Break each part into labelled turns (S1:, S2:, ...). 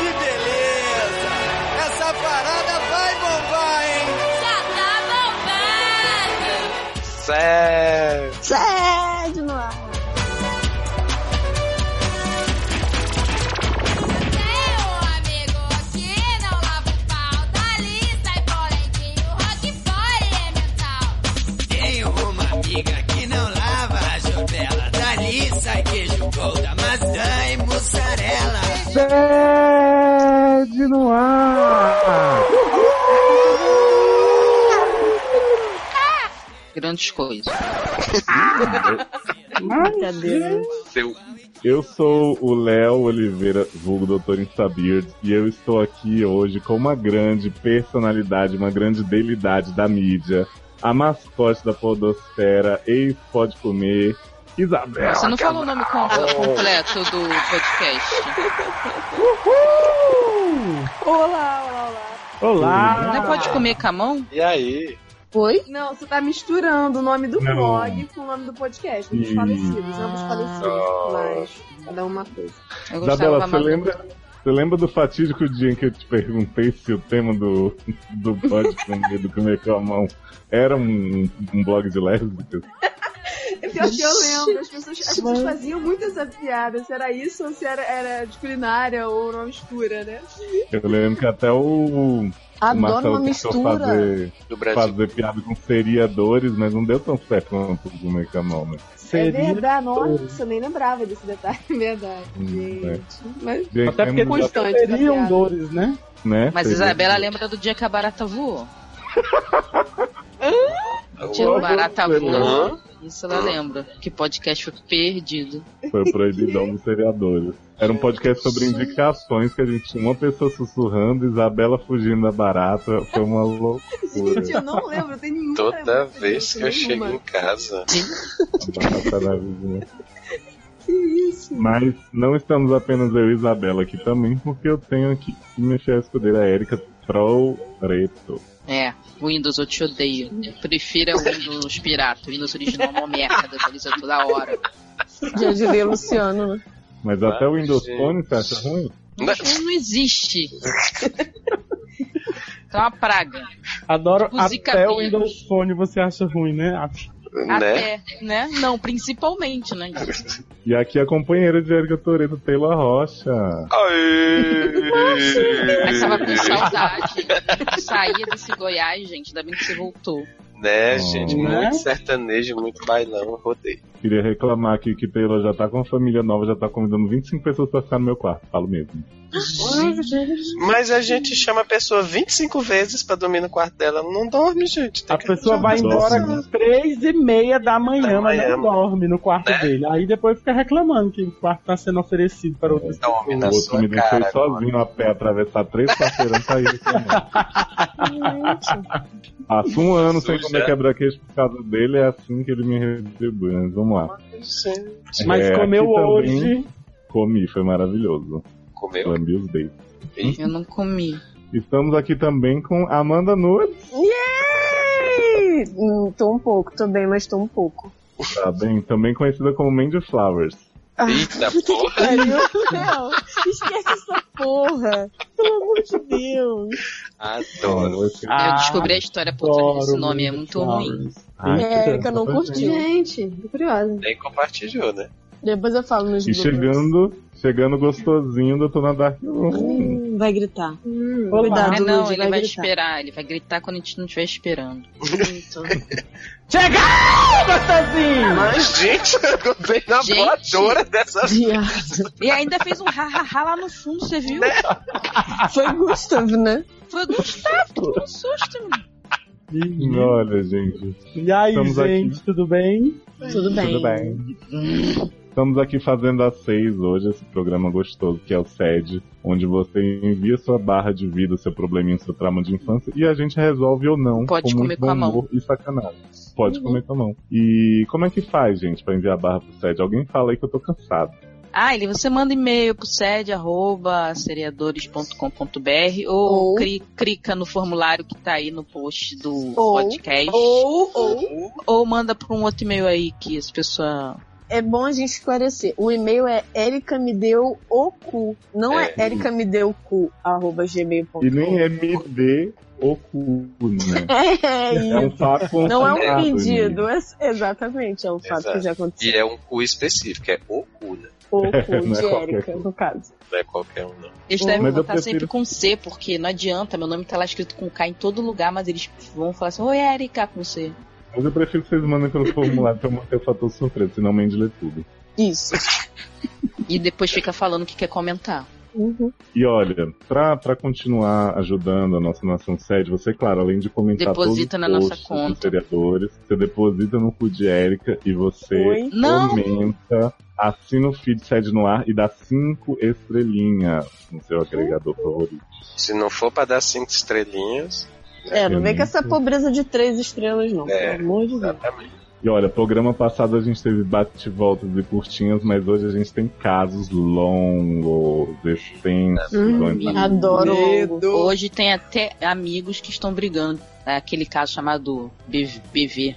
S1: tá
S2: Sé!
S3: Sede no ar.
S1: amigo que não lava o pau, dali sai polentinho, roquefort e emmental.
S4: Tenho uma amiga que não lava a jovela. Dali sai queijo golda, maçã e mussarela.
S5: Sede no ar!
S6: Grandes coisas.
S3: Brincadeira.
S2: Seu
S5: Eu sou o Léo Oliveira, vulgo Doutor Instabird, e eu estou aqui hoje com uma grande personalidade, uma grande deidade da mídia, a mascote da podosfera, ex-pode comer,
S2: É,
S5: Isabel.
S6: Você não falou o nome com- completo do podcast.
S7: Olá, olá, olá.
S5: Olá!
S6: Não é pode comer com a mão?
S2: Ah. E aí?
S3: Oi?
S7: Não, você tá misturando o nome do
S5: Não.
S7: blog com o nome do podcast. Dos
S5: Ih.
S7: falecidos, ambos
S5: Ah.
S7: falecidos, mas cada um uma coisa.
S6: Eu
S5: Isabela,
S6: da
S5: você
S6: Manu.
S5: lembra, você lembra do fatídico dia em que eu te perguntei se o tema do, do pode comer, do comer com a mão, era um, um blog de lésbicas?
S7: É pior que eu lembro, as pessoas, as pessoas faziam muito essa piada, se era isso ou se era, era de culinária ou nome mistura, né?
S5: Eu lembro que até o, o Marcelo
S3: Adoro uma
S5: tentou
S3: mistura.
S5: fazer...
S2: Do Brasil.
S5: fazer piada com seriadores, mas não deu tão certo quanto o Gourmet com a mão, né?
S7: É verdade, nossa, eu nem lembrava desse detalhe. é Verdade,
S5: Hum, É
S7: gente. Mas
S5: Gente,
S8: Até porque
S5: temos-
S7: constante. essa
S8: Seriam
S7: piada.
S8: dores, né?
S5: né?
S6: Mas
S5: Seria-
S6: Isabela lembra do dia que a barata voou. Dia
S5: Olha,
S6: que a barata
S2: Uhum.
S5: eu
S6: voou.
S2: Hã?
S6: Isso ela lembra. Que podcast foi perdido.
S5: Foi o proibidão dos seriadores. Era um podcast sobre indicações que a gente tinha uma pessoa sussurrando, Isabela fugindo da barata. Foi uma loucura.
S7: Gente, eu não lembro, tem nenhuma.
S2: Toda vez que eu chego
S7: nenhuma.
S2: em casa.
S5: A barata na vizinha.
S7: Que isso?
S5: Mas não estamos apenas eu e Isabela aqui também, porque eu tenho aqui minha chefe escudeira Erika Troreto.
S6: É, Windows eu te odeio. Prefira o Windows pirata. O Windows original é uma merda, atualiza toda hora.
S3: Dia de Lê Luciano. né?
S5: Mas até o
S2: Ah,
S5: Windows
S2: gente.
S5: Phone você acha ruim?
S2: Né?
S6: Isso não existe. Então é uma praga.
S8: Adoro
S6: Tipo, Zika
S8: até o
S6: vírus.
S8: Windows Phone você acha ruim, né?
S2: Né?
S6: Até, né? Não, principalmente, né?
S5: E aqui a companheira de Erika Toreto, Taylor Rocha.
S6: Mas tava com
S2: Aê!
S6: saudade. Saía desse Goiás, gente. Ainda bem que você voltou.
S2: Né, gente?
S8: Né?
S2: Muito sertanejo, muito bailão, rodei.
S5: Queria reclamar aqui que Taylor já tá com uma família nova, já tá convidando 25 pessoas pra ficar no meu quarto, falo mesmo.
S2: Mas a gente chama a pessoa 25 vezes pra dormir no quarto dela. Ela Não dorme, gente. Tem
S8: A
S2: que
S8: pessoa
S2: arranjar
S8: vai
S2: uma
S8: embora
S2: solução.
S5: né?
S8: com três e meia da manhã,
S2: Da
S8: mas
S2: manhã. Né?
S8: não dorme no quarto dele. Aí depois fica reclamando que o quarto tá sendo oferecido para outras
S2: Dorme
S5: o
S2: na
S5: outro
S2: sua
S5: me deixou
S2: cara. agora.
S5: sozinho a pé atravessar três quarteirões pra ir também. Passa um ano sem
S2: Suja.
S5: comer quebra-queixo por causa dele, é assim que ele me recebeu. Mas vamos lá.
S2: Gente,
S8: Mas
S5: É,
S8: comeu
S5: aqui também
S8: hoje.
S5: Comi, foi maravilhoso.
S2: Comeu?
S5: Lambi os dedos.
S6: Eu não comi.
S5: Estamos aqui também com Amanda Nunes.
S3: Ih, hum, Tô um pouco, tô bem, mas tô um pouco.
S5: Tá bem? Também conhecida como Mandy Flowers.
S2: Eita porra.
S3: Esquece essa porra. Pelo amor de Deus.
S2: Adoro.
S5: Você-
S6: Eu
S8: Ah,
S6: descobri a história por trás desse
S8: adoro
S6: nome. É
S8: Mandy
S6: muito ruim.
S8: Flowers.
S5: Ai, que
S3: É, Erika não
S5: tanta
S3: curtiu.
S7: Gente, tô curiosa.
S2: Nem compartilhou, né?
S3: Depois eu falo nos
S5: E chegando, chegando gostosinho, eu tô na Dark Room.
S3: Hum, vai gritar.
S7: Hum.
S8: Olá.
S3: Cuidado,
S6: Ah, não,
S3: Lud,
S6: ele vai
S3: gritar.
S6: esperar. Ele vai gritar quando a gente não estiver esperando.
S8: Chega! Gostosinho!
S2: Mas, gente, eu dei na
S6: Gente.
S2: voadora dessa
S3: Viado.
S6: E ainda fez um ha-ha-ha lá no fundo, você viu?
S3: Foi Gustavo, né?
S6: Foi Gustavo, que um susto, menino. Hum.
S5: Olha, gente.
S8: E aí,
S5: Estamos
S8: gente, tudo bem?
S3: Tudo bem.
S5: Tudo bem. Estamos aqui fazendo às seis hoje esse programa gostoso que é o SED, onde você envia sua barra de vida, seu probleminha, seu trauma de infância e a gente resolve ou não.
S6: Pode
S5: com
S6: comer
S5: muito
S6: com a
S5: bom
S6: mão. Uhum.
S5: humor E sacanagem. Pode comer com a mão. E como é que faz, gente, pra enviar a barra pro SED? Alguém fala aí que eu tô cansado.
S6: Ah, ele, você manda e-mail pro sede, arroba, seriadores.com.br ou,
S3: Ou-
S6: cri- clica no formulário que tá aí no post do
S3: Ou-
S6: podcast.
S3: Ou, ou,
S6: Ou manda pra um outro e-mail aí que as pessoas.
S3: é bom a gente esclarecer. O e-mail é Erika me deu o cu. Não é,
S2: É.
S3: Erika me deu o cu, arroba gmail.com.
S5: E nem é me dê o cu, né?
S3: É
S5: É um
S3: isso.
S5: fato
S3: Não é um
S5: constatado,
S3: pedido, é, exatamente, é um fato
S2: Exato.
S3: que já aconteceu.
S2: E é um cu específico, é o cu, né?
S3: Pouco
S5: não é
S3: de
S5: qualquer
S3: Érica,
S5: coisa.
S3: no caso.
S2: Não é qualquer um, não.
S9: Eles
S3: Mas
S9: devem
S5: eu
S9: botar
S5: prefiro-
S9: sempre com C, porque não adianta, meu nome tá lá escrito com K em todo lugar, mas eles vão falar assim, oi Erika com C.
S5: Mas eu prefiro que vocês mandem pelo formulário pra eu manter o fator surpresa, senão a Mandy lê tudo.
S3: Isso.
S9: E depois fica falando o que quer comentar.
S3: Uhum.
S5: E olha, pra, pra continuar ajudando a nossa nação sede, você, claro, além de comentar
S9: Deposita
S5: todos
S9: na
S5: os
S9: nossa
S5: posts
S9: conta.
S5: dos vereadores, você deposita no cu de Érica e você
S3: Oi.
S9: Não!
S5: comenta, assina o feed sede no ar e dá cinco estrelinhas no seu agregador favorito.
S2: Se não for pra dar cinco estrelinhas,
S10: Uhum.
S3: É, não vem
S5: Realmente.
S3: com essa pobreza de três estrelas, não.
S2: É.
S3: Pelo amor de Deus.
S2: exatamente.
S5: E olha, programa passado a gente teve bate-voltas e curtinhas, mas hoje a gente tem casos longos, extensos,
S3: Hum,
S5: antigos.
S3: Adoro logo.
S10: Medo.
S9: Hoje tem até amigos que estão brigando. É Aquele caso chamado BV. BV.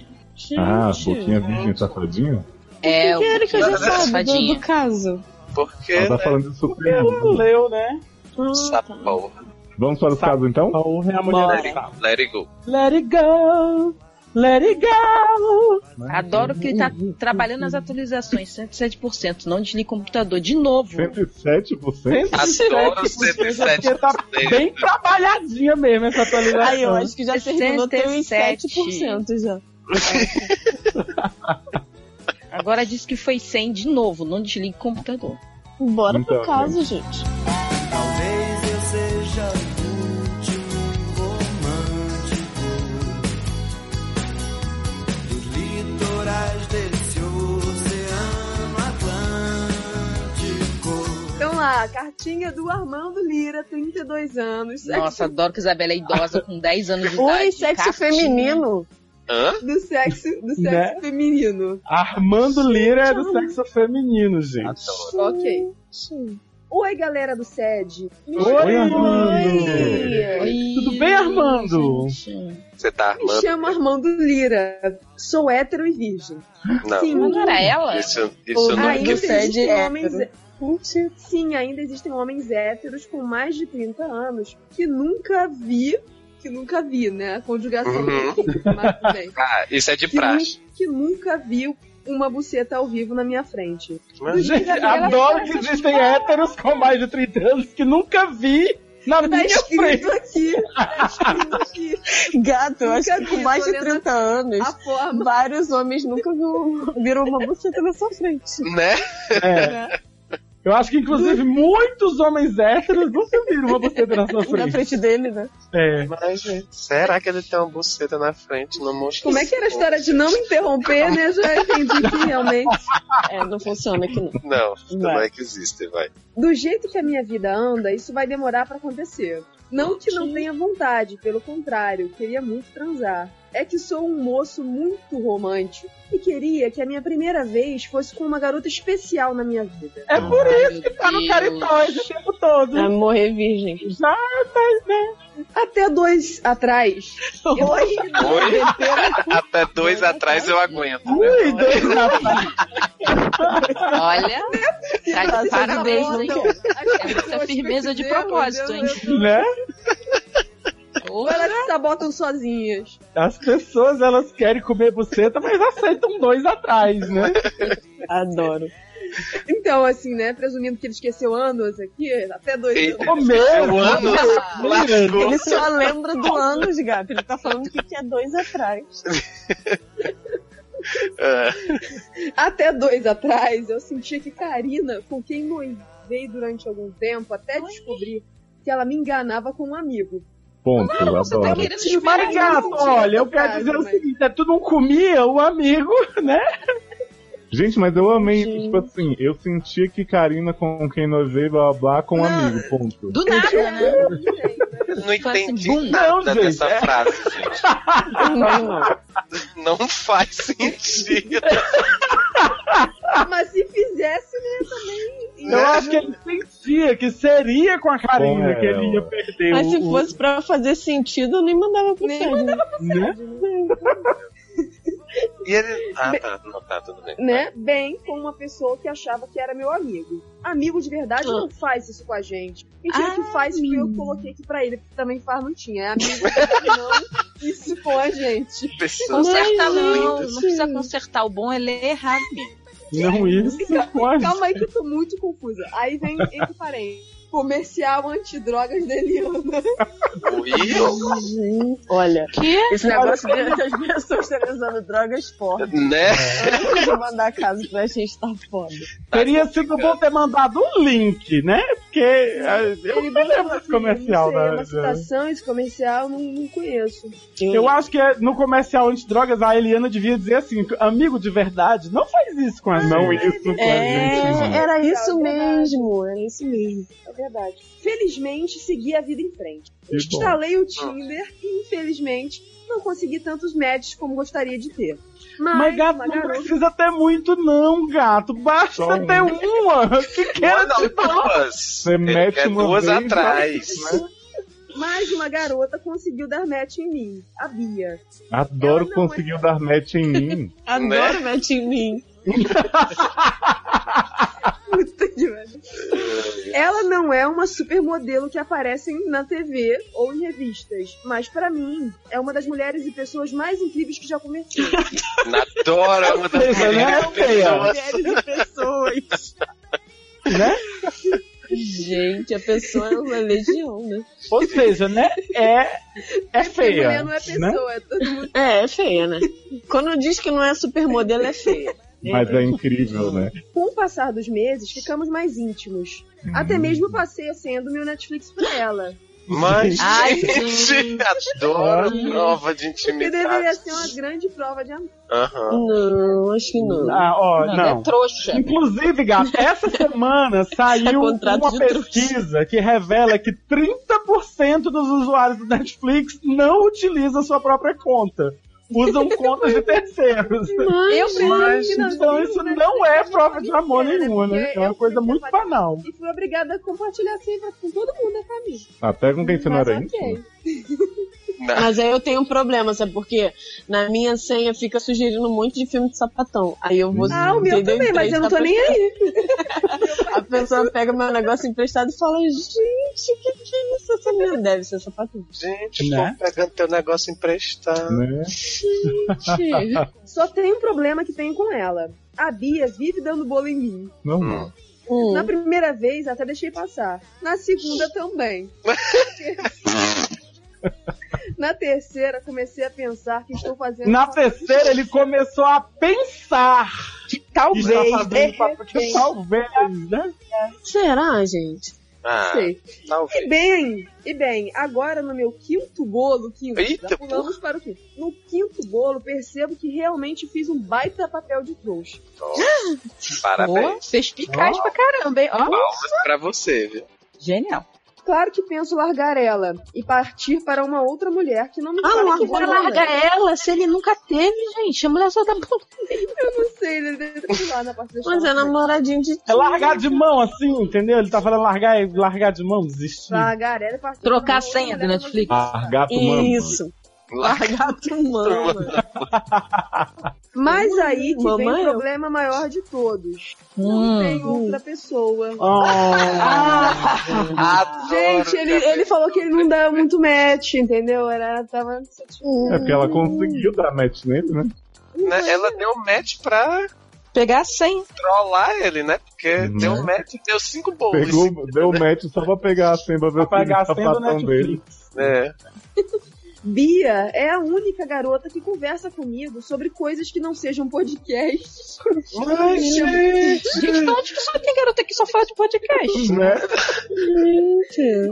S5: Ah,
S3: Gente.
S5: boquinha virgem safadinha?
S9: É,
S3: Que Erika já
S9: Boquinha
S3: sabe do,
S9: Safadinha.
S3: do caso.
S2: Porque,
S5: Ela tá
S2: né?
S5: falando de surpresa.
S8: Leu, né?
S5: Hum.
S2: Essa porra.
S5: Vamos para os casos então?
S8: Porra, é a mulher que sabe.
S2: Let it go.
S8: Let it go! Let it go!
S9: Adoro que ele tá trabalhando nas atualizações, 107%. Não desliga o computador de novo.
S5: 107%?
S2: Adoro os
S8: 107%, porque tá
S2: 77%.
S8: Bem trabalhadinha mesmo essa atualização.
S3: Aí eu acho que já terminou tem uns
S9: 67.
S3: 7% já.
S9: Agora disse que foi 100 de novo. Não desliga o computador.
S3: Bora
S5: Então,
S3: pro caso, gente.
S4: Talvez eu seja útil, romântico Dos litorais desse oceano Atlântico
S10: Então lá, cartinha do Armando Lira, 32 anos.
S9: Nossa,
S10: Sexo,
S9: adoro que Isabela é idosa com 10 anos de idade.
S3: Oi, sexo
S9: Cartinha.
S3: feminino.
S2: Hã?
S10: do sexo, do sexo
S8: Né?
S10: feminino.
S8: Armando Lira é do sexo feminino, gente.
S2: Adoro.
S10: Ok.
S3: Gente.
S10: Oi, galera do SED. Me
S8: Oi,
S10: chamo-
S8: Armando.
S9: Oi,
S8: Tudo bem, Armando?
S9: gente.
S2: Você tá
S10: Me
S2: armando?
S10: chamo Armando Lira. Sou hétero e virgem.
S2: Não.
S10: Sim,
S9: Não era ela?
S2: Isso, isso não é
S10: ainda
S3: Armando Lira.
S2: que...
S10: existem
S3: hétero.
S10: homens. Sim, ainda existem homens héteros com mais de 30 anos que nunca vi. Que nunca vi, né? A conjugação.
S2: Uhum.
S10: Mas tudo bem.
S2: Ah, isso é de
S10: Que
S2: praxe.
S10: nu- que nunca viu uma buceta ao vivo na minha frente.
S2: Mas-
S8: Gente, adoro que existem héteros com mais de 30 anos que nunca vi na
S10: Tá
S8: minha frente.
S10: escrito aqui. Tá escrito aqui.
S3: Gato, eu acho que
S10: Nunca
S3: com
S10: vi,
S3: mais de
S10: tô olhando
S3: 30 anos,
S10: A forma.
S3: vários homens nunca viu- viram uma buceta na sua frente.
S2: Né?
S8: É. Eu acho que, inclusive, muitos homens héteros nunca viram uma buceta na sua
S3: Na
S8: frente.
S3: frente dele, né?
S8: É.
S2: Mas, gente, será que ele tem uma buceta na frente? Não mostra
S10: Como é que era a história de não me interromper, né? Já entendi que realmente.
S3: É, não funciona aqui não.
S2: Não, não
S8: Vai.
S2: é que existe, vai.
S10: Do jeito que a minha vida anda, isso vai demorar pra acontecer. Não que não tenha vontade, pelo contrário, queria muito transar. É que sou um moço muito romântico e queria que a minha primeira vez fosse com uma garota especial na minha vida.
S8: É por isso
S9: Ai,
S8: que tá no
S9: meu
S8: caritóide
S9: Deus.
S8: o tempo todo.
S3: É morrer virgem.
S8: Já tá, né?
S10: Até dois atrás, eu ainda
S2: Oi? Até dois atrás eu aguento. Né?
S8: Ui, dois rapazes.
S9: Olha, tá
S3: Nossa,
S9: de parabéns,
S3: Deus,
S9: hein?
S3: não.
S9: É muita firmeza de
S10: Meu Deus,
S9: propósito, hein?
S8: né?
S10: Ou elas se sabotam sozinhas.
S8: As pessoas, elas querem comer buceta, mas aceitam dois atrás, né?
S3: Adoro.
S10: Então, assim, né? Presumindo que ele esqueceu anos aqui, até dois
S2: Eita.
S8: Comer.
S2: O né? Um ano lascou.
S3: Ele só lembra do anos, gato. Ele tá falando que tinha dois atrás.
S2: É.
S10: Até dois atrás, eu sentia que Karina, com quem noivei durante algum tempo, até descobrir que ela me enganava com um amigo.
S5: Ponto,
S9: Tá
S5: adoro.
S9: querendo esperar
S10: Maravilha.
S8: Gato, olha, eu quero dizer o seguinte, é tu não comia o amigo, né?
S5: Gente, mas eu amei,
S3: Gente.
S5: tipo assim, eu sentia que Karina com quem nós veio, blá blá, blá, com um
S10: Não.
S5: amigo, ponto.
S9: Ah, do nada, né?
S2: Não
S9: Fala assim,
S2: entendi
S9: bum.
S2: nada
S8: Não, gente,
S2: dessa
S8: é.
S2: frase, gente.
S3: Também não.
S2: Não faz sentido.
S10: Mas se fizesse, né, também.
S8: Eu acho que ele sentia que seria com a Karina
S5: Com
S8: que
S5: ela.
S8: ele ia perder
S3: Mas
S8: o-
S3: se
S8: o-
S3: fosse
S10: Né?
S3: pra fazer sentido, eu nem mandava pro
S10: Nem
S3: Fred.
S8: né?
S2: E ele. Ah, tá. Não, tá, tudo bem.
S10: né? Bem com uma pessoa que achava que era meu amigo. Amigo de verdade não faz isso com a gente. Mentira que faz foi eu que coloquei aqui pra ele, porque também faz não tinha. É amigo que não isso com a gente.
S2: Pessoas
S9: Conserta Tá, não,
S2: lindas.
S9: não precisa consertar. O bom é ler errado mesmo.
S8: Não isso, pode.
S10: Calma aí que eu tô muito confusa. Aí vem entre parênteses. Comercial antidrogas deliana.
S2: Ui,
S3: Gente, olha,
S9: Que?
S3: esse negócio de que as pessoas estão usando drogas fortes.
S2: né?
S3: Antes de mandar caso pra gente tá foda.
S8: Teria
S10: Tá
S8: sido bom ter mandado um link, né? Porque ah, eu não lembro desse comercial.
S10: não sei, é
S8: né?
S10: uma citação, esse comercial eu não, não conheço.
S8: Eu acho que é, no comercial antidrogas a Eliana devia dizer assim: amigo de verdade, não faz isso
S10: Ah,
S8: com a gente.
S5: Não isso com a gente.
S3: É,
S5: Não.
S3: era isso
S10: É verdade.
S3: mesmo, era isso mesmo.
S10: É verdade. Felizmente, segui a vida em frente.
S5: Que
S9: é,
S5: bom.
S10: Instalei o Tinder e, infelizmente, não consegui tantos matches como gostaria de ter. Mas,
S8: Mas, gato,
S10: uma
S8: não
S10: garota-
S8: precisa ter muito, não, gato. Basta
S5: Só um.
S8: ter uma que queira
S2: Manda
S8: te dar.
S2: duas.
S5: Você
S2: um Ele
S5: mete
S2: quer
S5: uma
S2: duas
S5: vez,
S2: atrás.
S10: mais uma garota conseguiu dar match em mim, a Bia.
S5: Adoro
S10: Ela não
S5: conseguir
S9: é
S5: dar match em mim.
S2: né?
S3: Adoro mete em mim.
S10: Puta que pariu. Ela não é uma supermodelo que aparece em- na TV ou em revistas, mas pra mim é uma das mulheres e pessoas mais incríveis que já conheci.
S2: Adoro uma das
S8: Pensa, né,
S2: melhores pessoas.
S3: Mulheres e pessoas. Gente, a pessoa é uma legião, né?
S8: Ou seja, né? É, é feia.
S10: mulher não é
S8: né?
S10: pessoa, é todo mundo.
S3: É, é feia, né? Quando diz que não é supermodelo, é feia.
S5: Mas é incrível, né?
S10: Com o passar dos meses, ficamos mais íntimos. Até mesmo passei a senha do meu Netflix pra ela.
S2: Mas,
S9: Ai,
S2: gente, adoro prova de
S10: Porque deveria
S2: intimidade.
S10: ser uma grande prova de amor.
S2: Aham.
S3: Não, acho que não.
S8: Ah, ó,
S9: Não,
S8: não.
S9: é trouxa.
S8: Inclusive, gato, essa semana saiu
S3: contrato
S8: uma
S3: de
S8: pesquisa que revela que 30% dos usuários do Netflix não utilizam sua própria conta. Usam contas de terceiros.
S10: Eu
S8: Mas, então isso não é prova de amor nenhuma, né? É uma coisa muito banal.
S10: E fui obrigada a compartilhar a senha com todo mundo da família.
S5: Até com quem você não
S10: Mas
S5: era
S3: é
S10: ok.
S5: íntimo.
S3: Mas aí eu tenho um problema, sabe por quê? Na minha senha fica sugerindo um monte de filme de sapatão. Aí eu vou.
S10: Ah, o meu
S3: entendeu?
S10: também, mas eu não tô
S3: Emprestar
S10: nem aí.
S3: pra- A pessoa pega meu negócio emprestado e fala: gente, o que, que é isso? Essa menina deve ser sapatão.
S2: Gente,
S8: Né?
S2: pô, pegando teu negócio emprestado.
S5: Né?
S3: Gente.
S10: Só tem um problema que tenho com ela. A Bia vive dando bolo em mim.
S5: Não, não.
S3: Hum.
S10: Na primeira vez até deixei passar. Na segunda também. Na terceira comecei a pensar que estou fazendo.
S8: Na
S10: uma-
S8: terceira, ele começou a pensar. que já
S3: Talvez,
S8: fazendo
S3: de
S8: papo-
S3: repente.
S8: Talvez, né?
S3: Será, gente?
S2: Ah,
S10: Sei. E
S2: talvez.
S10: bem, e bem, agora no meu quinto bolo, quinto,
S2: Eita,
S10: já pulamos para o quinto. No quinto bolo, percebo que realmente fiz um baita papel de trouxa.
S9: Boa,
S2: Parabéns.
S9: perspicaz pra caramba, hein? Ó,
S2: Palmas pra você, viu?
S9: genial.
S10: Claro que penso largar ela e partir para uma outra mulher que não me
S9: Ah,
S10: fala que
S9: agora
S10: rola, né?
S9: larga ela, se ele nunca teve, gente. A mulher só dá pra
S10: Eu não sei, ele deve ter lá na parte da
S3: Mas é
S10: história.
S3: namoradinho de
S8: É largar de mão, assim, entendeu? Ele tá falando largar, é largar de mão, desistir.
S10: Largar ela e partir
S9: Trocar
S10: para uma
S9: a senha
S10: outra
S9: do
S10: mulher
S9: Netflix.
S10: que não me fala.
S5: Largato mano.
S3: Isso. Ah, É Largato mama.
S9: Hum,
S10: Mas aí que
S3: Mamãe,
S10: vem
S3: eu-
S10: o problema maior de todos. Não
S9: é Hum.
S10: tem outra pessoa.
S8: Hum. Ah,
S2: Adoro.
S10: Gente, ele, ele falou que ele não dá muito match, entendeu? Era, tava...
S5: É porque ela conseguiu dar match nele, né?
S2: Né, Ela deu match pra
S9: pegar a senha.
S2: trollar ele, né? Porque
S5: Uhum.
S2: deu match, deu cinco bolos.
S5: Pegou, deu match só pra pegar a senha pra ver
S8: né? pra pagar a né,
S5: se o
S8: senha do
S5: sapatão dele.
S8: Netflix.
S2: É.
S10: Bia é a única garota que conversa comigo sobre coisas que não sejam podcasts.
S2: Mas, gente.
S9: Gente, pra onde que só tem garota que só fala de podcast?
S5: Né?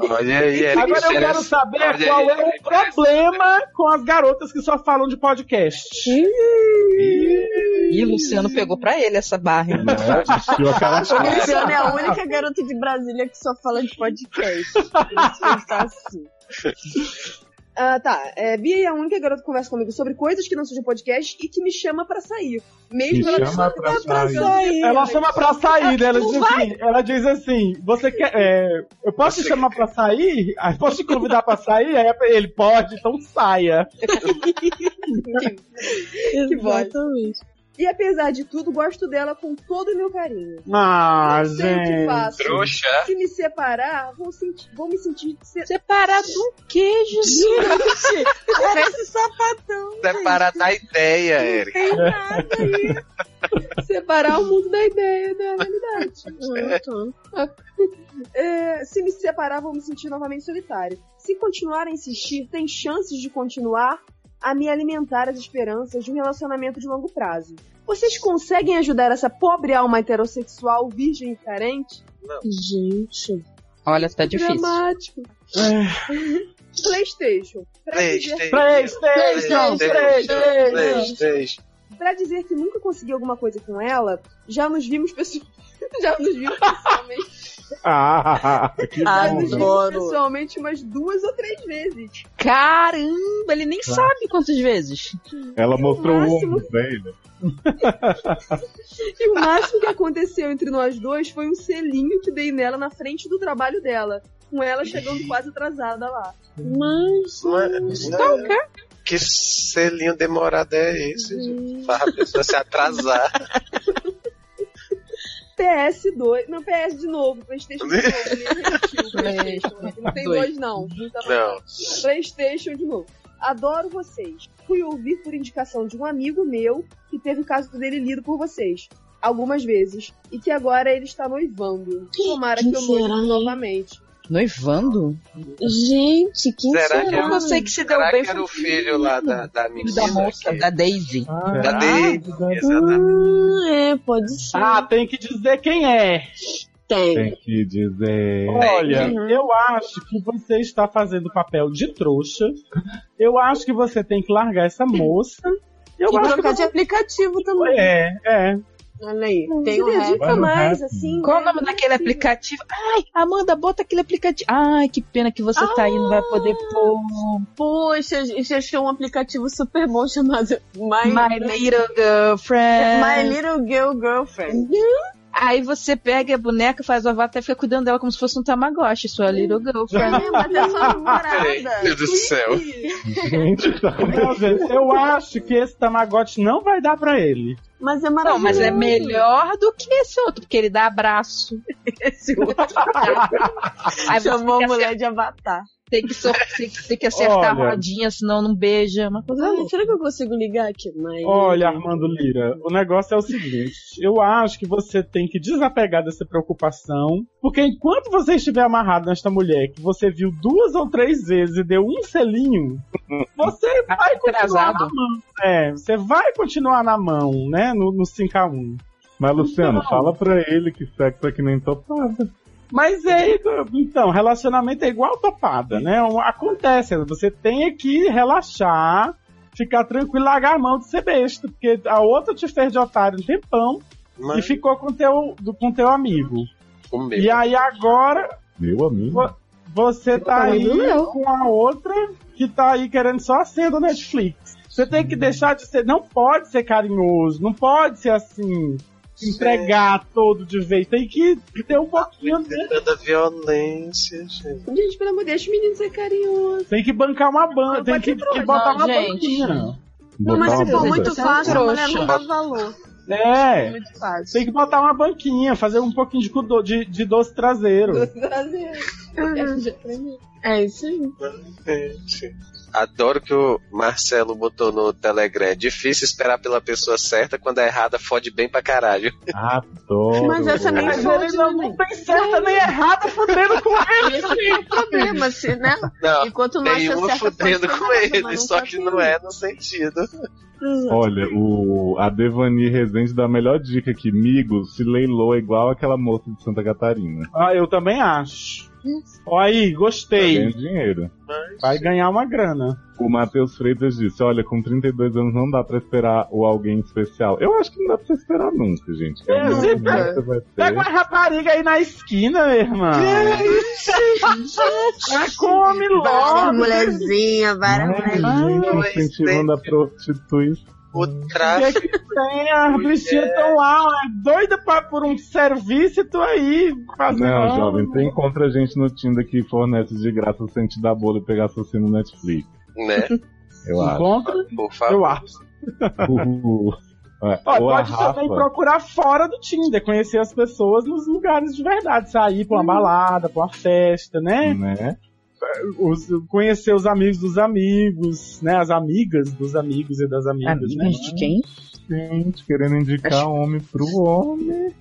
S2: Olha aí, Eric. é
S8: Agora eu quero
S2: interessa-
S8: saber
S2: Olha
S8: qual
S2: aí,
S8: é o
S2: Eric,
S8: problema com as garotas que só falam de podcast.
S9: Ih, Luciano pegou pra ele essa barra. hein?
S5: né? Vestiu aquela capa.
S3: Luciana é a única garota de Brasília que só fala de podcast. Isso tá assim.
S10: Ah, tá. É, Bia é a única garota que conversa comigo sobre coisas que não sejam podcast e que me chama pra sair. Mesmo
S5: Me
S10: ela
S5: chama
S10: dizendo
S5: pra
S10: que tá
S5: sair.
S8: Ela chama pra sair, né? Ela
S10: Não
S8: diz assim, ela diz assim, você quer. é, eu posso te
S2: Você-
S8: chamar pra sair? Aí posso te convidar pra sair? Aí ele pode, então saia.
S3: Exatamente.
S10: E apesar de tudo, gosto dela com todo o meu carinho.
S8: Ah,
S10: não sei o que
S8: gente.
S10: faço.
S2: Trouxa.
S10: Se me separar, vou, sentir, vou me sentir se-
S3: Separar do que, Jesus? Parece sapatão.
S2: Separar da é ideia, Erika.
S10: Tem nada aí. Separar o mundo da ideia da realidade. É, se me separar, vou me sentir novamente solitário. Se continuar a insistir, tem chances de continuar a me alimentar as esperanças de um relacionamento de longo prazo. Vocês conseguem ajudar essa pobre alma heterossexual, virgem e carente?
S3: Gente.
S9: Olha, tá difícil.
S10: Dramático. PlayStation. Pra dizer
S8: Playstation, Playstation.
S2: Playstation.
S10: Pra dizer que nunca consegui alguma coisa com ela, já nos vimos pessoalmente. Já nos vimos pessoalmente.
S5: Ah, que
S3: Ah,
S5: bom.
S10: nos
S5: né?
S3: bom.
S10: vimos
S3: Adoro.
S10: pessoalmente umas duas ou três vezes.
S9: Caramba, ele nem
S5: Claro.
S9: sabe quantas vezes.
S5: Ela mostrou o
S10: máximo.
S5: ombro dele.
S10: E o máximo que aconteceu entre nós dois foi um selinho que dei nela na frente do trabalho dela. Com ela chegando quase atrasada lá.
S3: Mas.
S2: Mas, né, Que selinho demorado é esse, gente? Faz a pessoa se atrasar.
S10: PS2. Não, PS de novo. Playstation de novo. né? nem repetiu o PlayStation. Não tem dois, não. Tá bom.
S2: Não.
S10: PlayStation de novo. Adoro vocês. Fui ouvir por indicação de um amigo meu que teve o caso dele lido por vocês algumas vezes e que agora ele está noivando. Tomara que eu
S3: Quem será,
S10: noive
S3: hein?
S10: novamente.
S9: Noivando?
S3: Gente, quem
S2: Será que
S3: será?
S2: eu-
S9: Você
S8: é?
S9: que se deu
S2: Será
S9: bem
S2: que era o
S9: foi o
S2: filho lá da, da
S9: filho
S2: menina?
S9: da moça,
S2: que-
S9: da Daisy.
S8: ah. Tá
S2: Da Daisy. Ah, Exatamente.
S3: Ah, é, pode ser.
S8: Ah, tem que dizer quem é.
S3: tem.
S5: Tem que dizer.
S8: Olha,
S3: Uhum.
S8: eu acho que você está fazendo o papel de trouxa. Eu acho que você tem que largar essa moça. Eu
S3: E
S8: acho que
S3: trocar de
S8: você...
S3: aplicativo também.
S8: É, é.
S3: Olha aí. Tem o resto.
S10: Se
S5: Vai
S10: dedica
S5: no
S10: mais,
S5: rap.
S10: assim.
S9: Qual o
S10: né?
S9: nome daquele aplicativo? Ai, Amanda, bota aquele aplicativo. Ai, que pena que você tá aí, não vai poder pôr.
S3: Poxa, a gente achou um aplicativo super bom chamado My,
S9: My Little Girlfriend.
S3: My Little Girl Girlfriend.
S9: Aí você pega a boneca, faz o avatar e fica cuidando dela como se fosse um Tamagotchi, sua Little Girlfriend.
S10: É, mas é sua namorada.
S2: Meu Deus do céu.
S5: Gente, tá
S8: Não, gente, eu acho que esse Tamagotchi não vai dar pra ele.
S3: Mas é
S9: Não,
S3: maravilhoso.
S9: mas é melhor do que esse outro, porque ele dá abraço.
S3: Esse outro
S9: Aí você
S3: chamou a
S9: tem que
S3: mulher de avatar.
S9: Tem que, so- tem que- tem que acertar a
S8: Olha.
S9: rodinha, senão não beija. Uma coisa
S3: Ah,
S9: louca.
S3: será que eu consigo ligar aqui? Mas...
S8: Olha, Armando Lira, o negócio é o seguinte: eu acho que você tem que desapegar dessa preocupação, porque enquanto você estiver amarrado nesta mulher que você viu duas ou três vezes e deu um selinho, você vai continuar
S9: atrasado.
S8: na mão. É, você vai continuar na mão, né? No, no 5x1.
S5: Mas, Luciano,
S8: Não.
S5: fala pra ele que sexo é que nem topada.
S8: Mas é, então, relacionamento é igual topada, né? Um- Acontece, você tem que relaxar, ficar tranquilo, largar a mão de ser besta, porque a outra te fez de otário um tempão e
S2: Mas
S8: ficou com teu, do- com teu amigo.
S2: comeu.
S8: E aí agora
S5: Meu amigo.
S8: Ué. você tá aí com a outra que tá aí querendo só a senha do Netflix. Você tem que deixar de ser, não pode ser carinhoso, não pode ser assim, se entregar todo de vez, tem que ter um pouquinho de
S2: Tanta violência, gente.
S10: Gente, pelo amor de Deus, o menino é carinhoso.
S8: Tem que bancar uma banda,
S10: Não,
S8: tem
S10: pode
S8: que,
S10: ser trouxa.
S8: que botar
S9: Não,
S8: uma
S9: gente.
S8: banquinha.
S3: Não,
S5: Botar
S3: mas se
S5: uma
S3: for
S5: bunda.
S3: muito fácil, a mulher não dá valor.
S8: É,
S3: Muito fácil.
S8: tem que botar uma banquinha, fazer um pouquinho de, cu- do- de, de doce traseiro.
S3: É isso aí.
S2: Gente. Adoro que o Marcelo botou no Telegram. É difícil esperar pela pessoa certa, quando é errada, fode bem pra caralho.
S5: Adoro.
S3: Mas essa nem
S8: Mas
S3: fode,
S8: ele não,
S3: né?
S8: não tem certa nem errada fudendo com
S3: Esse é o problema, se, né?
S2: Não,
S3: Enquanto não
S2: tem
S3: acha
S2: uma
S3: certa,
S2: fudendo
S3: pode
S2: com
S3: fazer, mas
S2: ele, só
S3: tá
S2: que
S3: com
S2: não é no sentido.
S5: Olha, o, a Devani Rezende dá a melhor dica aqui. Migo se leilou é igual aquela moça de Santa Catarina.
S8: Ah, eu também acho. Ó aí, gostei.
S5: Ganha dinheiro.
S2: Mas...
S8: Vai ganhar uma grana. Ana.
S5: O Matheus Freitas disse: Olha, com 32 anos não dá pra esperar o alguém especial. Eu acho que não dá pra você esperar nunca, gente.
S8: É,
S5: Alguém
S8: sempre.
S5: especial você vai ter.
S8: Pega uma rapariga aí na esquina, meu irmão. Já come
S3: Para
S8: logo.
S3: mulherzinha, para
S5: Ai,
S3: mulherzinha.
S8: né?
S5: gente,
S2: Mas
S5: incentivando a prostituição.
S2: O
S8: O que, é
S2: tráfico.
S8: que tem? As
S5: É.
S8: bichinhas estão lá, ó, doida pra, por um serviço e tu aí fazendo. um
S5: Não, jovem, tu encontra gente no Tinder que fornece de graça sem te dar bolo e pegar você no Netflix.
S2: Né?
S5: Eu acho.
S8: Encontra,
S2: Por
S8: eu
S2: favor.
S8: acho.
S5: Uhul. É,
S8: Ó,
S5: ou a
S8: pode também
S5: Rafa,
S8: procurar fora do Tinder, conhecer as pessoas nos lugares de verdade, sair
S5: Hum.
S8: pra uma balada, pra uma festa, né?
S5: né?
S8: Os- conhecer os amigos dos amigos, né? As amigas dos amigos e das amigas,
S5: É,
S8: né?
S11: Amigas de quem?
S5: Gente, querendo indicar homem pro homem.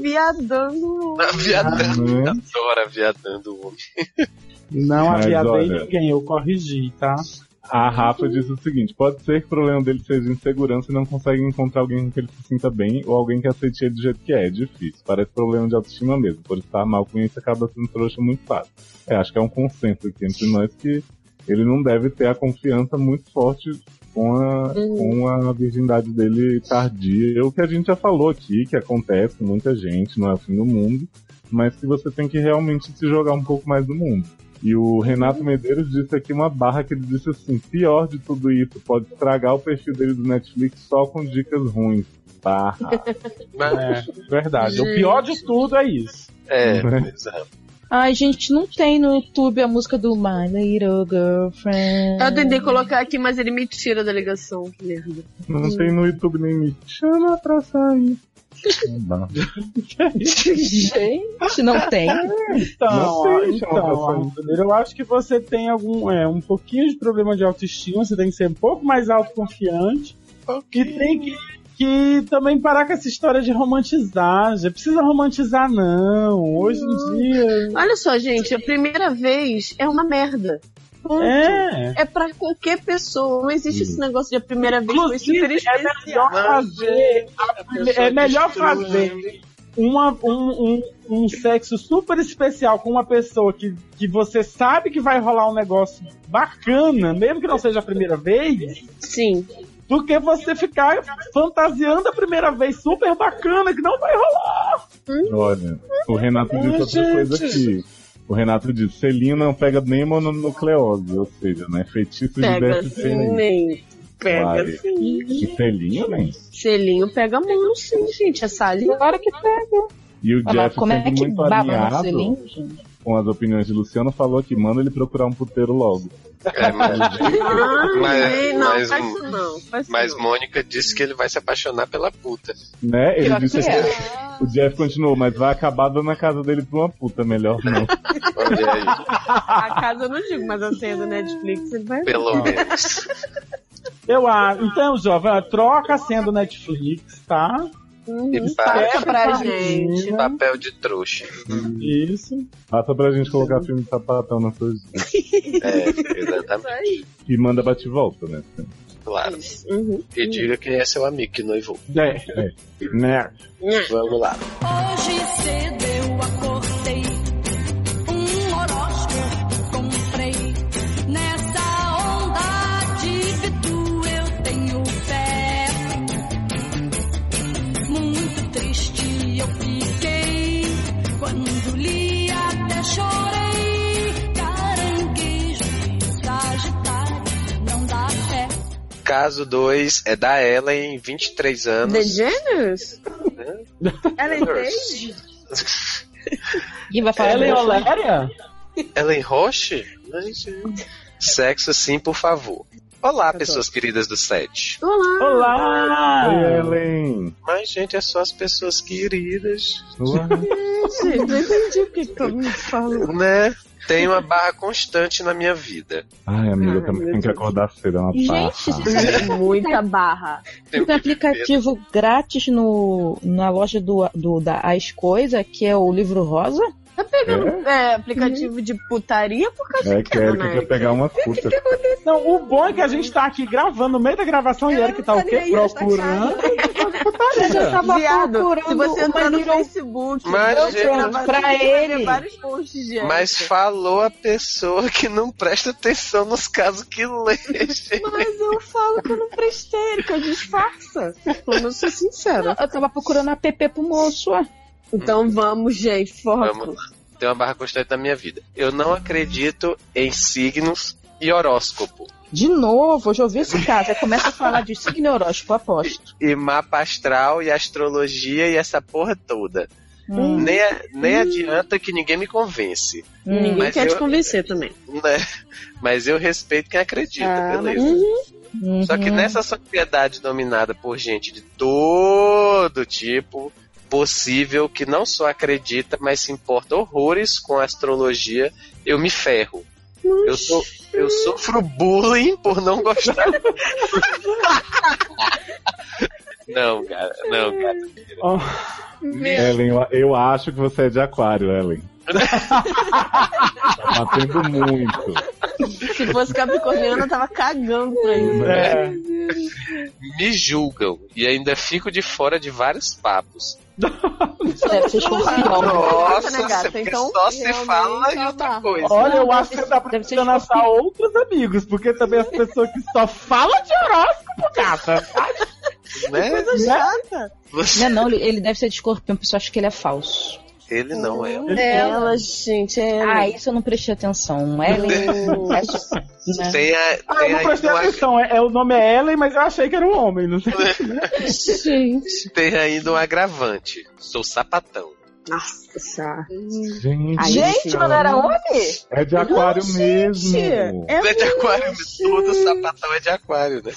S3: Aviadando.
S2: Viadando.
S5: Né?
S2: Adora viadando o homem.
S8: Não
S5: Mas
S8: aviadei
S5: olha-
S8: ninguém, eu corrigi, tá?
S5: A Rafa diz o seguinte: pode ser que o problema dele seja insegurança e não consegue encontrar alguém com que ele se sinta bem ou alguém que aceite ele do jeito que é. É difícil. Parece problema de autoestima mesmo. Por estar mal com isso, acaba sendo trouxa muito fácil. É, acho que é um consenso aqui entre nós que ele não deve ter a confiança muito forte com a, com a virgindade dele tardia. É O que a gente já falou aqui, que acontece com muita gente, não é o fim do mundo, mas que você tem que realmente se jogar um pouco mais no mundo. E o Renato Medeiros disse aqui uma barra que ele disse assim: pior de tudo isso, pode estragar o perfil dele do Netflix só com dicas ruins. Barra.
S2: Mas,
S8: Verdade. O pior de tudo é isso.
S2: é, exato.
S11: Ai, gente, não tem no YouTube a música do My Little Girlfriend.
S3: Eu tentei colocar aqui, mas ele me tira da ligação. que merda.
S5: Não tem no YouTube nem me chama pra sair. Não dá.
S11: Gente, não tem.
S8: Então,
S5: Não sei,
S8: então
S5: chama pra
S8: Arthur, eu acho que você tem algum, é, um pouquinho de problema de autoestima, você tem que ser um pouco mais autoconfiante. E tem que, que também parar com essa história de romantizar. Já precisa romantizar, não. Hoje em dia.
S3: Olha só, gente, a primeira vez é uma merda. Ponto.
S8: É.
S3: É pra qualquer pessoa. Não existe
S2: Hum.
S3: esse negócio de a primeira vez foi super
S8: Inclusive, é melhor fazer. a prime- É melhor fazer. Uma, um, um, um sexo super especial com uma pessoa que, que você sabe que vai rolar um negócio bacana, mesmo que não seja a primeira vez,
S3: Sim.
S8: do que você ficar fantasiando a primeira vez super bacana que não vai rolar.
S5: Olha, o Renato disse outra coisa aqui. O Renato disse, selinho não pega nem mononucleose, ou seja, né? Feitiço
S3: Pega
S5: de DST.
S3: sim, nem. Pega
S5: Vai.
S3: sim.
S5: Que selinho, né?
S3: Selinho pega mão, sim, gente. É saliva.
S11: Claro que pega.
S5: E o
S11: Mas
S5: Jeff
S11: como é
S5: sendo
S11: que
S5: muito
S11: baba no
S5: alinhado
S11: selinho, gente?
S5: com as opiniões de Luciano, falou que manda ele procurar um puteiro logo.
S2: É, mas,
S3: Ah,
S2: Mas-
S3: não,
S2: mas- um
S3: faz isso não. assim, Faz isso
S2: mas
S3: não.
S2: Mônica disse que ele vai se apaixonar pela puta.
S5: Né? Ele
S11: Pior
S5: disse
S11: que é.
S5: que o Jeff continuou, mas vai acabar dando a casa dele pra uma puta, melhor não.
S2: Olha aí,
S3: A casa eu não digo, mas a né? senha do Netflix ele vai.
S2: pelo menos.
S8: Eu acho. Então, jovem, ó, troca a senha do Netflix, tá?
S2: E
S3: Passa
S2: passa
S3: pra
S8: Passa
S3: gente.
S8: pra
S2: papel de trouxa.
S8: gente. Isso.
S5: Passa Ah, pra gente colocar filme de sapatão nas suas.
S2: É, exatamente,
S5: E manda bate e volta, né?
S2: claro.
S3: Uhum.
S2: E diga quem é seu amigo que noivou.
S8: É. Né?
S2: Vamos lá.
S1: Hoje cedo eu acordei, um horóscopo comprei. Nessa onda de Pitu eu tenho fé. Muito triste eu fiquei, quando li até chorei. Caranguejo e Sagitário não dá fé.
S2: Caso 2 é da Ellen, 23
S3: The
S2: anos.
S3: Genius?
S10: Ela entende?
S11: E vai falar
S8: Ela é
S11: dela?
S8: Oléria?
S2: Ellen Roche? Ai, gente. Sexo sim, por favor. Olá, pessoas queridas do set.
S3: Olá.
S8: Olá!
S5: Oi, Ellen!
S2: Mas, gente, é só as pessoas queridas,
S5: Uau.
S3: Gente, não entendi o que todo mundo fala.
S2: né? Tem uma barra constante na minha vida.
S5: Ai, amiga,
S3: Ah,
S5: também
S3: meu
S5: tem que
S3: Deus.
S5: acordar cedo, é uma
S11: Gente,
S5: passa.
S11: você sabe que
S3: Muita barra.
S2: Tem
S11: tem um aplicativo grátis no, na loja do, do- da As Coisa, que é o livro rosa?
S3: Tá pegando é, aplicativo de putaria? Por causa
S5: É que a Erika
S3: América.
S5: quer pegar uma puta.
S8: Não, o bom é que a gente tá aqui gravando, no meio da gravação, e
S10: Ela
S8: Eric
S10: não
S8: tá
S10: tá
S8: o quê?
S10: nem aí, ela tá
S8: Procurando. de putaria.
S11: Você já tava
S10: Viado,
S11: procurando
S10: se você entrar
S11: uma
S10: no
S11: little...
S10: Facebook,
S2: Mas,
S10: você
S2: gente,
S10: vai
S11: pra
S10: ver
S11: ele.
S10: vários posts
S3: É,
S10: de
S2: Mas
S10: hétero.
S2: falou a pessoa que não presta atenção nos casos que lê, gente.
S10: Mas eu falo que eu não prestei, ele que eu disfarça. Pelo menos eu sou sincera.
S11: Eu tava procurando a PP pro moço, ué.
S10: Então vamos, gente, foco.
S2: Vamos. Tem uma barra constante na minha vida. Eu não acredito em signos e horóscopo.
S11: De novo, eu já ouvi esse caso. Aí começa a falar de signo horóscopo, aposto.
S2: E mapa astral e astrologia e essa porra toda.
S11: Hum,
S2: Nem, a- nem adianta que ninguém me convence.
S11: hum.
S3: Ninguém
S2: Mas
S3: quer
S2: eu-
S3: te convencer também.
S2: né? Mas eu respeito quem acredita,
S10: Ah,
S2: beleza? Só que
S11: Uhum.
S2: nessa sociedade dominada por gente de todo tipo possível, que não só acredita, mas se importa horrores com a astrologia, eu me ferro. Eu, sou, eu sofro bullying por não gostar. não, cara, não, cara.
S8: Ó,
S5: Ellen, eu- eu acho que você é de aquário, Ellen. tá batendo muito.
S3: Se fosse Capricorniano, eu tava cagando pra ele.
S8: é,
S2: Me julgam e ainda fico de fora de vários papos.
S11: Deve ser escorpião.
S2: Nossa,
S3: né, gata?
S2: porque
S3: Então,
S2: só se
S3: realmente,
S2: fala em
S3: tá
S2: outra
S3: barra.
S2: coisa.
S8: olha, eu
S11: Não,
S8: acho que
S11: deve-
S8: você tá
S11: deve ser
S8: precisando achar outros amigos, porque também as pessoas que só falam de horóscopo, gata.
S2: né?
S11: Não,
S2: Você-
S11: é não, ele- ele deve ser de escorpião, o pessoal acha que ele é falso.
S2: Ele não é.
S3: Ela, gente, é ela.
S11: Ah, isso eu não prestei atenção. Ellen. né?
S2: Tem a,
S8: Ah, eu
S2: tem
S8: não
S2: a-
S8: prestei
S2: eu ac-
S8: atenção. É, é- o nome é Ellen, mas eu achei que era um homem. Não sei.
S3: gente.
S2: Tem ainda um agravante. Sou sapatão.
S5: Gente,
S11: Gente, mas não era homem?
S5: é de aquário mesmo.
S2: É de aquário, todo sapatão é de aquário, né?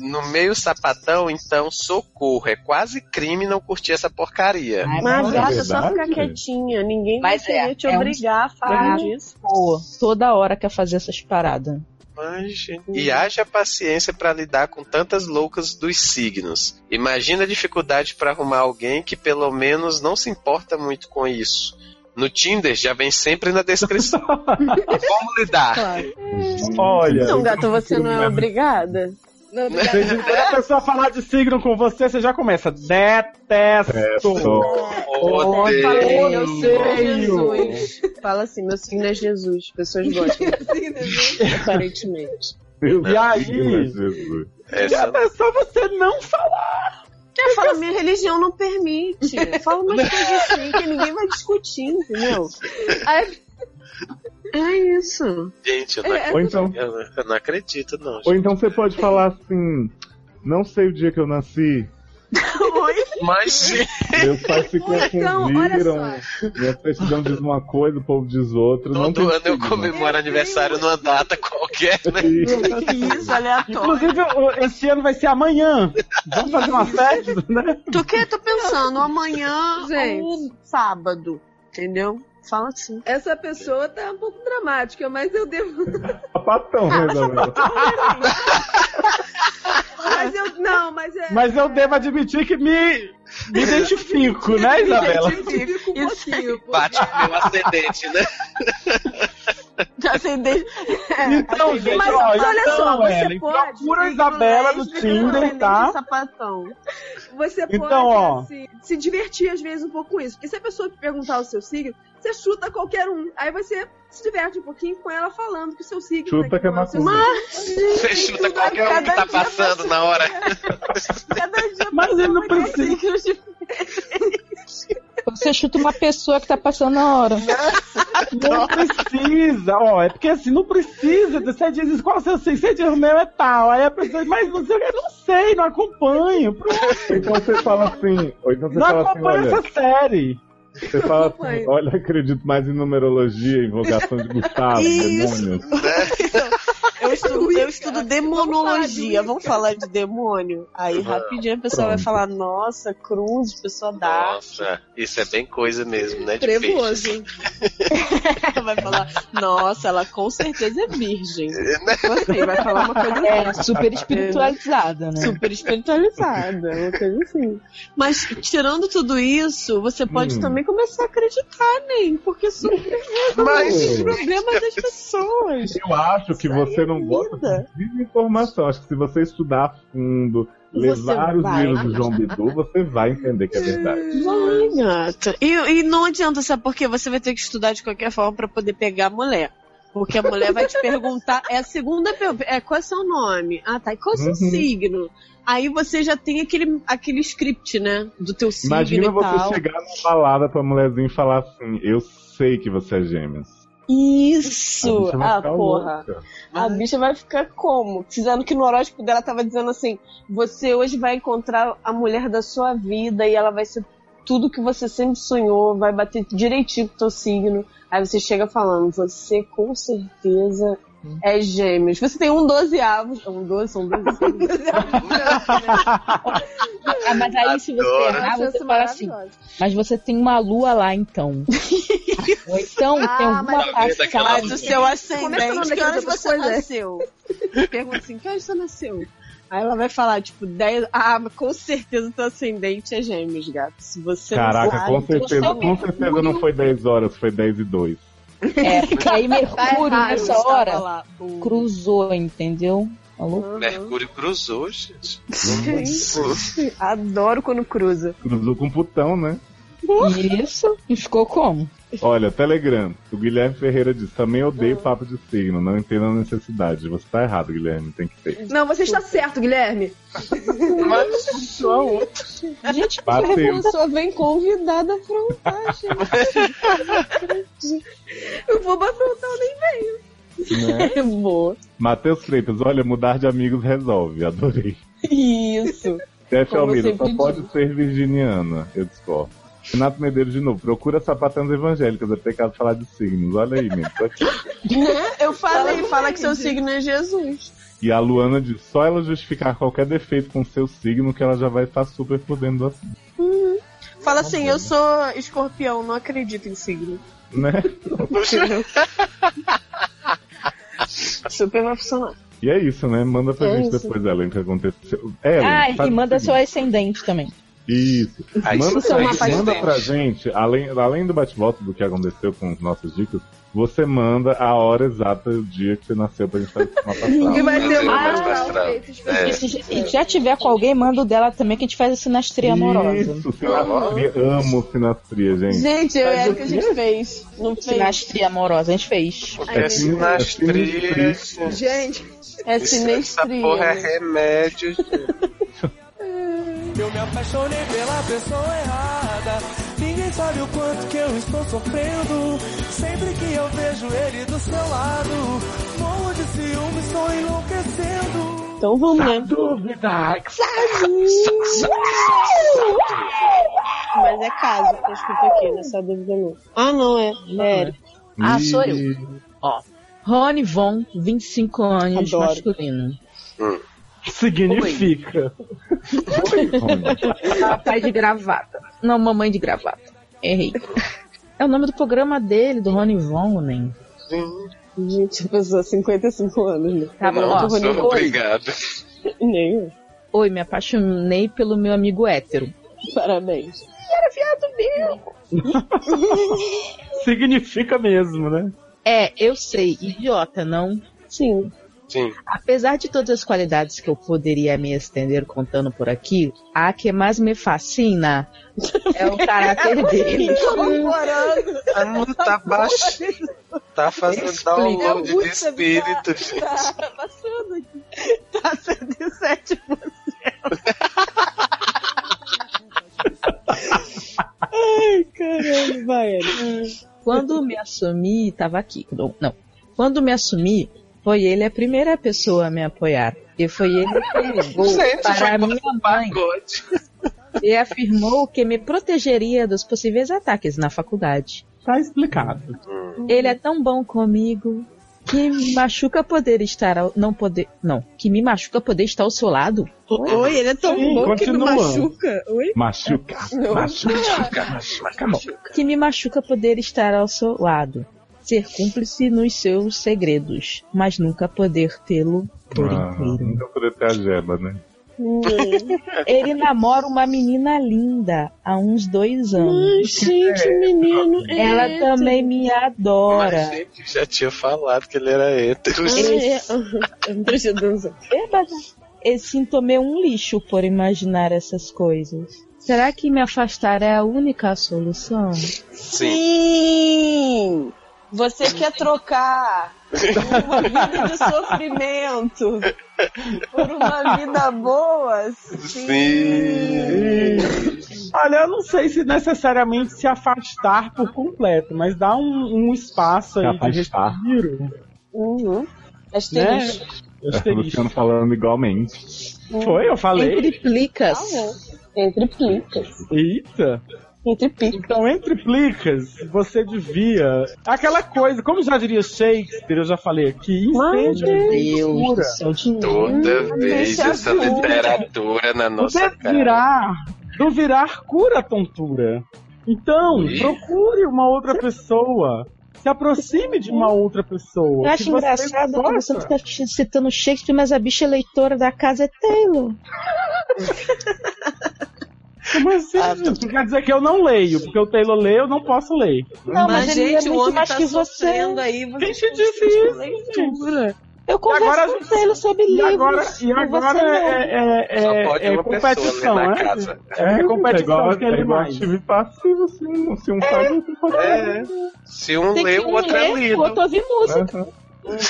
S2: No meio sapatão, então, socorro. É quase crime não curtir essa porcaria.
S3: Mas,
S5: é
S3: gata, é só
S5: verdade?
S3: ficar quietinha. Ninguém
S9: Mas
S3: vai querer
S9: é,
S3: te
S9: é um
S3: obrigar a falar
S11: escravo.
S3: disso.
S11: Pô, toda hora quer fazer essas paradas.
S2: Mas, gente, E haja paciência pra lidar com tantas loucas dos signos. Imagina a dificuldade pra arrumar alguém que pelo menos não se importa muito com isso. No Tinder já vem sempre na descrição. Como lidar?
S3: Claro.
S8: Olha.
S3: Não, gato, você não é obrigada.
S10: Não,
S2: né?
S8: Você diz, quando a pessoa falar de signo com você, você já começa. Detesto.
S2: Odeio.
S8: falei, eu
S3: É
S8: sei.
S3: Jesus. Fala assim, meu signo é Jesus. As pessoas gostam, aparentemente.
S8: E aí? E
S2: Essa
S8: a pessoa você não fala.
S3: Eu falo, É, minha religião não permite. Fala
S10: Né?
S3: umas coisas assim que ninguém vai discutir, entendeu? É isso.
S2: Gente, eu não,
S5: Ou então,
S2: eu não- eu não acredito, não.
S5: ou então você pode falar assim: Não sei o dia que eu nasci.
S2: Mas, gente,
S5: Meus pais se
S10: Então, olha
S5: confundiram. Minha certidão um diz uma coisa, o povo diz outra. não tem
S2: todo ano eu
S5: signo.
S2: comemoro aniversário numa data qualquer, né?
S5: Isso.
S3: Isso, aleatório.
S8: Inclusive, o- esse ano vai ser amanhã. Vamos fazer uma festa, né?
S3: Tu que tu pensando amanhã
S10: Gente.
S3: ou Um sábado, entendeu? Fala assim.
S10: Essa pessoa tá um pouco dramática, mas eu devo.
S5: Sapatão, né, Isabela?
S10: Mas eu. Não, mas é.
S8: Mas eu devo admitir que me, me identifico, né, Isabela?
S10: Identifico um
S3: é
S10: pouquinho. porque-
S2: Bate com meu ascendente, né?
S3: Acendei.
S8: Então, gente,
S10: Mas
S8: ó,
S10: olha
S8: então,
S10: só, você
S8: Ellen,
S10: pode.
S8: procura a
S10: signo
S8: Isabela no
S10: lésbico,
S8: Tinder, tá?
S3: sapatão.
S10: Você pode
S8: Então, ó.
S10: assim, se divertir às vezes um pouco com isso. Porque se a pessoa te perguntar o seu signo, você chuta qualquer um. Aí você se diverte um pouquinho com ela falando que o seu signo.
S5: Chuta
S10: né,
S5: que é
S10: não o seu
S5: macumba.
S10: signo.
S2: Você chuta qualquer um que tá passando na hora.
S10: Cada dia
S8: Mas ele não
S10: né?
S8: precisa.
S11: Você chuta uma pessoa que tá passando na hora.
S8: Não precisa, ó, é porque assim, não precisa. Você diz qual seu signo, você diz o meu é tal. Aí a pessoa diz, mas você, eu não sei, não acompanho. Pronto,
S5: Ou então você fala assim: Ou então você
S8: Não
S5: fala assim:
S8: acompanho
S5: Olha.
S8: essa série.
S5: Você fala assim,
S10: acompanho.
S5: olha, acredito mais em numerologia, invocação de Gustavo,
S3: Isso.
S5: demônios.
S3: Eu estudo, eu estudo
S10: Wicca.
S3: demonologia. Vamos falar de demônio? Aí rapidinho a pessoa vai
S5: Pronto.
S3: falar, nossa, cruz, pessoa dá.
S2: Nossa, isso é bem coisa mesmo, né? De peixe.
S3: Trevoso. vai falar, nossa, ela com certeza é virgem.
S2: Né?
S10: Tipo
S3: Gostei, vai falar uma coisa assim.
S11: É, super espiritualizada, né?
S3: Super espiritualizada, uma coisa assim. Mas tirando tudo isso, você pode
S5: Hum.
S3: também começar a acreditar, nem, porque são os
S2: Mas,
S3: problemas das pessoas.
S5: Eu acho que você não
S6: vida.
S5: Desinformação. Acho que se você estudar a fundo,
S6: Você
S5: levar os
S6: vai.
S5: livros do João Bidu, você vai entender que é verdade.
S10: Vai, gata. E, e não adianta, sabe por quê? Você vai ter que estudar de qualquer forma pra poder pegar a mulher. Porque a mulher vai te perguntar, é a segunda pergunta, é qual é seu nome? Ah, tá. E qual é o seu
S5: Uhum.
S10: signo? Aí você já tem aquele, aquele script, né? Do teu signo
S5: Imagina
S10: e
S5: você
S10: tal.
S5: chegar numa balada pra mulherzinha e falar assim: Eu sei que você é gêmeos. A
S10: Isso!
S5: bicha vai
S10: Ah,
S5: ficar
S10: porra.
S5: louca.
S10: A bicha vai ficar como? Dizendo que no horóscopo dela tava dizendo assim: você hoje vai encontrar a mulher da sua vida e ela vai ser tudo que você sempre sonhou, vai bater direitinho com o teu signo. Aí você chega falando: você com certeza é gêmeos. Você tem um dozeavos. Um doze, são doze. signos.
S6: Ah, mas aí se você
S2: Adoro.
S6: errar, você fala assim. Mas você tem uma lua lá, então. Ou então
S3: Ah,
S6: tem
S3: mas-
S6: alguma
S2: Talvez
S6: parte
S2: aquela-
S6: lá.
S10: Mas o seu
S3: Começa
S10: ascendente,
S3: falando
S10: que horas
S3: daquelas outras
S10: você
S3: coisas.
S10: nasceu? Pergunta assim: que horas você nasceu? Aí ela vai falar, tipo, 10. Ah, mas com certeza teu ascendente é gêmeos, gato. Se você não
S5: Caraca,
S10: sabe,
S5: com
S10: você é um
S5: certeza,
S10: sabe.
S5: com certeza não foi 10 horas, foi 10 e 2.
S6: É, porque aí Mercúrio
S3: Tá errado,
S6: nessa
S10: Estava
S6: hora
S10: lá, o-
S6: cruzou, entendeu? Tá louco?
S10: Né?
S2: Mercúrio cruzou, Uhum. gente.
S10: Gente, Adoro quando cruza.
S5: Cruzou com putão, né?
S6: Isso. E ficou como?
S5: Olha, Telegram. O Guilherme Ferreira diz: Também odeio
S10: Ah.
S5: papo de signo, não entendo a necessidade. Você tá errado, Guilherme, tem que ter.
S3: Não, você está certo, Guilherme.
S2: Mas só outro.
S10: Gente, a
S5: Bateu.
S10: pessoa vem convidada a
S5: um
S10: afrontar, gente.
S3: Eu vou afrontar nem
S5: Né?
S10: É boa.
S5: Matheus Freitas, olha, mudar de amigos resolve, adorei.
S10: Isso.
S5: Jeff
S10: Como
S5: Almeida,
S10: sempre
S5: só
S10: digo.
S5: pode ser virginiana, eu discordo. Renato Medeiros de novo, procura sapatanas evangélicas, é pecado falar de signos, olha aí, mesmo.
S10: Né? Eu falei,
S3: Fala
S10: fala
S3: com
S10: que seu
S3: ele.
S10: signo é Jesus.
S5: E a Luana diz, só ela justificar qualquer defeito com seu signo que ela já vai estar super por dentro do assunto,
S10: Fala assim, eu sou escorpião, não acredito em signo.
S5: né?
S10: Super vai funcionar.
S5: E é isso, né? Manda pra
S10: É
S5: gente
S10: isso.
S5: depois, Ellen, o que aconteceu. Ellen,
S6: Ah,
S5: É, faz
S6: e
S5: o
S6: manda seu
S5: seguinte.
S6: ascendente também.
S5: Isso. Manda,
S10: isso é uma
S5: pra,
S10: faz
S5: manda
S10: tempo.
S5: pra gente, além, além do bate-volta do que aconteceu com as nossas dicas, você manda a hora exata do dia que você nasceu pra gente fazer uma passada.
S3: E vai ter um
S2: Ah,
S3: astral
S2: astral. É.
S3: feito
S5: É.
S6: E se, e se já tiver com alguém, manda o dela também, que a gente faz a sinastria amorosa.
S5: Isso, sinastria. Amo sinastria, gente.
S10: Gente, eu e a
S5: Mas
S10: Erika, a gente fez. Não fez.
S6: Sinastria amorosa, a gente fez.
S2: É sinastria.
S5: sinistríssimo.
S3: Gente,
S10: É
S2: Isso- Essa
S10: sinistria.
S2: porra é remédio.
S5: Tá
S4: Eu me apaixonei pela pessoa errada. Ninguém sabe o quanto que eu estou sofrendo. Sempre que eu vejo ele do seu lado, morro de ciúme, estou enlouquecendo.
S10: Então vamos, né?
S8: Dúvida!
S10: Mas é caso, tá escrito aqui, não é só dúvida não. Ah, não, é. É, Erika.
S6: Ah, sou eu. Rony Von, 25 anos,
S10: Adoro.
S6: masculino.
S8: Significa.
S5: é?
S3: rapaz de gravata.
S6: Não, mamãe de gravata. Errei. É o nome do programa dele, do Rony Von, né?
S3: É.
S10: Gente, a pessoa 55 anos, né?
S6: Tá bom,
S2: Não,
S6: ó.
S10: Muito
S2: sou
S10: bonito.
S2: obrigado.
S10: Nem.
S6: Oi, me apaixonei pelo meu amigo hétero.
S10: Parabéns.
S8: Significa mesmo, né?
S6: É, eu sei, idiota, não?
S10: Sim.
S2: Sim.
S6: Apesar de todas as qualidades que eu poderia me estender contando por aqui, a que mais me fascina é o caráter dele.
S2: Ah, não tá baixo. Tá fazendo download de espírito. gente.
S10: Tá passando aqui. Tá 107. Ai, caramba, vai, Erika.
S6: Quando me assumi, tava aqui. Não, não. Quando me assumi, foi ele a primeira pessoa a me apoiar. E foi ele que ligou
S2: Gente,
S6: para
S2: foi
S6: a minha mãe
S2: pagode.
S6: e afirmou que me protegeria dos possíveis ataques na faculdade.
S8: Tá explicado.
S6: Ele é tão bom comigo que me machuca poder estar ao, não poder não que me machuca poder estar ao seu lado.
S10: Oi, ele é tão
S8: Sim,
S10: bom que não
S8: continua.
S10: machuca. Oi?
S5: Machuca, machuca.
S6: Que me machuca poder estar ao seu lado. Ser cúmplice nos seus segredos, mas nunca poder tê-lo por
S5: Ah,
S6: inteiro.
S5: Então poder ter a é jeba, né?
S11: Ele namora uma menina linda há uns dois anos.
S3: Gente, o menino.
S11: Ela
S3: é
S11: também me adora.
S2: Mas, gente, já tinha falado que ele era hétero.
S3: Deixa eu dançar.
S11: Verdade. Eu sinto me um lixo por imaginar essas coisas. Será que me afastar é a única solução?
S2: Sim.
S3: Sim! Você quer trocar uma vida de sofrimento por uma vida boa?
S2: Sim.
S8: Olha, eu não sei se necessariamente se afastar por completo, mas dar um, um espaço aí de
S5: Afastar.
S8: respiro.
S3: Uhum.
S8: Né?
S3: Asterisco.
S8: Eu
S5: Tá Luciano
S8: asterisco.
S5: falando igualmente.
S8: Foi, eu falei.
S11: Entre plicas.
S3: Entre plicas.
S8: Eita.
S3: Entre picas.
S8: Então, entre plicas, você devia. Aquela coisa, como já diria Shakespeare, eu já falei aqui, incêndio
S3: Meu
S8: Deus do
S11: céu,
S2: Toda vez
S3: deixa
S2: essa
S3: a cura.
S2: literatura na
S8: do
S2: nossa cara.
S8: virar, do virar cura a tontura. Então,
S2: Ih.
S8: procure uma outra pessoa. Se aproxime de uma outra pessoa.
S11: Eu acho
S8: que você
S11: engraçado que você
S8: possa.
S11: fica citando Shakespeare, mas a bicha eleitora da casa é Taylor. tipo,
S8: Como assim, gente? Quer dizer que eu não leio, porque o Taylor lê, eu não posso ler.
S11: Não, mas, ele é
S3: gente, o
S11: muito
S3: homem
S11: mais
S3: tá
S11: que você.
S3: sofrendo aí. Você
S8: Quem te disse isso,
S3: Leitura.
S11: Eu converso
S8: agora a
S11: com o
S8: gente-
S11: Taylor sobre
S8: E
S11: livros.
S8: agora, e
S11: com
S8: agora
S11: você não.
S8: é, é, é,
S2: Só pode
S8: é
S2: uma
S8: competição,
S2: pessoa ler na
S8: né?
S2: casa.
S8: É,
S5: É
S8: competição
S5: igual,
S8: que
S5: é
S8: ele
S5: igual
S8: mais.
S5: ativo passivo, assim. Se um faz, outro faz.
S2: É. Se um
S11: Tem
S2: lê,
S11: que
S2: o
S11: um
S2: outro é
S11: ler, o
S2: lido.
S11: outro ouvir música.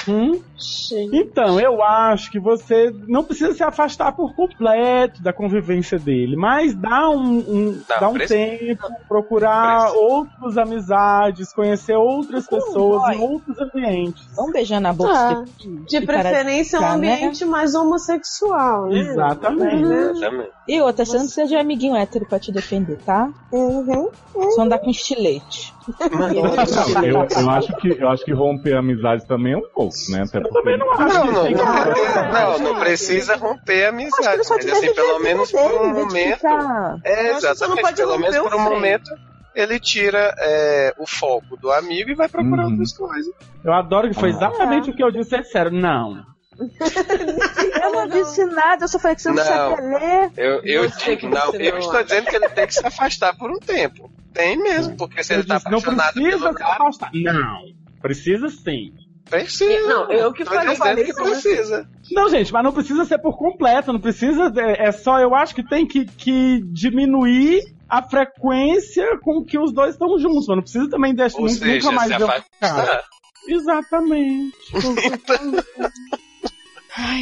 S8: Hum?
S3: Gente.
S8: Então, eu acho que você não precisa se afastar por completo da convivência dele, mas dá um, um-
S2: Não,
S8: dá um
S2: precisa.
S8: tempo, procurar
S2: Precisa.
S8: outras amizades, conhecer outras
S11: Procura um
S8: pessoas
S11: boy.
S8: em outros ambientes.
S11: Vamos beijar na boca.
S3: Ah,
S11: você-
S3: de
S11: E para-
S3: preferência um
S11: para, né?
S3: ambiente mais homossexual, né?
S8: Exatamente.
S2: Também.
S11: E outra, você não precisa de um amiguinho hétero pra te defender, tá?
S3: Uhum.
S11: Só andar com estilete.
S5: Não, eu, eu acho que, eu acho que romper a amizade também é um pouco, né? Até porque...
S8: Também não acho
S2: Não,
S8: que
S2: não,
S8: tem
S2: não,
S8: que-
S2: precisa- não, não precisa romper a
S11: Acho que
S2: amizade.
S11: ele só
S2: Mas assim, pelo menos por um momento. É,
S3: Eu acho que você não
S2: exatamente.
S3: pode
S2: Pelo
S3: romper
S2: menos
S3: o
S2: por um
S3: freio.
S2: momento ele tira é, o foco do amigo e vai procurar
S5: Uhum.
S2: outras coisas.
S8: Eu adoro que foi
S5: Ah.
S8: exatamente o que eu disse, é sério. Não.
S11: Eu não disse nada, eu só falei que você não,
S2: Não.
S11: sabe ler.
S2: Eu, eu
S3: Você que
S2: digo, não,
S3: você
S2: eu
S3: não
S2: estou
S3: acha.
S2: dizendo que ele tem que se afastar por um tempo. Tem mesmo, porque se
S8: Eu
S2: ele tá
S8: disse, não
S2: apaixonado pelo
S8: precisa se
S2: cara,
S8: afastar. Não. Precisa sim.
S2: precisa.
S3: Não, eu que
S2: Tô
S3: falei, eu
S2: dizendo
S3: falei
S2: que
S3: isso, né?
S2: precisa.
S8: Não, gente, mas não precisa ser por completo, não precisa. É, é só, eu acho que tem que, que diminuir a frequência com que os dois estão juntos, mas não precisa também deixar
S2: Ou
S8: nu-
S2: seja,
S8: nunca mais
S2: se
S8: ver o cara.
S2: afastar.
S8: Exatamente.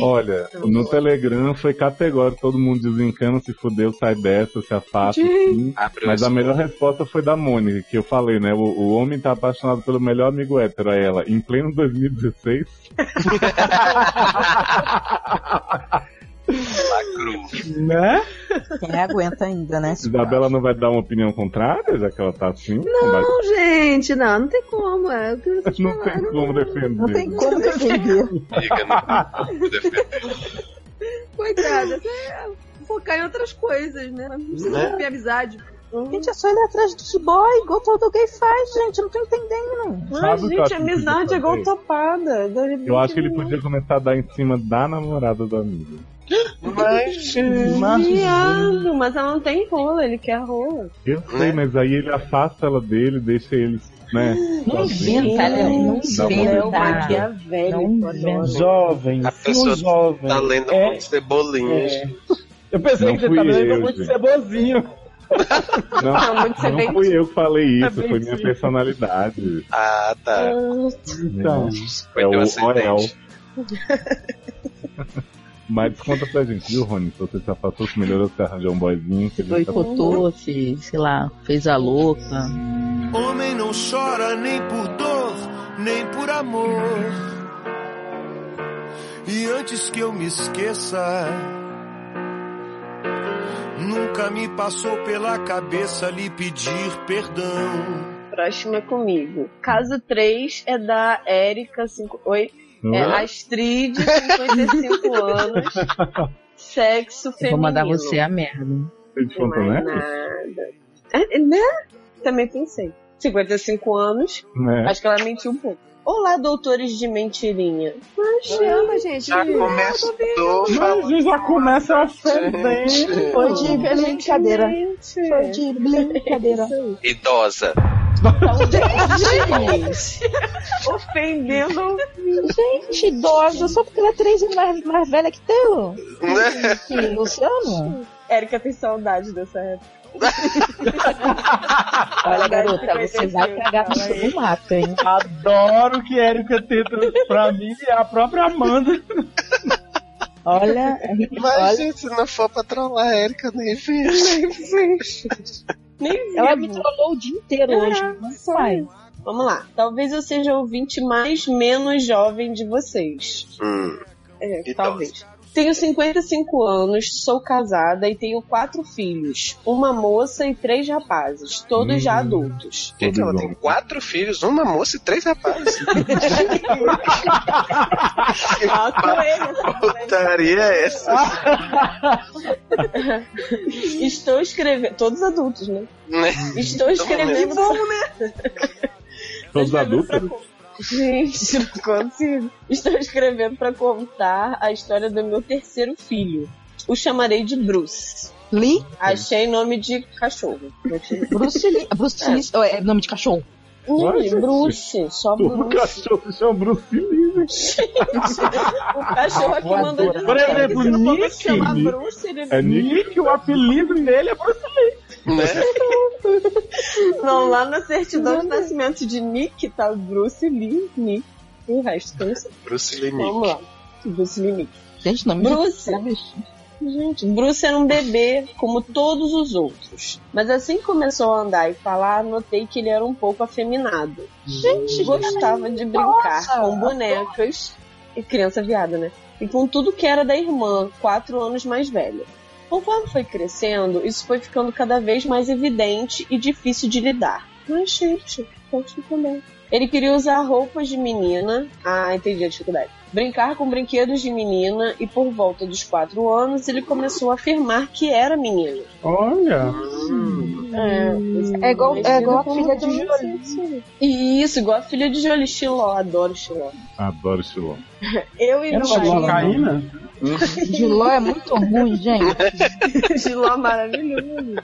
S5: Olha, no Telegram foi categórico, todo mundo desencana, se fudeu, sai dessa, se afasta, sim.
S2: Abre
S5: Mas
S2: os-
S5: a melhor resposta foi da Mônica, que eu falei, né? O, o homem tá apaixonado pelo melhor amigo hétero, a ela, em pleno 2016.
S8: Né?
S11: Quem aguenta ainda, né?
S5: Isabela não vai dar uma opinião contrária, já que ela tá assim? Não,
S10: Não, gente, não, não tem como. É o que vocês
S5: não tem
S10: falaram.
S5: como defender.
S11: Não tem como defender.
S2: Diga, não. Vou defender.
S10: Coitada, você é focar em outras coisas, né? Não precisa
S2: Né?
S10: ter amizade.
S11: gente, é só ele atrás do boy, igual todo gay faz, gente. Eu não tô entendendo.
S6: Ah,
S5: Sabe
S3: Ai,
S5: o que eu acho
S3: gente,
S5: que
S3: amizade
S5: podia
S3: é igual
S5: fazer?
S3: topada.
S5: Eu acho que ele podia começar a dar em cima da namorada do amigo.
S2: Mas,
S5: é
S3: Viado, mas ela não tem rola, ele quer rola.
S5: Eu sei,
S2: Né?
S5: mas aí ele afasta ela dele, deixa ele, né?
S11: Não
S5: sozinho.
S11: inventa, Léo, não
S5: Dá
S11: inventa.
S5: uma defesa.
S3: é Maquiavélico,
S11: Não
S3: adoro.
S11: inventa.
S8: Jovem,
S2: A
S8: se um
S2: pessoa
S8: jovem.
S2: tá lendo
S8: é-
S2: muito cebolinhas.
S8: é. Eu pensei
S5: Não
S8: que você
S5: fui
S8: tá lendo
S5: eu,
S8: muito
S5: gente.
S8: cebozinho.
S5: Não,
S3: muito
S5: não
S3: bem-
S5: fui eu que falei isso,
S8: bem
S5: foi minha
S8: sim.
S5: personalidade.
S2: Ah, tá.
S3: É.
S8: Então,
S2: Foi
S5: é
S2: teu
S5: o Orel.
S2: acidente.
S5: Mas conta pra gente, viu, Rony? Se você se afastou, se melhorou, se arranjou um boyzinho, se ele se
S9: boicotou, se, sei lá, fez a louca.
S4: Homem não chora nem por dor, nem por amor. E antes que eu me esqueça, nunca me passou pela cabeça lhe pedir perdão.
S3: Próximo é comigo. Caso 3 é da Érica, 5. Oi.
S5: afastou.
S3: É Astrid, 55 anos. Sexo
S9: Eu
S3: feminino.
S9: vou mandar você a merda.
S5: Ele te
S3: Não
S5: contou,
S3: mais
S5: né?
S3: nada. É, né? Também pensei. 55 anos.
S5: Né?
S9: É.
S3: Acho que ela mentiu um pouco. Olá, doutores de mentirinha.
S10: Chama, gente.
S5: Tá
S12: Já começou falando.
S8: Mas já começa a feder.
S13: Foi de brincadeira.
S10: Gente.
S13: Foi de brincadeira.
S2: Idosa.
S3: Ofendendo.
S13: Gente, idosa, só porque ela é três anos mais, mais velha que tu.
S2: Né?
S13: Que Luciano?
S3: Érica tem saudade dessa época.
S11: Olha, garota, você vai cagar no seu mato, hein?
S8: Adoro que Érica tenta pra mim e a própria Amanda.
S11: Olha,
S2: Mas,
S11: olha
S2: gente, se não for pra trollar a Erika, nem vi.
S3: Nem vi.
S11: ela me trollou o dia inteiro hoje. Não sai.
S3: Vamos lá. Talvez eu seja o ouvinte mais menos jovem de vocês.
S2: Hum.
S3: É,
S2: Idosa.
S3: talvez. Tenho 55 anos, sou casada e tenho quatro filhos, uma moça e três rapazes, todos já
S5: Hum.
S3: adultos.
S2: Gente, Então, ela
S5: Tudo
S2: tem
S5: bom.
S2: quatro filhos, uma moça e três rapazes.
S3: Ah, coelho,
S2: Putaria é essa?
S3: Estou escrevendo. Todos adultos, né?
S2: Né?
S9: Então,
S3: Estou escrevendo.
S5: Todos adultos?
S3: Gente, não consigo. Estou escrevendo para contar a história do meu terceiro filho. O chamarei de Bruce.
S13: Lee?
S3: Achei nome de cachorro.
S13: Bruce Lee. Bruce Lee. Oh, É nome de cachorro.
S3: Não,
S5: Olha, gente.
S3: Bruce, só
S5: O
S3: Bruce.
S5: cachorro chama Bruce Lee, né?
S3: O cachorro aqui
S11: Voadora.
S3: mandou de
S8: Por exemplo,
S3: Se não for
S8: Nick.
S3: chamar Bruce, ele...
S5: É Nick?
S8: Nick, o apelido dele é Bruce
S2: Né?
S3: Não, lá na certidão de nascimento de Nick tá Bruce Lee, Nick. E o resto, tem isso.
S2: Bruce Lenick.
S3: Vamos lá. Bruce Lee, Nick.
S13: Gente, nome
S3: Bruce.
S13: de
S3: Gente, Bruce era um bebê, como todos os outros. Mas assim que começou a andar e falar, notei que ele era um pouco afeminado. Gente, gostava de brincar
S13: nossa.
S3: com bonecas e criança viada, né? E com tudo que era da irmã, quatro anos mais velha. Conforme foi crescendo, isso foi ficando cada vez mais evidente e difícil de lidar. Mas, gente, pode também. Ele queria usar roupas de menina. Ah, entendi a dificuldade. Brincar com brinquedos de menina e por volta dos quatro anos ele começou a afirmar que era menino.
S8: Olha.
S13: É igual, é igual a
S3: Como
S13: filha de
S3: tem
S13: Jolie.
S3: E isso, igual a filha de Jolie Chiló, adoro Chiló.
S5: Adoro Chilão.
S3: Eu e
S8: Era uma
S3: meu marido.
S8: cocaína?
S13: Giló é muito ruim, gente.
S3: Giló maravilhoso.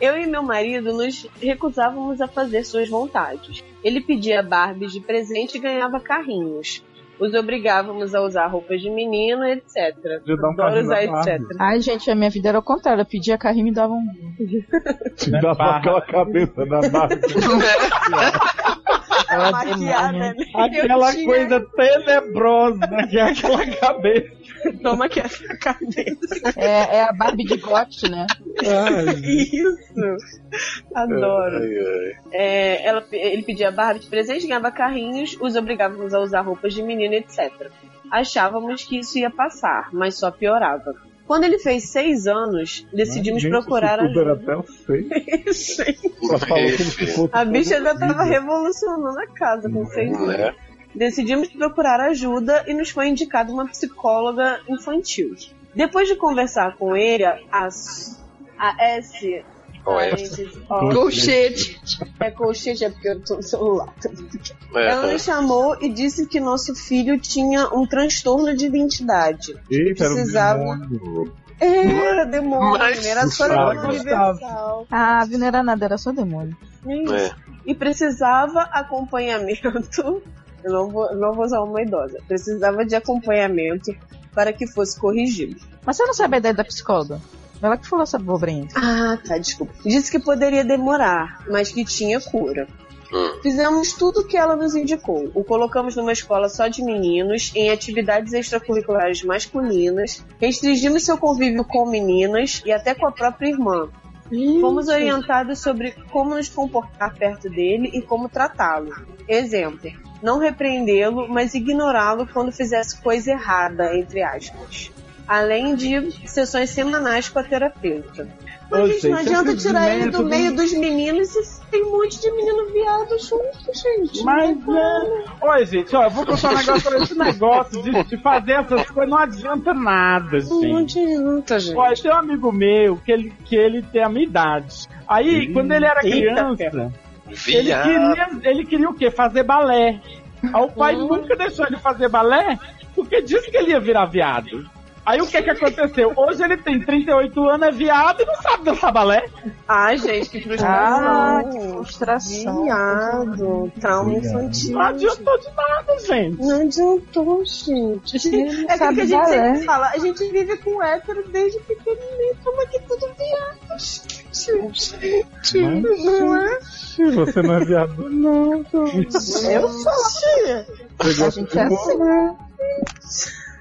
S3: Eu e meu marido nos recusávamos a fazer suas vontades. Ele pedia Barbies de presente e ganhava carrinhos. Os obrigávamos a usar roupas de menina, etc.
S8: Podia dar um
S3: Adoro
S8: carrinho
S3: usar,
S8: na Barbie.
S3: etc.
S13: Ai, gente, a minha vida era o contrário. Eu pedia carrinho e me dava um.
S5: Dá pra aquela cabeça da barra.
S13: Ela
S3: Tá Ah, Maquiada, né?
S8: Aquela
S3: Eu tinha-
S8: coisa tenebrosa que é aquela cabeça.
S3: Toma aqui a sua cabeça.
S13: É, é a Barbie de gote, né?
S3: Isso. Adoro. É, ela- ele pedia Barbie de presente, ganhava carrinhos, os obrigávamos a usar roupas de menina, etc. Achávamos que isso ia passar, mas só piorava. Quando ele fez seis anos, decidimos
S5: Né? Gente,
S3: procurar
S5: isso tudo era
S3: ajuda.
S5: até o seio. Ela falou como se
S2: Né?
S5: fosse
S3: A bicha já
S5: outra
S3: tava
S5: vida.
S3: revolucionando a casa com
S2: é?
S3: seis anos.
S2: Né?
S3: Decidimos procurar ajuda e nos foi indicada uma psicóloga infantil. Depois de conversar com ele, a, a S.
S2: Qual é?
S3: a S- ó,
S9: Colchete.
S3: É colchete, é porque eu tô no celular.
S2: É, tá.
S3: Ela nos chamou e disse que nosso filho tinha um transtorno de identidade.
S5: Eita, era um
S3: Precisava.
S5: demônio.
S3: Era demônio,
S2: Mas-
S3: era só
S5: Gostava.
S3: universal.
S13: Ah, a Vina era nada, era só demônio.
S3: Isso.
S2: É.
S3: E precisava acompanhamento. Eu não vou, não vou usar uma idosa. Precisava de acompanhamento para que fosse corrigido.
S13: Mas você não sabe a ideia da psicóloga? Ela que falou essa bobrinha.
S3: Ah, tá, desculpa. Disse que poderia demorar, mas que tinha cura.
S2: Hum.
S3: Fizemos tudo o que ela nos indicou. O colocamos numa escola só de meninos, em atividades extracurriculares masculinas, restringimos seu convívio com meninas e até com a própria irmã. Fomos orientados sobre como nos comportar perto dele e como tratá-lo. Exemplo: não repreendê-lo, mas ignorá-lo quando fizesse coisa errada, entre aspas. Além de sessões semanais com a terapeuta. Mas,
S8: Ô,
S3: gente, não
S8: gente,
S3: adianta tirar ele do
S8: simplesmente-
S3: meio dos meninos se tem um monte de menino viado junto, gente.
S8: Mas é. Olha, gente, ó, eu vou contar um negócio pra esse negócio de, de fazer essas coisas. Não adianta nada,
S3: Não
S8: gente.
S3: adianta, gente.
S8: Olha, tem um amigo meu que ele, que ele tem a minha idade. Aí, quando ele era
S3: Eita,
S8: criança,
S3: ferro.
S8: ele
S2: Viado.
S8: queria, ele queria o quê? Fazer balé. Aí o pai
S5: Uhum.
S8: nunca deixou ele fazer balé porque disse que ele ia virar viado. Aí o que que aconteceu? Hoje ele tem 38 anos, é viado e não sabe dançar balé.
S3: Ai, gente, que
S8: Ah,
S3: que frustração. Viado, trauma infantil.
S8: Não adiantou de nada, gente.
S3: Não adiantou, gente.
S1: Ele não
S3: É aquilo
S1: sabe
S3: que a gente
S1: balé.
S3: sempre fala. A gente vive com hétero desde pequenininho. Como é que é tudo viado, gente? Não é?
S5: Ih, Você não é viado, não. então.
S3: Eu sou.
S5: A
S1: gente é assim, né?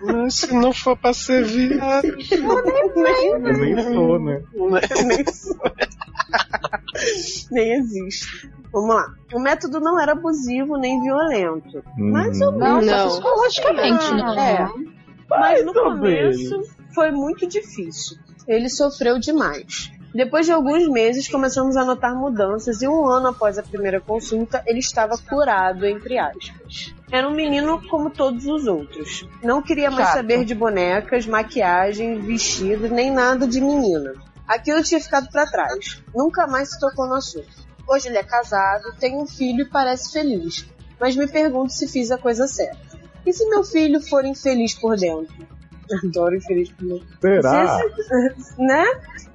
S2: Mas se não for pra ser viado.
S3: Nem,
S5: Eu nem sou, né?
S3: nem, nem existe. Vamos lá. O método não era abusivo nem violento. Mas
S5: Hum.
S3: eu
S1: Não, só psicologicamente, não.
S3: É. Mas no
S1: tudo bem.
S3: começo foi muito difícil. Ele sofreu demais. Depois de alguns meses, começamos a notar mudanças e um ano após a primeira consulta, ele estava curado, entre aspas. Era um menino como todos os outros. Não queria mais
S1: Chato.
S3: saber de bonecas, maquiagem, vestido, nem nada de menina. Aquilo tinha ficado pra trás. Nunca mais se tocou no assunto. Hoje ele é casado, tem um filho e parece feliz. Mas me pergunto se fiz a coisa certa. E se meu filho for infeliz por dentro? Adoro infeliz por dentro.
S5: Será?
S3: Se esse- né?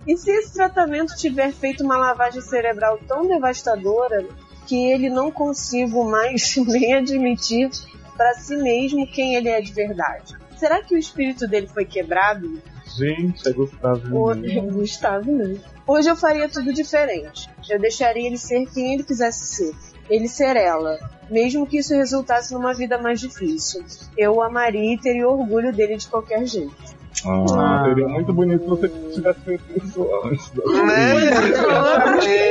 S3: E se esse tratamento tiver feito uma lavagem cerebral tão devastadora que ele não consigo mais nem admitir para si mesmo quem ele é de verdade? Será que o espírito dele foi quebrado?
S5: Gente, é Gustavo.
S10: Uhum.
S3: O
S5: Lima.
S3: Gustavo não. Hoje eu faria tudo diferente. Eu deixaria ele ser quem ele quisesse ser. Ele ser ela. Mesmo que isso resultasse numa vida mais difícil. Eu o amaria e teria orgulho dele de qualquer jeito.
S5: Ah, seria muito bonito se você tivesse feito isso antes. né?
S3: É.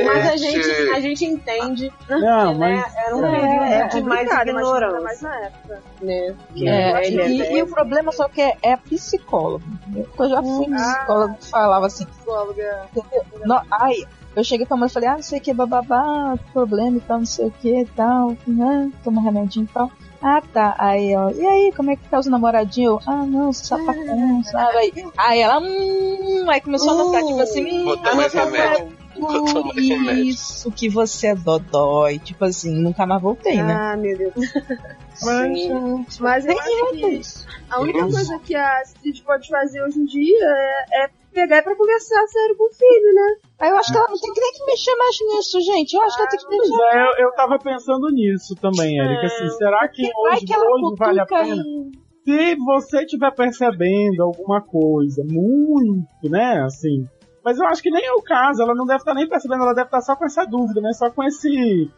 S3: Mas a gente, a gente entende.
S5: Não,
S3: né?
S5: mas-
S3: Era um
S1: É,
S3: período
S1: é
S3: de mais
S1: complicado, imagina ainda mais
S3: ignorância.
S10: é.
S1: na
S3: Né?
S6: É,
S3: Ele
S6: e,
S3: é
S6: e o problema só que é, é psicólogo. Eu já fui
S3: Ah.
S6: psicólogo que falava assim. entendeu? No- ai, eu cheguei pra mãe e falei, ah, não sei o que, bababá, problema e tal, não sei o que e tal, né? Toma um remedinho e tal. Ah, tá. Aí, ó, e aí, como é que tá os namoradinhos? Eu, Ah, não, sapatão, sabe? Aí, aí ela, hum, aí começou a notar, tipo assim, hum,
S1: Vou tomar
S6: mas não é
S1: remédio. Vou tomar
S6: por
S1: remédio.
S6: isso que você é dodói. Tipo assim, nunca mais voltei, né?
S10: Ah, meu Deus.
S6: Sim.
S10: Ah, Mas eu
S6: Tem
S10: acho que a única
S6: Nossa.
S10: coisa que a Astrid pode fazer hoje em dia é, é pegar pra conversar sério com o filho, né?
S6: Aí eu acho que ela não tem que nem que mexer mais nisso, gente. Eu acho que ela tem que
S1: Ah,
S8: Pois
S6: mexer.
S8: é, eu, eu tava pensando nisso também, Erika. Assim, será que
S6: É, vai
S8: hoje,
S6: que ela
S8: hoje vale a
S6: cutuca
S8: pena?
S6: e-
S8: Se você estiver percebendo alguma coisa muito, né, assim. Mas eu acho que nem é o caso, ela não deve estar nem percebendo, ela deve estar só com essa dúvida, né? Só com esse.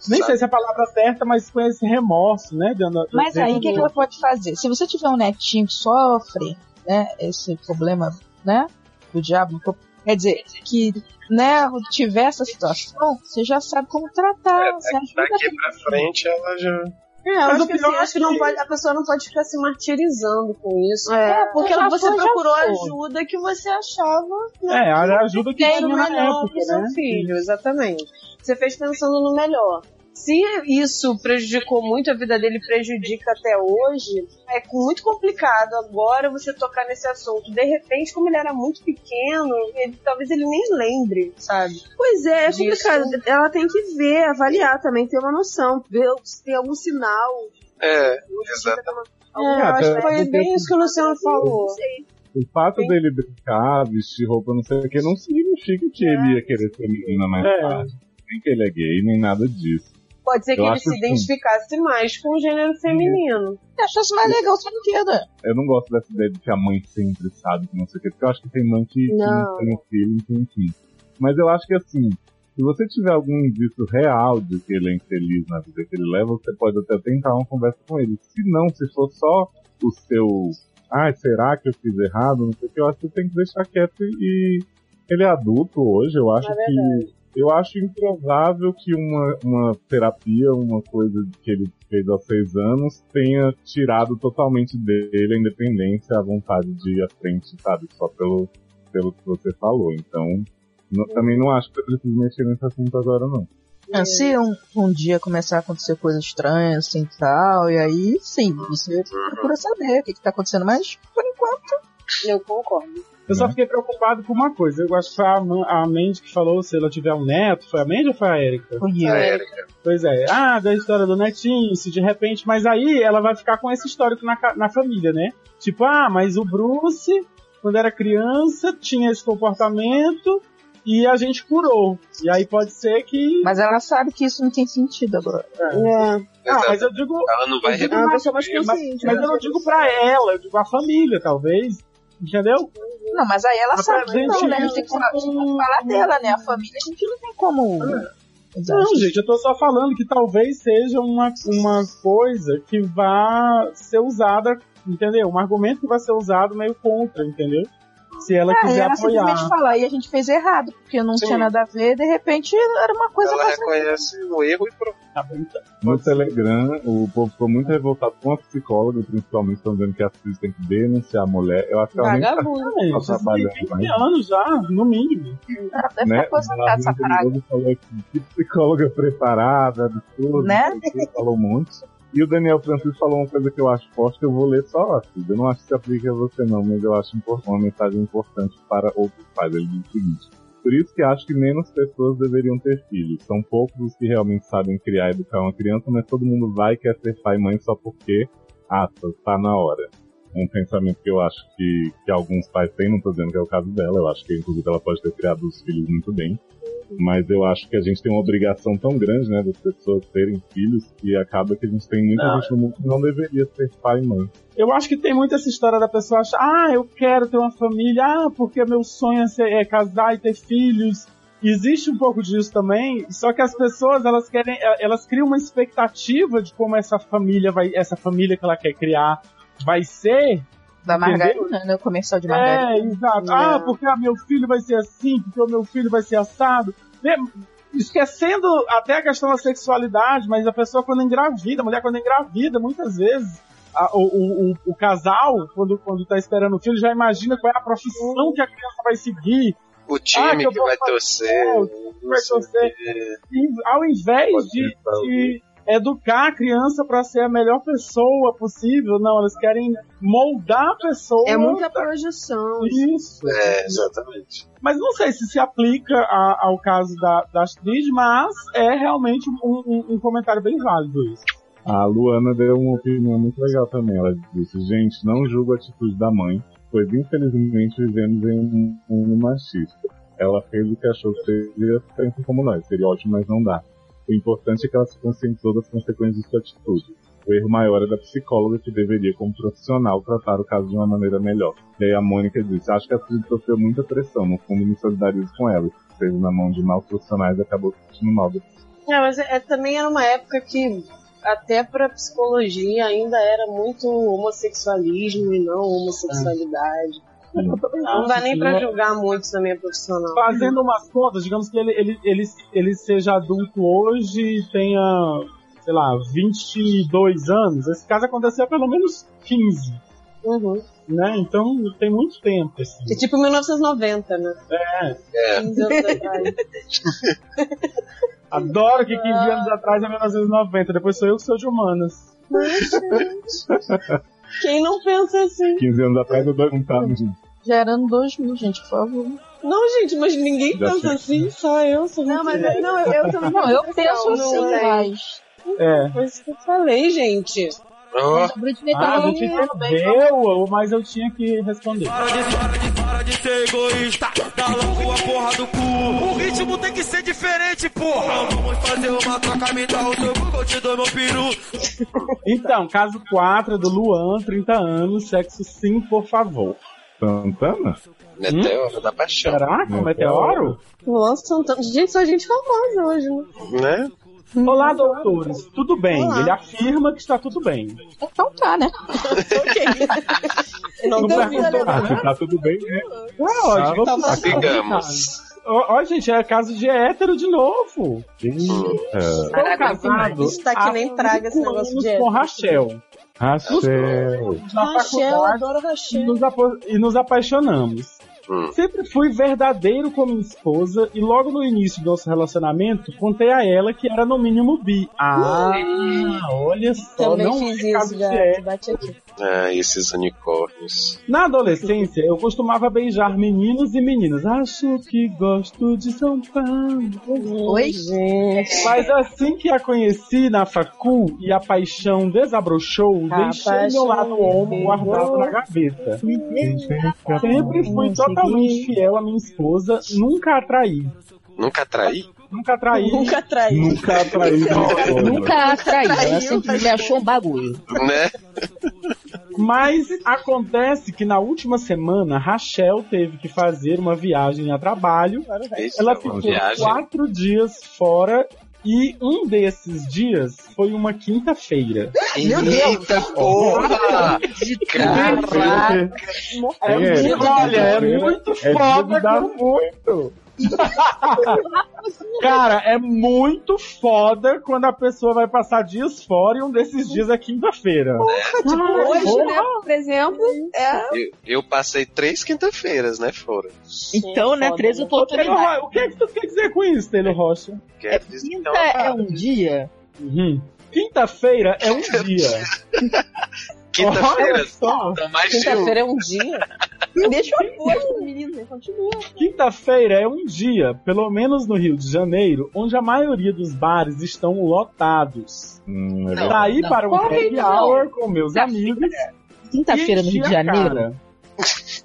S8: Nem sei se é a palavra certa, mas com esse remorso, né? de andar-
S6: Mas
S1: é
S6: aí, o que, é
S8: de-
S6: que ela pode fazer? Se você tiver um netinho que sofre, né, esse problema, né, do diabo, no corpo, quer dizer, que, né, tiver essa situação, você já sabe como tratar,
S1: É,
S6: você ajuda a
S2: Daqui pra frente ela já.
S3: É, eu acho
S2: Mas
S3: que,
S2: o
S3: assim,
S2: pior
S3: acho que não
S2: que-
S3: pode, a pessoa não pode ficar se martirizando com isso.
S2: É.
S3: porque
S2: Já
S3: você
S2: foi, já
S3: procurou a
S2: foi.
S3: ajuda que você achava.
S8: É, a ajuda que
S3: era
S8: tinha na
S3: melhor
S8: época,
S3: pro seu
S8: né?
S3: filho, exatamente. Você fez pensando no melhor. Se isso prejudicou muito, a vida dele prejudica até hoje, é muito complicado agora você tocar nesse assunto. De repente, como ele era muito pequeno, ele- talvez ele nem lembre, sabe?
S10: Pois é, é
S3: Disso.
S10: complicado. Ela tem que ver, avaliar também, ter uma noção, ver se tem algum sinal.
S2: É, exatamente.
S3: É, eu acho que foi bem isso que o Luciano falou.
S5: O fato dele brincar, vestir roupa, não sei o que, não significa que ele ia querer ser menina mais
S3: É.
S5: tarde. Nem que ele é gay, nem nada disso.
S3: Pode ser que
S5: Eu
S3: ele
S5: acho assim,
S3: se
S5: que-
S3: identificasse mais com o gênero feminino.
S6: Achasse mais legal, você não queira.
S5: Eu não gosto dessa ideia de que a mãe sempre sabe que não sei o que, porque eu acho que tem mãe que que
S6: Não.
S5: não tem um filho, enfim, enfim. Mas eu acho que assim, se você tiver algum indício real de que ele é infeliz na vida que ele leva, você pode até tentar uma conversa com ele. Se não, se for só o seu, ah, será que eu fiz errado? Não sei o que, eu acho que você tem que deixar quieto e ele é adulto hoje, eu acho
S1: É
S5: que. Eu acho improvável que uma, uma terapia, uma coisa que ele fez aos seis anos, tenha tirado totalmente dele a independência, a vontade de ir à frente, sabe? Só pelo, pelo que você falou. Então, não- também não acho que eu preciso mexer nesse assunto agora, não.
S6: Ah, se um, um dia começar a acontecer coisas estranhas, assim, tal, e aí, sim, você procura saber o que, que tá acontecendo, mas, por enquanto...
S3: Eu concordo.
S8: Eu só fiquei preocupado com uma coisa. Eu acho que foi a, Ma- a Mandy que falou, se ela tiver um neto, foi a Mandy ou foi a Erika?
S11: Foi eu. A Erika.
S8: Pois é. Ah, da história do netinho, se de repente... Mas aí ela vai ficar com esse histórico na, ca- na família, né? Tipo, ah, mas o Bruce, quando era criança, tinha esse comportamento e a gente curou. E aí pode ser que...
S11: Mas ela sabe que isso não tem sentido agora.
S10: É,
S8: Ah, mas eu digo.
S2: Ela não vai
S8: eu digo
S2: reconhecer.
S8: mas, mas
S10: né?
S8: eu não digo pra ela, eu digo a família, talvez. Entendeu?
S11: Não, mas aí ela
S8: Mas
S11: sabe
S8: pra
S11: que não,
S8: gente-
S11: né? A gente tem que falar, a gente tem que falar dela, né? A família, a gente não tem como.
S8: Ah, Não, gente, eu tô só falando que talvez seja uma, uma coisa que vá ser usada, entendeu? Um argumento que vai ser usado meio contra, entendeu? Se ela
S11: Ah, e
S8: quiser
S11: ela simplesmente
S8: apoiar.
S11: falar, e a gente fez errado, porque não
S8: Sim.
S11: tinha nada a ver, de repente era uma coisa
S2: Ela
S11: mais.
S2: reconhece o erro e pronto.
S5: No Telegram, o povo ficou muito revoltado com a psicóloga, principalmente, estão dizendo que a atriz tem que denunciar a mulher. Eu acho que ela nem tá,
S8: Gente,
S5: tá
S8: isso tem
S5: trabalhando
S8: 15
S5: mais.
S8: anos já, no mínimo.
S11: Deve
S5: né?
S11: estar aposentada essa praga.
S5: Ele falou aqui, que psicóloga preparada, de tudo,
S11: Né?
S5: não sei o quê, falou um monte. E o Daniel Francisco falou uma coisa que eu acho forte, que eu vou ler só, assim. Eu não acho que se aplica a você não, mas eu acho impor- uma mensagem importante para outros pais. Ele diz o seguinte, por isso que acho que menos pessoas deveriam ter filhos. São poucos os que realmente sabem criar e educar uma criança, mas todo mundo vai e quer ser pai e mãe só porque, aspas, tá na hora. Um pensamento que eu acho que, que alguns pais têm, não tô dizendo que é o caso dela, eu acho que inclusive ela pode ter criado os filhos muito bem. Mas eu acho que a gente tem uma obrigação tão grande, né, das pessoas terem filhos, que acaba que a gente tem muita
S8: Não.
S5: gente no mundo que não deveria ser pai e mãe.
S8: Eu acho que tem muito essa história da pessoa achar, ah, eu quero ter uma família, ah, porque meu sonho é, ser- é casar e ter filhos. Existe um pouco disso também, só que as pessoas, elas querem, eh, elas criam uma expectativa de como essa família vai, essa família que ela quer criar vai ser.
S11: Da
S8: Entendeu?
S11: margarina, né? O comercial de
S8: É,
S11: margarina.
S8: exato. Ah, porque ah, meu filho vai ser assim, porque o meu filho vai ser assado. Né? Esquecendo até a questão da sexualidade, mas a pessoa quando engravida, a mulher quando engravida, muitas vezes, a- o, o- o- o casal, quando, quando tá esperando o filho, já imagina qual é a profissão que a criança vai seguir.
S2: O
S8: Ah, que
S2: time
S8: eu
S2: que
S8: vou
S2: vai
S8: fazer,
S2: torcer.
S8: o que vai torcer. E ao invés de, de educar a criança para ser a melhor pessoa possível, não, elas querem moldar a pessoa.
S10: É muita projeção.
S8: Isso.
S2: É, exatamente.
S8: Mas não sei se se aplica a- ao caso da, da Astrid, mas é realmente um, um- um comentário bem válido isso.
S5: A Luana deu uma opinião muito legal também. Ela disse: gente, não julgo a atitude da mãe, pois infelizmente vivemos em um mundo machista. Ela fez o que achou que seria tanto como nós. Seria ótimo, mas não dá. O importante é que ela se conscientizou das consequências de sua atitude. O erro maior é da psicóloga que deveria, como profissional, tratar o caso de uma maneira melhor. E aí a Mônica disse: acho que a Astrid sofreu muita pressão. No fundo, me solidarizo com ela. Esteve na mão de maus profissionais e acabou se sentindo mal depois.
S3: É, mas é- é- também era uma época que até pra psicologia ainda era muito homossexualismo e não homossexualidade.
S8: Eu também
S3: Não
S8: acho
S3: dá nem
S8: que
S3: pra
S8: não-
S3: julgar muito também a profissional.
S8: Fazendo umas contas, digamos que ele, ele, ele, ele seja adulto hoje e tenha, sei lá, 22 anos. Esse caso aconteceu há pelo menos 15,
S3: Uhum.
S8: né? Então tem muito tempo. Assim.
S3: É tipo 1990, né? Então,
S8: É.
S2: É.
S3: 15 anos atrás.
S8: Adoro que 15 anos atrás é 1990. Depois sou eu que sou de humanas.
S3: Quem não pensa assim?
S5: 15 anos atrás eu um perguntava, gente.
S11: Gerando 2000, gente, por favor.
S3: Não, gente, mas ninguém
S5: Já
S3: pensa
S5: sei.
S3: assim, só eu sou
S10: Não, mas eu- não, eu, eu também
S11: Não, eu penso
S8: um
S10: não,
S11: assim,
S10: né?
S11: mas.
S8: É.
S3: Foi isso que eu falei, gente.
S2: Ó,
S11: Mas a Britney
S8: Ah, a
S11: tava
S8: gente
S11: muito bem.
S8: entendeu, mas eu tinha que responder.
S4: Para de, para de, para de ser egoísta, dá logo a porra do cu. O ritmo tem que ser diferente, porra. Então vamos fazer uma troca, me dá o seu cu, eu te dou meu peru.
S8: Então, caso 4 do Luan, 30 anos, sexo sim, por favor.
S5: Santana?
S2: Meteoro da paixão.
S8: Será que é um meteoro?
S3: Luan Santana. Gente, só gente famosa hoje, né?
S2: Né?
S8: Olá, doutores. Tudo bem.
S3: Olá.
S8: Ele afirma que está tudo bem.
S11: Então tá, né?
S3: Não
S8: Não
S10: Então,
S3: duvido,
S8: perguntou
S5: Ah,
S8: nada.
S5: se tá tudo bem, né?
S8: É ótimo.
S6: Então
S3: Tá bom.
S2: Sigamos.
S8: Ó, gente, é caso de hétero de novo.
S5: Eita.
S8: Estou
S9: Caraca,
S8: casado
S3: Isso tá que
S8: há
S3: nem praga esse
S8: cinco
S3: negócio de
S8: anos com
S3: hétero.
S8: Rachel.
S5: Rachel.
S8: Na
S3: Rachel,
S8: faculdade,
S3: adoro
S10: tá
S8: e
S3: Rachel.
S8: nos, apo- e nos apaixonamos.
S2: Hum.
S8: Sempre fui verdadeiro com minha esposa e logo no início do nosso relacionamento contei a ela que era no mínimo bi. Ah, olha só,
S3: Também
S8: não
S3: fiz
S8: é caso
S3: isso,
S8: de
S3: já.
S8: hétero.
S3: Bate aqui.
S2: Ah, esses unicórnios.
S8: Na adolescência, eu costumava beijar meninos e meninas. Acho que gosto de São Paulo.
S11: Oi?
S8: Mas assim que a conheci na facul e a paixão desabrochou, deixei meu lado homo guardado na gaveta.
S5: Tá
S8: Sempre fui totalmente fiel à minha esposa, nunca atraí.
S2: Nunca traí?
S8: Nunca atraí.
S3: Nunca atraí.
S5: Nunca atraí.
S6: Nunca atraí. Ela sempre me achou um bagulho.
S2: Né?
S8: Mas acontece que na última semana, Rachel teve que fazer uma viagem a trabalho.
S2: É Isso,
S8: Ela
S2: uma
S8: ficou
S2: viagem.
S8: quatro dias fora e um desses dias foi uma quinta-feira.
S2: Meu Deus! Eita porra! Caraca!
S8: É,
S5: É,
S8: muito- olha, é
S5: quinta-feira
S8: muito
S5: é
S8: foda,
S5: dia da-
S8: cara, muito. cara, é muito foda quando a pessoa vai passar dias fora e um desses dias é quinta-feira.
S10: Tipo, hoje,
S8: porra.
S10: né? Por exemplo, é.
S2: Eu, eu passei três quinta-feiras, né, fora?
S6: Então, né, três
S8: Ô, Taylor
S6: oportunidades.
S8: Ro- O que é que tu quer dizer com isso, Taylor Rocha?
S2: Quer dizer,
S6: Quinta é um dia.
S8: Uhum. Quinta-feira é um dia. Olha
S2: Quinta-feira
S8: só.
S2: são mais de um.
S3: Quinta-feira é um dia.
S10: Deixa o oposto, menino. Continua.
S8: Quinta-feira é um dia, pelo menos no Rio de Janeiro, onde a maioria dos bares estão lotados.
S5: Hum, é verdade.
S8: Saí
S6: não.
S8: para um happy hour com meus amigos.
S6: Quinta-feira no
S8: e
S6: Rio de
S8: enchi a
S6: Janeiro,
S8: cara.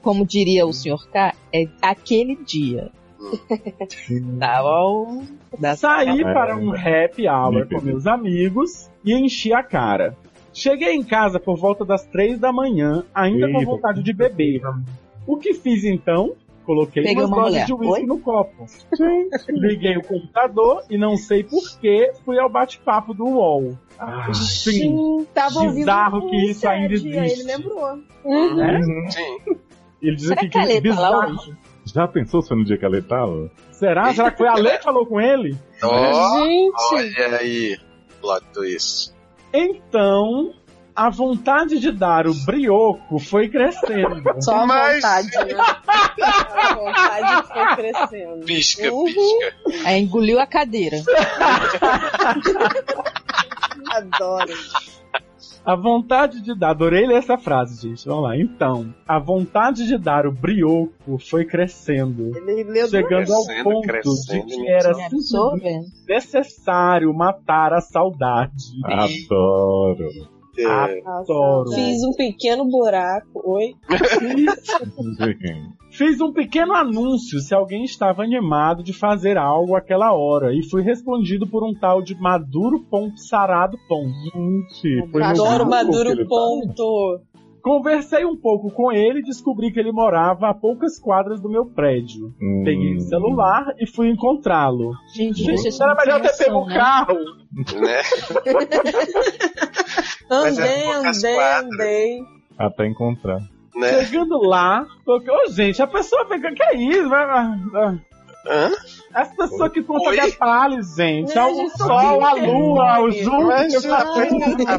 S6: como diria o senhor K, é aquele dia.
S11: Hum.
S6: tá bom? Da
S8: Saí
S5: É.
S8: para um happy hour
S5: Me
S8: com
S5: perdi.
S8: meus amigos e enchi a cara. Cheguei em casa por volta das três da manhã, ainda com
S5: Eita.
S8: vontade de beber. O que fiz então? Coloquei
S6: Peguei
S8: umas
S6: uma
S8: doses
S6: mulher.
S8: de uísque
S6: Oi?
S8: no copo. Liguei o computador e não sei porquê, fui ao bate-papo do UOL. Ah, sim.
S10: Tava ouvindo
S8: Bizarro
S10: um
S8: que isso
S10: set,
S8: ainda
S10: aí
S8: existe.
S10: Ele lembrou.
S5: Uhum.
S2: Sim.
S8: Ele diz
S6: Será
S8: aqui
S6: que a
S8: que
S6: Lê tá lá
S8: bizarro.
S6: hoje?
S5: Já pensou se foi no dia que ela tava?
S8: Será? Será que foi a Lê que falou com ele?
S2: Ó,
S3: Gente,
S2: olha aí. Plot twist.
S8: Então, a vontade de dar o brioco foi crescendo.
S3: só a
S2: Mas-
S3: vontade, né? A vontade foi crescendo.
S2: Pisca,
S3: Uhum.
S2: pisca.
S6: Aí engoliu a cadeira.
S3: Adoro.
S8: A vontade de dar. Adorei ler essa frase, gente. Vamos lá. Então, a vontade de dar o brioco foi crescendo.
S10: Ele lembrou.
S8: Chegando ao
S2: Crescendo,
S8: ponto
S2: crescendo,
S8: de que
S2: menino.
S8: era
S6: Já pensou,
S8: simplesmente
S6: Né, velho?
S8: necessário matar a saudade.
S5: Adoro.
S2: É,
S8: Adoro.
S3: Fiz um pequeno buraco. Oi?
S5: Não sei quem.
S8: Fiz um pequeno anúncio se alguém estava animado de fazer algo àquela hora e fui respondido por um tal de Maduro Ponto Sarado Ponto.
S5: Gente, foi no
S3: Adoro
S5: Google que ele
S3: Maduro
S5: tá.
S3: Ponto.
S8: Conversei um pouco com ele e descobri que ele morava a poucas quadras do meu prédio.
S5: Hum.
S8: Peguei o celular e fui encontrá-lo.
S6: Gente, vocês
S8: Gente,
S6: são
S8: era melhor ter
S6: sem
S8: pego
S6: noção,
S8: o
S6: né?
S8: carro.
S2: né? Mas
S3: Andei,
S2: eram poucas
S3: andei,
S2: quadras.
S3: andei.
S5: Até encontrar.
S2: Né?
S8: Chegando lá, porque, ô gente, a pessoa fica, que é isso? Vai- vai- vai.
S2: Hã?
S8: As pessoas que contam
S2: Oi?
S8: detalhes, gente.
S3: Não,
S8: É
S3: a
S8: o
S3: gente só
S8: sol, a
S3: quer
S8: lua, o
S2: Mas
S8: Júpiter.
S2: já- A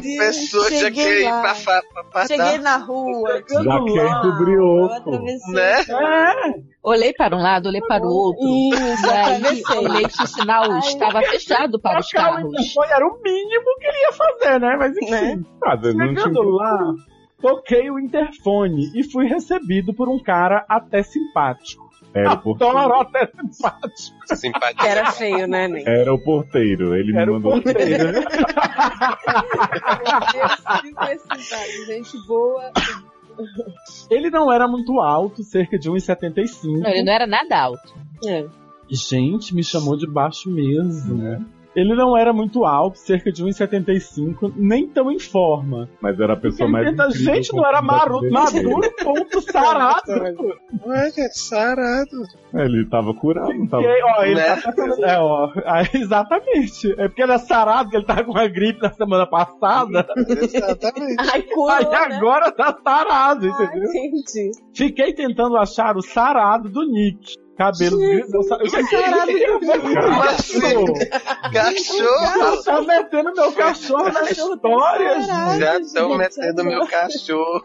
S3: Deus,
S2: pessoa já
S3: cheguei
S2: quer ir
S3: lá.
S2: pra, fa- pra
S3: Cheguei
S2: passar,
S3: na rua.
S8: Chegando
S5: Já
S8: lá,
S5: quer o
S3: Eu
S5: brioco.
S3: atravessei.
S2: né?
S8: É,
S6: Olhei para um lado, olhei para o outro.
S3: Isso,
S6: Daí, olhei
S3: atravessei.
S6: que o sinal estava fechado para os
S8: trocar o
S6: carros.
S8: interfone era o mínimo que ele ia fazer, né? Mas enfim.
S3: Né?
S5: Ah, Deus, não tinha
S8: Chegando lá, toquei o interfone e fui recebido por um cara até simpático. é
S5: Era o
S8: Adoro
S5: porteiro.
S8: até simpático.
S2: Simpatia.
S3: Era feio, né, Nen?
S5: Era o porteiro. Ele
S8: Era
S5: me
S8: o
S5: mandou.
S8: porteiro. né?
S10: Necessidade, gente boa.
S8: Ele não era muito alto, cerca de 1,75.
S6: Não, ele não era nada alto.
S3: É.
S8: Gente, me chamou de baixo mesmo.
S5: é.
S8: Ele não era muito alto, cerca de 1,75, nem tão em forma.
S5: Mas era a pessoa
S8: Ele
S5: mais.
S8: tenta-
S5: incrível
S8: gente, não era
S5: que eu
S8: maru,
S5: podia ter.
S8: maduro, ponto sarado. é,
S2: Olha, sarado.
S5: Ele tava curado, não tava.
S8: Porque, ó, ele
S2: Né?
S8: tá tentando- é, ó, aí, exatamente. É porque ele é sarado, que ele tá com uma gripe na semana passada.
S2: Exatamente.
S3: Ai, curou,
S8: Aí
S3: né?
S8: agora tá sarado, entendeu?
S3: Entendi.
S8: Fiquei tentando achar o sarado do Nick. Cabelo grisalho. Eu sa- eu sei que
S3: Sarado
S2: Como
S8: ele
S2: assim? Cachorro!
S8: tá metendo meu cachorro na história, gente.
S2: Já estão metendo meu cachorro.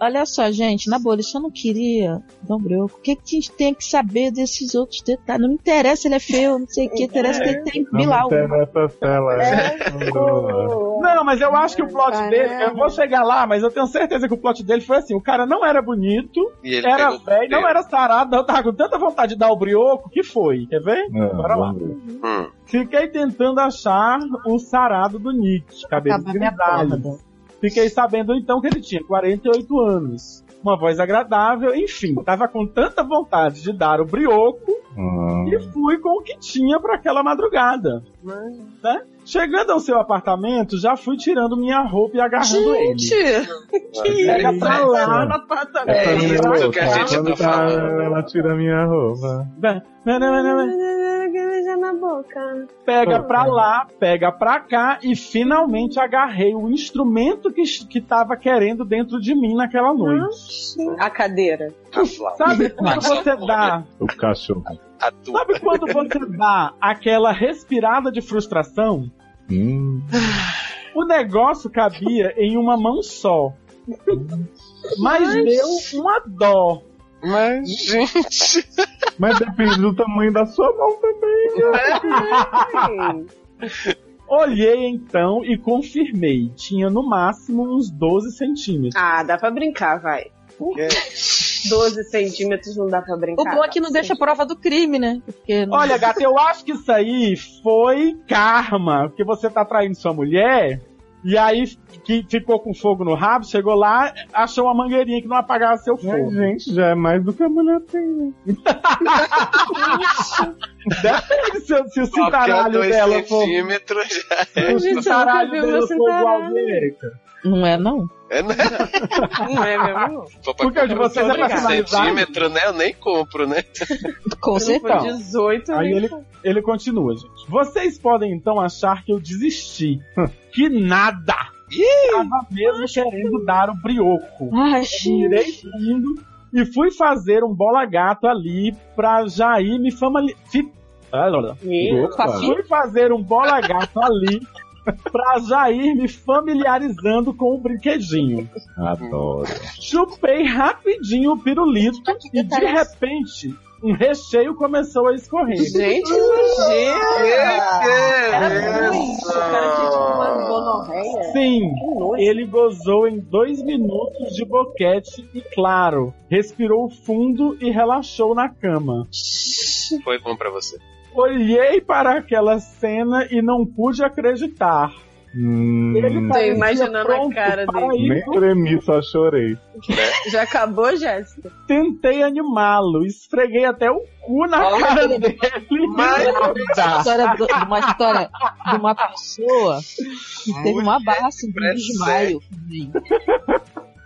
S6: Olha só, gente, na boa, ele só não queria dar um brioco. O que, que a gente tem que saber desses outros detalhes? Não me interessa, ele é feio, É. não sei o que. Interessa que ele tem
S5: Não me
S6: milau.
S5: interessa se ela é.
S10: É.
S5: Não,
S8: Não, mas eu acho que o plot dele. Eu vou chegar lá, mas eu tenho certeza que o plot dele foi assim: o cara não era bonito,
S2: E ele
S8: era
S2: pegou o
S8: velho, não
S2: dele.
S8: era sarado, eu tava com tanta vontade de dar o brioco que foi, quer ver? Bora lá.
S2: Hum.
S8: Fiquei tentando achar o sarado do Nick, cabelo
S2: Acaba minha
S8: grisalho. Fiquei sabendo então que ele tinha 48 anos. Uma voz agradável, enfim, tava com tanta vontade de dar o brioco
S5: Hum,
S8: e fui com o que tinha para aquela madrugada. Né? Chegando ao seu apartamento, já fui tirando minha roupa e
S6: Tá
S8: agarrando
S3: Gente!
S8: ele.
S3: Que
S8: Pega
S3: isso?
S8: pra lá no
S5: É,
S8: apartamento.
S5: isso
S8: pra
S5: que
S8: cá.
S5: a gente tá falando. Ela tira minha roupa.
S8: Vai, vai, vai, vai, vai.
S3: um na boca. né?
S8: Pega pra lá, pega pra cá e finalmente agarrei o instrumento que, que tava querendo dentro de mim naquela noite.
S3: A cadeira.
S8: Sabe quando você dá
S5: O cachorro.
S8: Sabe quando você dá aquela respirada de frustração?
S5: hum.
S8: O negócio cabia em uma mão só. Mas,
S5: Mas-
S8: deu uma dó.
S2: Mas, gente.
S5: Mas depende do tamanho da sua mão também.
S8: Olhei então e confirmei. Tinha no máximo uns 12 centímetros.
S3: Ah, dá pra brincar, vai. 12 centímetros não dá pra brincar.
S6: O bom é que não deixa prova do crime, né? Porque não-
S8: Olha, gata, eu acho que isso aí foi karma. Porque você tá traindo sua mulher. E aí, que ficou com fogo no rabo, chegou lá, achou uma mangueirinha que não apagava seu fogo.
S5: Gente, já é mais do que a mulher tem. né?
S8: Depende se, se o cintaralho
S2: dois
S8: dela for.
S2: centímetros já
S8: Se
S2: é.
S8: o cintaralho dela for igual dele.
S6: Não é, não.
S2: É, né?
S3: Não é mesmo? não.
S6: Porque o de vocês é pra finalizar.
S2: um centímetro, né? Eu nem compro, né?
S6: Com
S8: Então,
S6: certeza.
S3: 18
S8: aí
S3: né?
S8: ele, ele continua, gente. Vocês podem então achar que eu desisti. que nada! Tava mesmo querendo dar o brioco.
S6: Ai,
S8: Virei fundo e fui fazer um bola gato ali pra Jair me famali... fi- Ah, não, não.
S5: Ih,
S6: Ah.
S5: Opa.
S8: Fui fazer um bola gato ali pra Jair me familiarizando com o brinquedinho.
S5: Adoro.
S8: Chupei rapidinho o pirulito e de
S5: detalhe.
S8: repente um recheio começou a escorrer.
S3: Gente,
S8: Ah, Sim, ele gozou em dois minutos de boquete e claro, respirou fundo e relaxou na cama.
S2: Foi bom pra você.
S8: Olhei para aquela cena e não pude acreditar. Ele é
S3: Tô
S8: parecia
S3: imaginando a
S8: pronto
S3: cara
S8: para
S3: dele.
S8: ir
S5: Hum, Nem tremi, só chorei.
S3: Já acabou, Jéssica?
S8: Tentei animá-lo, esfreguei até o cu na
S6: Olha
S8: cara
S6: que
S8: dele.
S6: Uma história, do- uma história de uma pessoa que teve uma barra síndrome de um desmaio.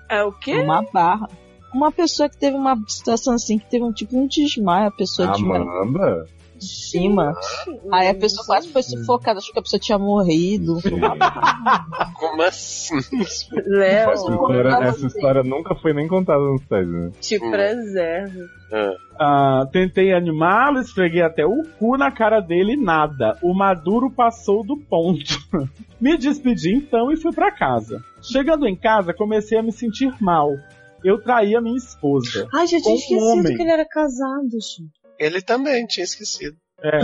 S3: É o quê?
S6: Uma barra. Uma pessoa que teve uma situação assim, que teve um tipo um desmaio, a
S5: Ah,
S6: pessoa desmaiou
S5: Amanda?
S6: de cima. Aí a pessoa quase foi sufocada, achou que a pessoa tinha morrido.
S2: Como assim?
S3: Léo,
S5: Essa história, essa história nunca foi nem contada no site, né?
S3: te preservo.
S8: Ah, tentei animá-lo, esfreguei até o cu na cara dele e nada. O Maduro passou do ponto. me despedi então e fui pra casa. Chegando em casa, comecei a me sentir mal. Eu traí a minha esposa.
S3: Ai, já
S8: Com
S3: tinha
S8: um
S3: esquecido
S8: homem.
S3: que ele era casado, gente.
S2: Ele também tinha esquecido.
S8: É.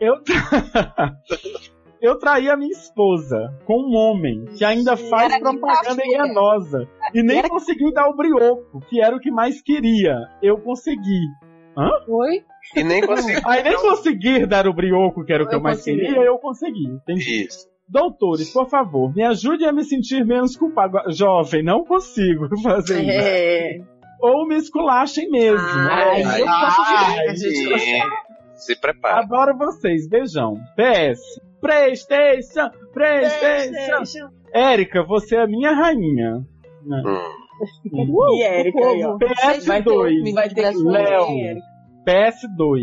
S8: Eu, tra- eu traí a minha esposa com um homem que ainda faz propaganda enganosa e nem consegui dar o brioco, que era o que mais queria. Eu consegui. Hã?
S3: Oi?
S2: E nem consegui.
S8: Aí nem conseguir dar o brioco, que era o que eu,
S2: Eu
S8: mais
S2: consegui.
S8: queria, eu consegui. Entendi.
S2: Isso.
S8: Doutores, por favor, me ajudem a me sentir menos culpado. Agora, Jovem, não consigo
S3: É.
S2: É.
S8: fazer isso. Ou me esculachem mesmo.
S2: Ai,
S8: É.
S2: eu posso virar,
S8: Ai,
S2: gente. Se prepara.
S8: Adoro vocês, beijão. PS. Playstation, Playstation. Érica, você é a minha rainha. Né? Uhum.
S3: E Érica aí, ó. Vai ter um outro
S8: PS2,
S3: menino que vai falar, hein,
S8: Léo.
S3: Érica?
S8: PS2,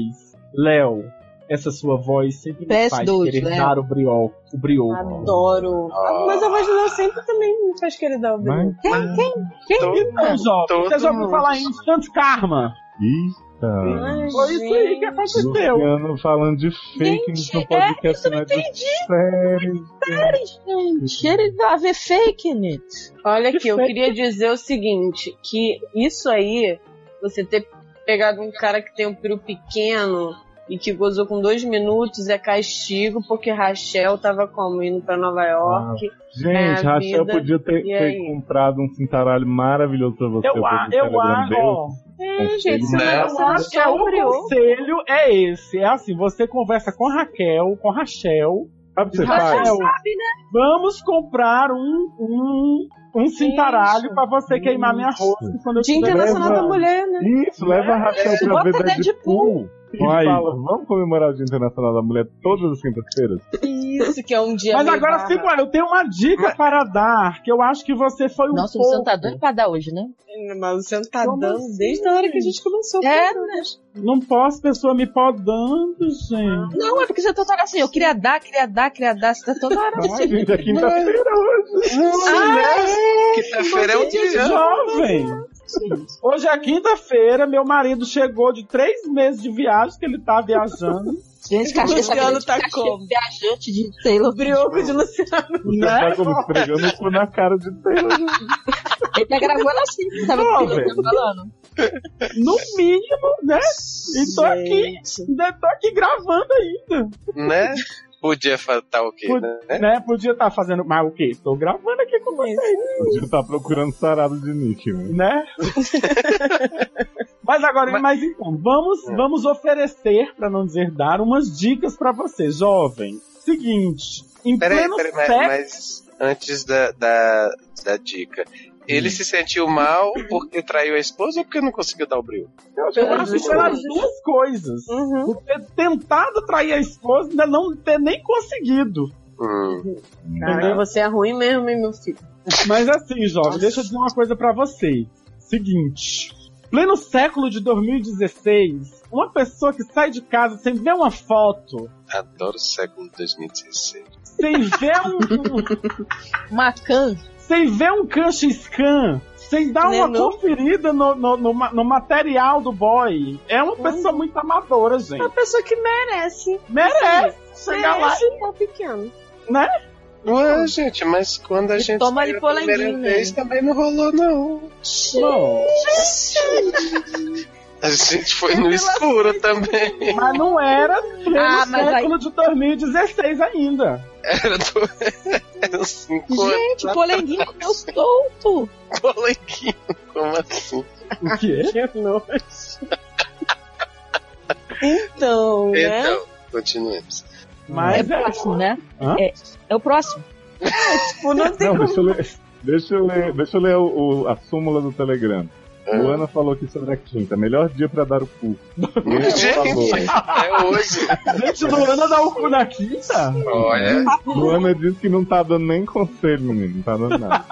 S8: Léo. Essa sua voz sempre me faz
S3: PS2,
S8: querer
S3: Léo.
S8: dar o brioco. O brioco.
S3: Adoro.
S8: Ah.
S3: Mas a voz do Léo sempre também me faz querer dar o beijo. Quem? Quem? Quem?
S8: Então, jovem, você já ouviu falar em Instant Karma?
S5: Eita.
S3: Ai,
S8: Foi isso aí que aconteceu.
S5: Luciano falando de fake no
S3: é,
S5: podcast, né?
S6: entendi.
S5: Sério.
S6: Ai, gente, ele vai ver fake, né?
S3: Olha aqui, eu
S6: fake.
S3: queria dizer o seguinte, que isso aí, você ter pegado um cara que tem um peru pequeno e que gozou com dois minutos é castigo porque Rachel tava como indo pra Nova York.
S5: Gente,
S3: é a
S5: Rachel
S3: vida.
S5: podia ter,
S3: E
S5: ter
S3: aí?
S5: comprado um cintaralho maravilhoso pra você.
S8: Eu a- eu a- ó.
S5: É,
S8: Gente, se não, eu acho que é o conselho é esse. É assim, você conversa com Raquel, com Rachel.
S5: Sabe o que
S8: diz,
S5: você
S3: é
S5: faz?
S8: Raquel, Vamos comprar um, um, um cintaralho pra você queimar minha rosca quando eu
S3: Dia
S8: tiver
S3: Internacional da
S8: levando.
S3: Mulher, né?
S5: Isso, leva a Rachel
S3: É.
S5: pra
S3: Bota
S5: ver
S3: Deadpool.
S5: Deadpool. E
S8: Olha aí.
S5: fala, vamos comemorar o Dia Internacional da Mulher todas as quintas-feiras?
S3: Isso que é um dia.
S8: Mas
S3: meio
S8: agora,
S3: barra.
S8: Figueiredo, eu tenho uma dica para dar, que eu acho que você foi um
S6: Nossa,
S8: pouco...
S6: você não tá doido pra dar hoje, né?
S3: Mas você não tá
S6: Como
S3: dando
S6: assim?
S3: desde a hora que a gente começou.
S6: É,
S3: cara.
S6: né?
S8: Não posso, pessoa me podando, gente.
S6: Não, é porque você tá toda hora assim, eu queria dar, queria dar, queria dar, você tá toda hora
S5: Ai,
S6: assim.
S5: gente, é quinta-feira hoje.
S2: Quinta-feira é um
S5: né?
S2: dia.
S8: Jovem! Hoje é quinta-feira, meu marido chegou de três meses de viagem, que ele tá viajando.
S6: Gente, cachê, essa
S3: Luciano
S6: vida de
S3: tá
S6: cachê,
S3: como?
S6: viajante de Taylor.
S3: Brioco de Luciano.
S5: Você
S8: né?
S5: tá como esfregando o cu na cara de Taylor.
S6: Ele tá gravando assim, sabe
S8: Não,
S6: o que eu
S8: velho.
S6: tô falando?
S8: No mínimo, né? E tô aqui, ainda tô aqui gravando ainda.
S2: Né? Podia faltar o quê? né?
S8: Né? Podia estar fazendo. Mas o quê? Tô gravando aqui com vocês,
S5: Você tá procurando sarado de Nick, né?
S8: né? Mas agora, mas, então, vamos, vamos oferecer, pra não dizer dar, umas dicas pra você, jovem. Seguinte, em
S2: Peraí,
S8: pleno
S2: peraí, mas,
S8: sexo.
S2: mas antes da, da, da dica. Ele se sentiu mal porque traiu a esposa ou porque não conseguiu dar o Hum, brilho?
S8: Eu acho que eram as duas coisas. Por ter tentado trair a esposa e ainda não ter nem conseguido.
S2: Hum.
S3: Caralho, você é ruim mesmo, hein, meu filho?
S8: Mas assim, jovem, deixa eu dizer uma coisa pra você. Seguinte. Pleno século de 2016, uma pessoa que sai de casa sem ver uma foto,
S2: Adoro o século 2016.
S8: sem ver um,
S6: Macan.
S8: sem ver um cancha scan, sem dar
S3: Né,
S8: uma
S3: não?
S8: conferida no, no, no ma- no material do boy, é uma pessoa muito amadora, gente.
S3: Uma pessoa que merece.
S8: Merece chegar lá
S3: merece um pau pequeno.
S8: e, né?
S2: Ué, é, gente, mas quando a gente
S6: toma né?
S2: saiu
S6: ali
S2: a primeira
S6: polenguinho,
S2: vez também não rolou, não.
S8: Não.
S2: A gente foi no escuro também.
S8: Mas não era pleno
S6: Ah, mas aí-
S8: século de 2016 ainda.
S2: Era do... Eram cinco anos
S6: Gente, polenguinho comeu solto.
S2: de polenguinho. Como assim?
S8: O quê?
S3: Então, né?
S2: Então, continuemos.
S6: É
S8: Mas
S6: o próximo, né?
S8: Hã?
S6: É, é o próximo.
S3: Tipo, não tem
S5: Não,
S3: como.
S5: deixa eu ler. Deixa eu ler, deixa eu ler o, o- a súmula do Telegram.
S3: É.
S2: Ah.
S5: Luana falou é aqui sobre a quinta. tá? Melhor dia pra dar o cu.
S2: Gente, é hoje.
S8: Gente, Luana dá o cu na quinta?
S2: Olha,
S5: Luana disse que não tá dando nem conselho, menino. Não tá dando nada.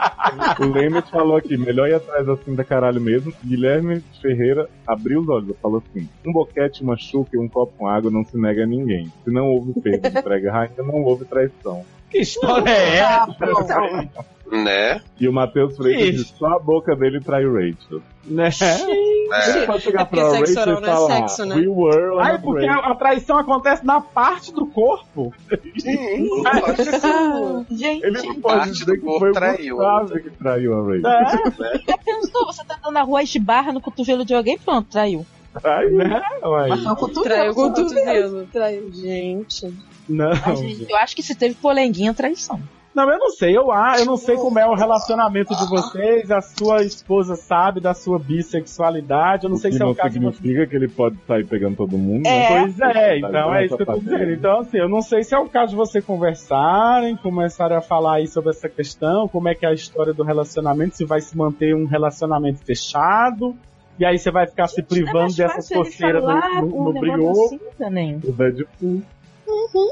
S5: o Lemet falou aqui, melhor ir atrás assim da caralho mesmo. Guilherme Ferreira abriu os olhos e falou assim: um boquete, uma chuca e um copo com água não se nega a ninguém. Se não houve perda de prega rainha, não houve traição.
S8: Que história é essa?
S2: né?
S5: E o Matheus Freitas
S8: Ixi.
S5: disse, só a boca dele traiu Rachel.
S8: Né?
S5: Ele
S2: É.
S5: pode chegar
S3: É porque
S5: pra
S3: sexo
S5: Rachel
S3: oral
S5: e
S3: não é
S5: falar,
S3: sexo, né?
S5: we were on
S8: Ai,
S5: a
S8: porque
S5: break.
S8: a, a traição acontece na parte do corpo.
S6: Gente,
S5: Ele não pode
S2: parte
S5: dizer
S2: do
S5: que
S2: corpo
S5: foi o
S2: traiu.
S5: Gustavo que traiu a Rachel.
S8: Né?
S6: já pensou? Você tá andando na rua, esbarra no cotovelo de alguém, pronto, traiu.
S5: Traiu, né? Ué.
S6: Não, É cotovelo.
S3: Traiu com
S6: cotovelo.
S3: cotovelo. Traiu. Gente.
S8: Não.
S6: Ai, gente, eu acho que se teve polenguinha, traição.
S8: Não, eu não sei. Eu, ah, eu não sei como é o relacionamento de vocês. A sua esposa sabe da sua bissexualidade. Eu não sei
S5: que
S8: se é
S5: não
S8: o caso de vocês.
S5: significa que ele pode sair pegando todo mundo, né?
S8: Pois é, então é isso que eu tô
S5: Sapateiro.
S8: dizendo. Então, assim, eu não sei se é o caso de você conversarem, começarem a falar aí sobre essa questão, como é que é a história do relacionamento, se vai se manter um relacionamento fechado, e aí você vai ficar se
S6: é
S8: privando dessas coceiras no, no,
S6: um
S8: no brioco.
S6: assim, também.
S5: O Deadpool.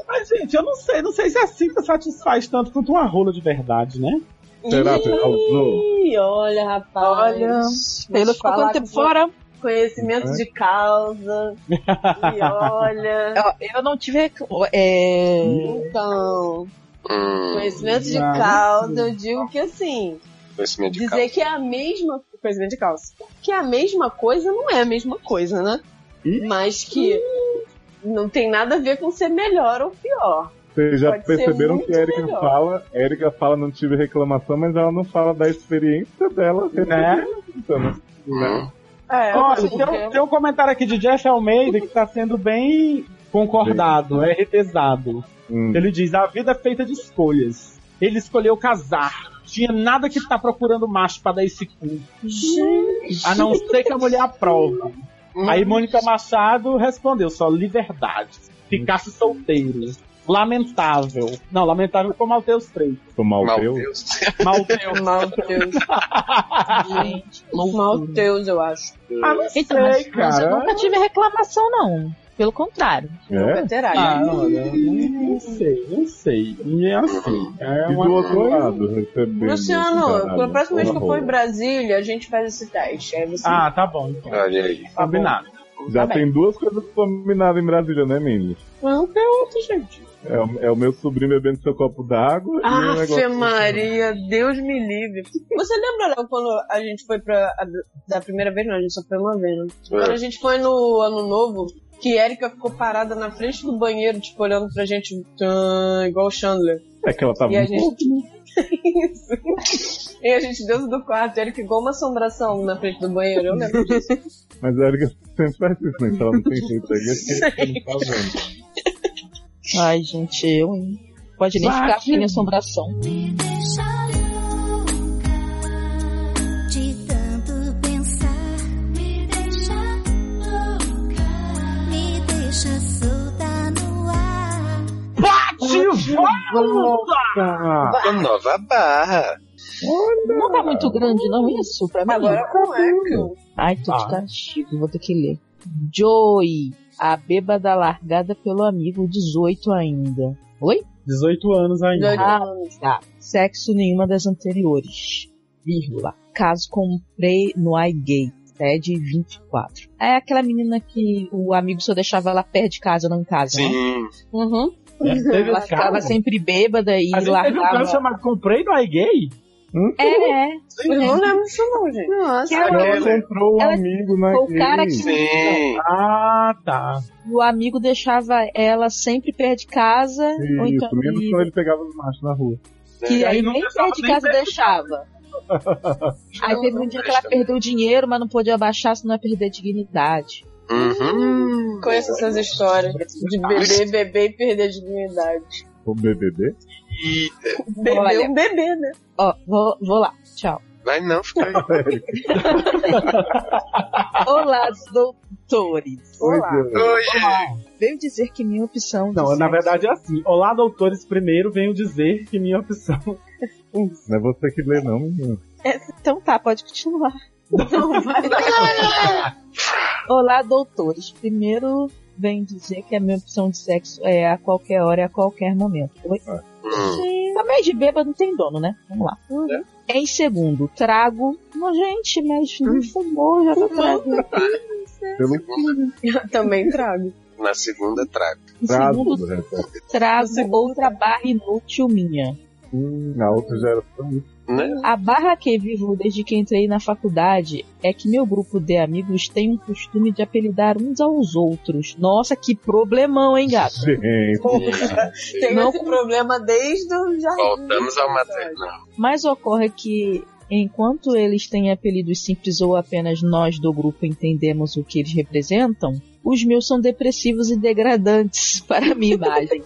S8: Mas, gente, eu não sei, não sei se a cinta satisfaz tanto quanto uma rola de verdade, né?
S5: Será que causou?
S3: Ih, olha, rapaz.
S6: Olha, Taylor ficou
S3: falar
S6: quanto
S3: que
S6: tempo
S3: vou-
S6: fora?
S3: Conhecimento de causa. E olha.
S6: Ó, Eu não tive. rec- É...
S3: Então,
S2: Hum,
S3: conhecimento de
S8: Ah, não
S3: causa, eu digo que assim.
S2: conhecimento de
S3: Dizer que é a mesma coisa de calça. Que é a mesma coisa não é a mesma coisa, né?
S5: Ih.
S3: Mas que não tem nada a ver com ser melhor ou pior.
S5: Vocês já
S3: Pode ser
S5: perceberam
S3: muito
S5: que a Erika
S3: melhor.
S5: fala, a Erika fala, não tive reclamação, mas ela não fala da experiência dela.
S8: Né?
S5: Então, né?
S2: Hum.
S3: É,
S5: então,
S8: Olha, tem um, tem um comentário aqui de Jeff Almeida que tá sendo bem Concordado, é RTzado.
S5: Hum,
S8: Ele diz: a vida é feita de escolhas. Ele escolheu casar. Tinha nada que tá procurando macho pra dar esse cu.
S13: Gente.
S8: A não ser que a mulher aprove. Aí Mônica Machado respondeu só liberdade. Ficasse solteiro. Lamentável. Não, lamentável foi Malteus 3.
S5: Foi Malteus?
S8: Malteus.
S3: Malteus. Gente, Malteus, eu acho.
S8: Ah, não sei, cara.
S6: eu nunca tive reclamação, não. Pelo contrário.
S5: É?
S6: Terá,
S8: Ah,
S6: né?
S8: não, não, não sei, não sei. E é assim. É
S5: E do
S8: uma
S5: outro
S8: coisa-
S5: lado, recebendo.
S3: Luciano,
S5: caralho,
S3: pela próxima vez que eu for em
S5: porra.
S3: Brasília, a gente faz esse teste. Aí você
S8: Ah, tá bom. Então.
S2: Olha aí.
S8: Combinado.
S5: Já
S3: Tá bem.
S5: tem duas coisas combinadas em Brasília, né, Mindy?
S3: Não tem outro, gente.
S5: É, o- é o meu sobrinho bebendo seu copo d'água e o
S3: Afe
S5: Ah, negócio. assim.
S3: Maria, Deus me livre. Você lembra, Léo, quando a gente foi pra. a- da primeira vez, não, a gente só foi uma vez, né?
S2: É.
S3: Quando a gente foi no Ano Novo, que Erika ficou parada na frente do banheiro, tipo, olhando pra gente, tã, igual o Chandler.
S5: É que ela tava
S3: E a
S5: um pouco.
S3: gente. Isso. E a gente dentro do quarto, Erika igual uma assombração na frente do banheiro, eu lembro disso.
S5: Mas a Erika sempre faz isso, né? Se ela não tem jeito aí, é que ela não tá vendo.
S6: Ai, gente, eu, hein? Pode nem ficar
S13: Vadia.
S6: sem assombração.
S1: deixar louca de tanto pensar. Me deixa louca, me deixa solta no ar.
S8: Bate volta!
S2: Uma nova barra.
S6: Não tá muito grande, não, isso? Pra mim. Tá
S3: Agora com Erika.
S6: Ai, tô de
S8: Ah.
S6: castigo, vou ter que ler. Joey, a bêbada largada pelo amigo 18 ainda. Oi?
S8: 18 anos ainda.
S6: Ah, tá. Sexo nenhuma das anteriores. Vírgula. Caso comprei no iGay. TED 24. É aquela menina que o amigo só deixava ela perto de casa, não em casa, né?
S2: Sim.
S3: Uhum.
S8: É, teve
S6: Ela
S8: um cara.
S6: ficava sempre bêbada e
S8: A gente teve um cara
S6: largava.
S8: chamado Comprei no iGay?
S6: É, é.
S3: Eu não lembro disso, não, gente.
S6: Que
S2: Aquela-
S6: ela-
S5: Ela encontrou um
S6: Ela-
S5: amigo na
S6: foi o cara que-
S2: Sim.
S8: Ah, tá.
S6: o amigo deixava ela sempre perto de casa. ou então
S5: Isso, menos
S6: e-
S5: quando ele pegava os machos na rua.
S6: que
S8: E aí
S6: aí
S8: não
S6: nem
S8: deixava,
S6: perto de
S8: nem
S6: casa
S8: perto
S6: deixava. Aí teve um dia que ela perdeu dinheiro, mas não podia abaixar, senão ia perder a dignidade.
S2: Uhum.
S3: Conheço essas histórias de beber, beber e perder a dignidade.
S5: O BBB?
S2: E...
S3: Beber
S6: Olha.
S3: um bebê, né?
S6: Ó, vou, vou lá. Tchau.
S2: Vai não ficar aí.
S6: Olá, doutores.
S5: Pois é.
S2: Oi, gente.
S6: Veio dizer que minha opção de
S8: Não,
S6: sexo-
S8: na verdade é assim. Olá, doutores, primeiro venho dizer que minha opção.
S5: Não é você que lê, não, menino.
S6: Então tá, pode continuar. Olá, doutores. Primeiro vem dizer que a minha opção de sexo é a qualquer hora e a qualquer momento. Oi?
S2: Hum.
S6: Também de bêbado não tem dono, né? Vamos lá. Em segundo, trago. Não, gente, mas não fumou, já tá trago.
S5: Pelo
S3: Eu também trago.
S2: Na segunda trago.
S6: Em
S5: prazo né? Tá do
S6: segundo,
S5: resto.
S6: trago outra barra inútil minha.
S5: Hum, a outra já era tão
S2: Né?
S6: A barra que vivo desde que entrei na faculdade é que meu grupo de amigos tem um costume de apelidar uns aos outros. Nossa, que problemão, hein, gato?
S5: gente.
S3: Tem
S6: Não
S3: esse problema desde o jardim.
S2: Voltamos ao maternal.
S6: Mas ocorre que, enquanto eles têm apelidos simples ou apenas nós do grupo entendemos o que eles representam, os meus são depressivos e degradantes para a minha imagem.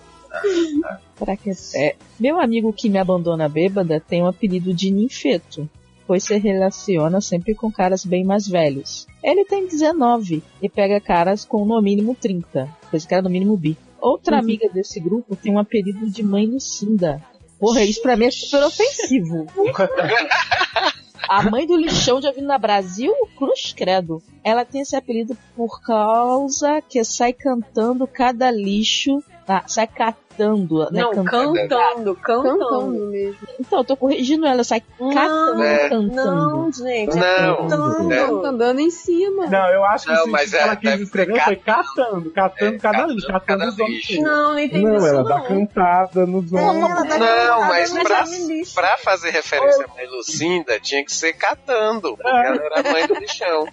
S6: Pra que é. Meu amigo que me abandona bêbada tem o apelido de ninfeto, pois se relaciona sempre com caras bem mais velhos. Ele tem 19 e pega caras com no mínimo 30, pois cara no mínimo bi. Outra amiga desse grupo tem um apelido de mãe Lucinda. Porra, isso pra mim é super ofensivo. A mãe do lixão de Avenida Brasil? Cruz credo. Ela tem esse apelido por causa que sai cantando cada lixo. Ah, sai catando, né?
S3: Não,
S6: cantando.
S3: cantando, cantando.
S10: Cantando mesmo.
S6: Então, eu tô corrigindo ela, sai catando,
S2: é.
S6: cantando. Então,
S3: Não, gente.
S2: Não.
S3: Cantando.
S2: É.
S10: Tá andando em cima.
S8: Não, eu acho que
S2: Não,
S8: o
S2: mas
S8: que ela
S2: é,
S8: quis
S2: deve ser
S8: escrever foi catando, É, catando cada lixo, catando
S2: cada
S8: os homens.
S2: lixo.
S3: Não, nem tem
S5: Não,
S3: isso,
S5: ela
S3: não.
S5: dá cantada nos
S3: Ela
S5: homens.
S3: dá
S2: Não,
S3: cantada
S2: mas
S3: no
S2: pra,
S3: Jardim Lixo.
S2: pra fazer referência à mãe Lucinda, tinha que ser catando, porque ela era a mãe do lixão.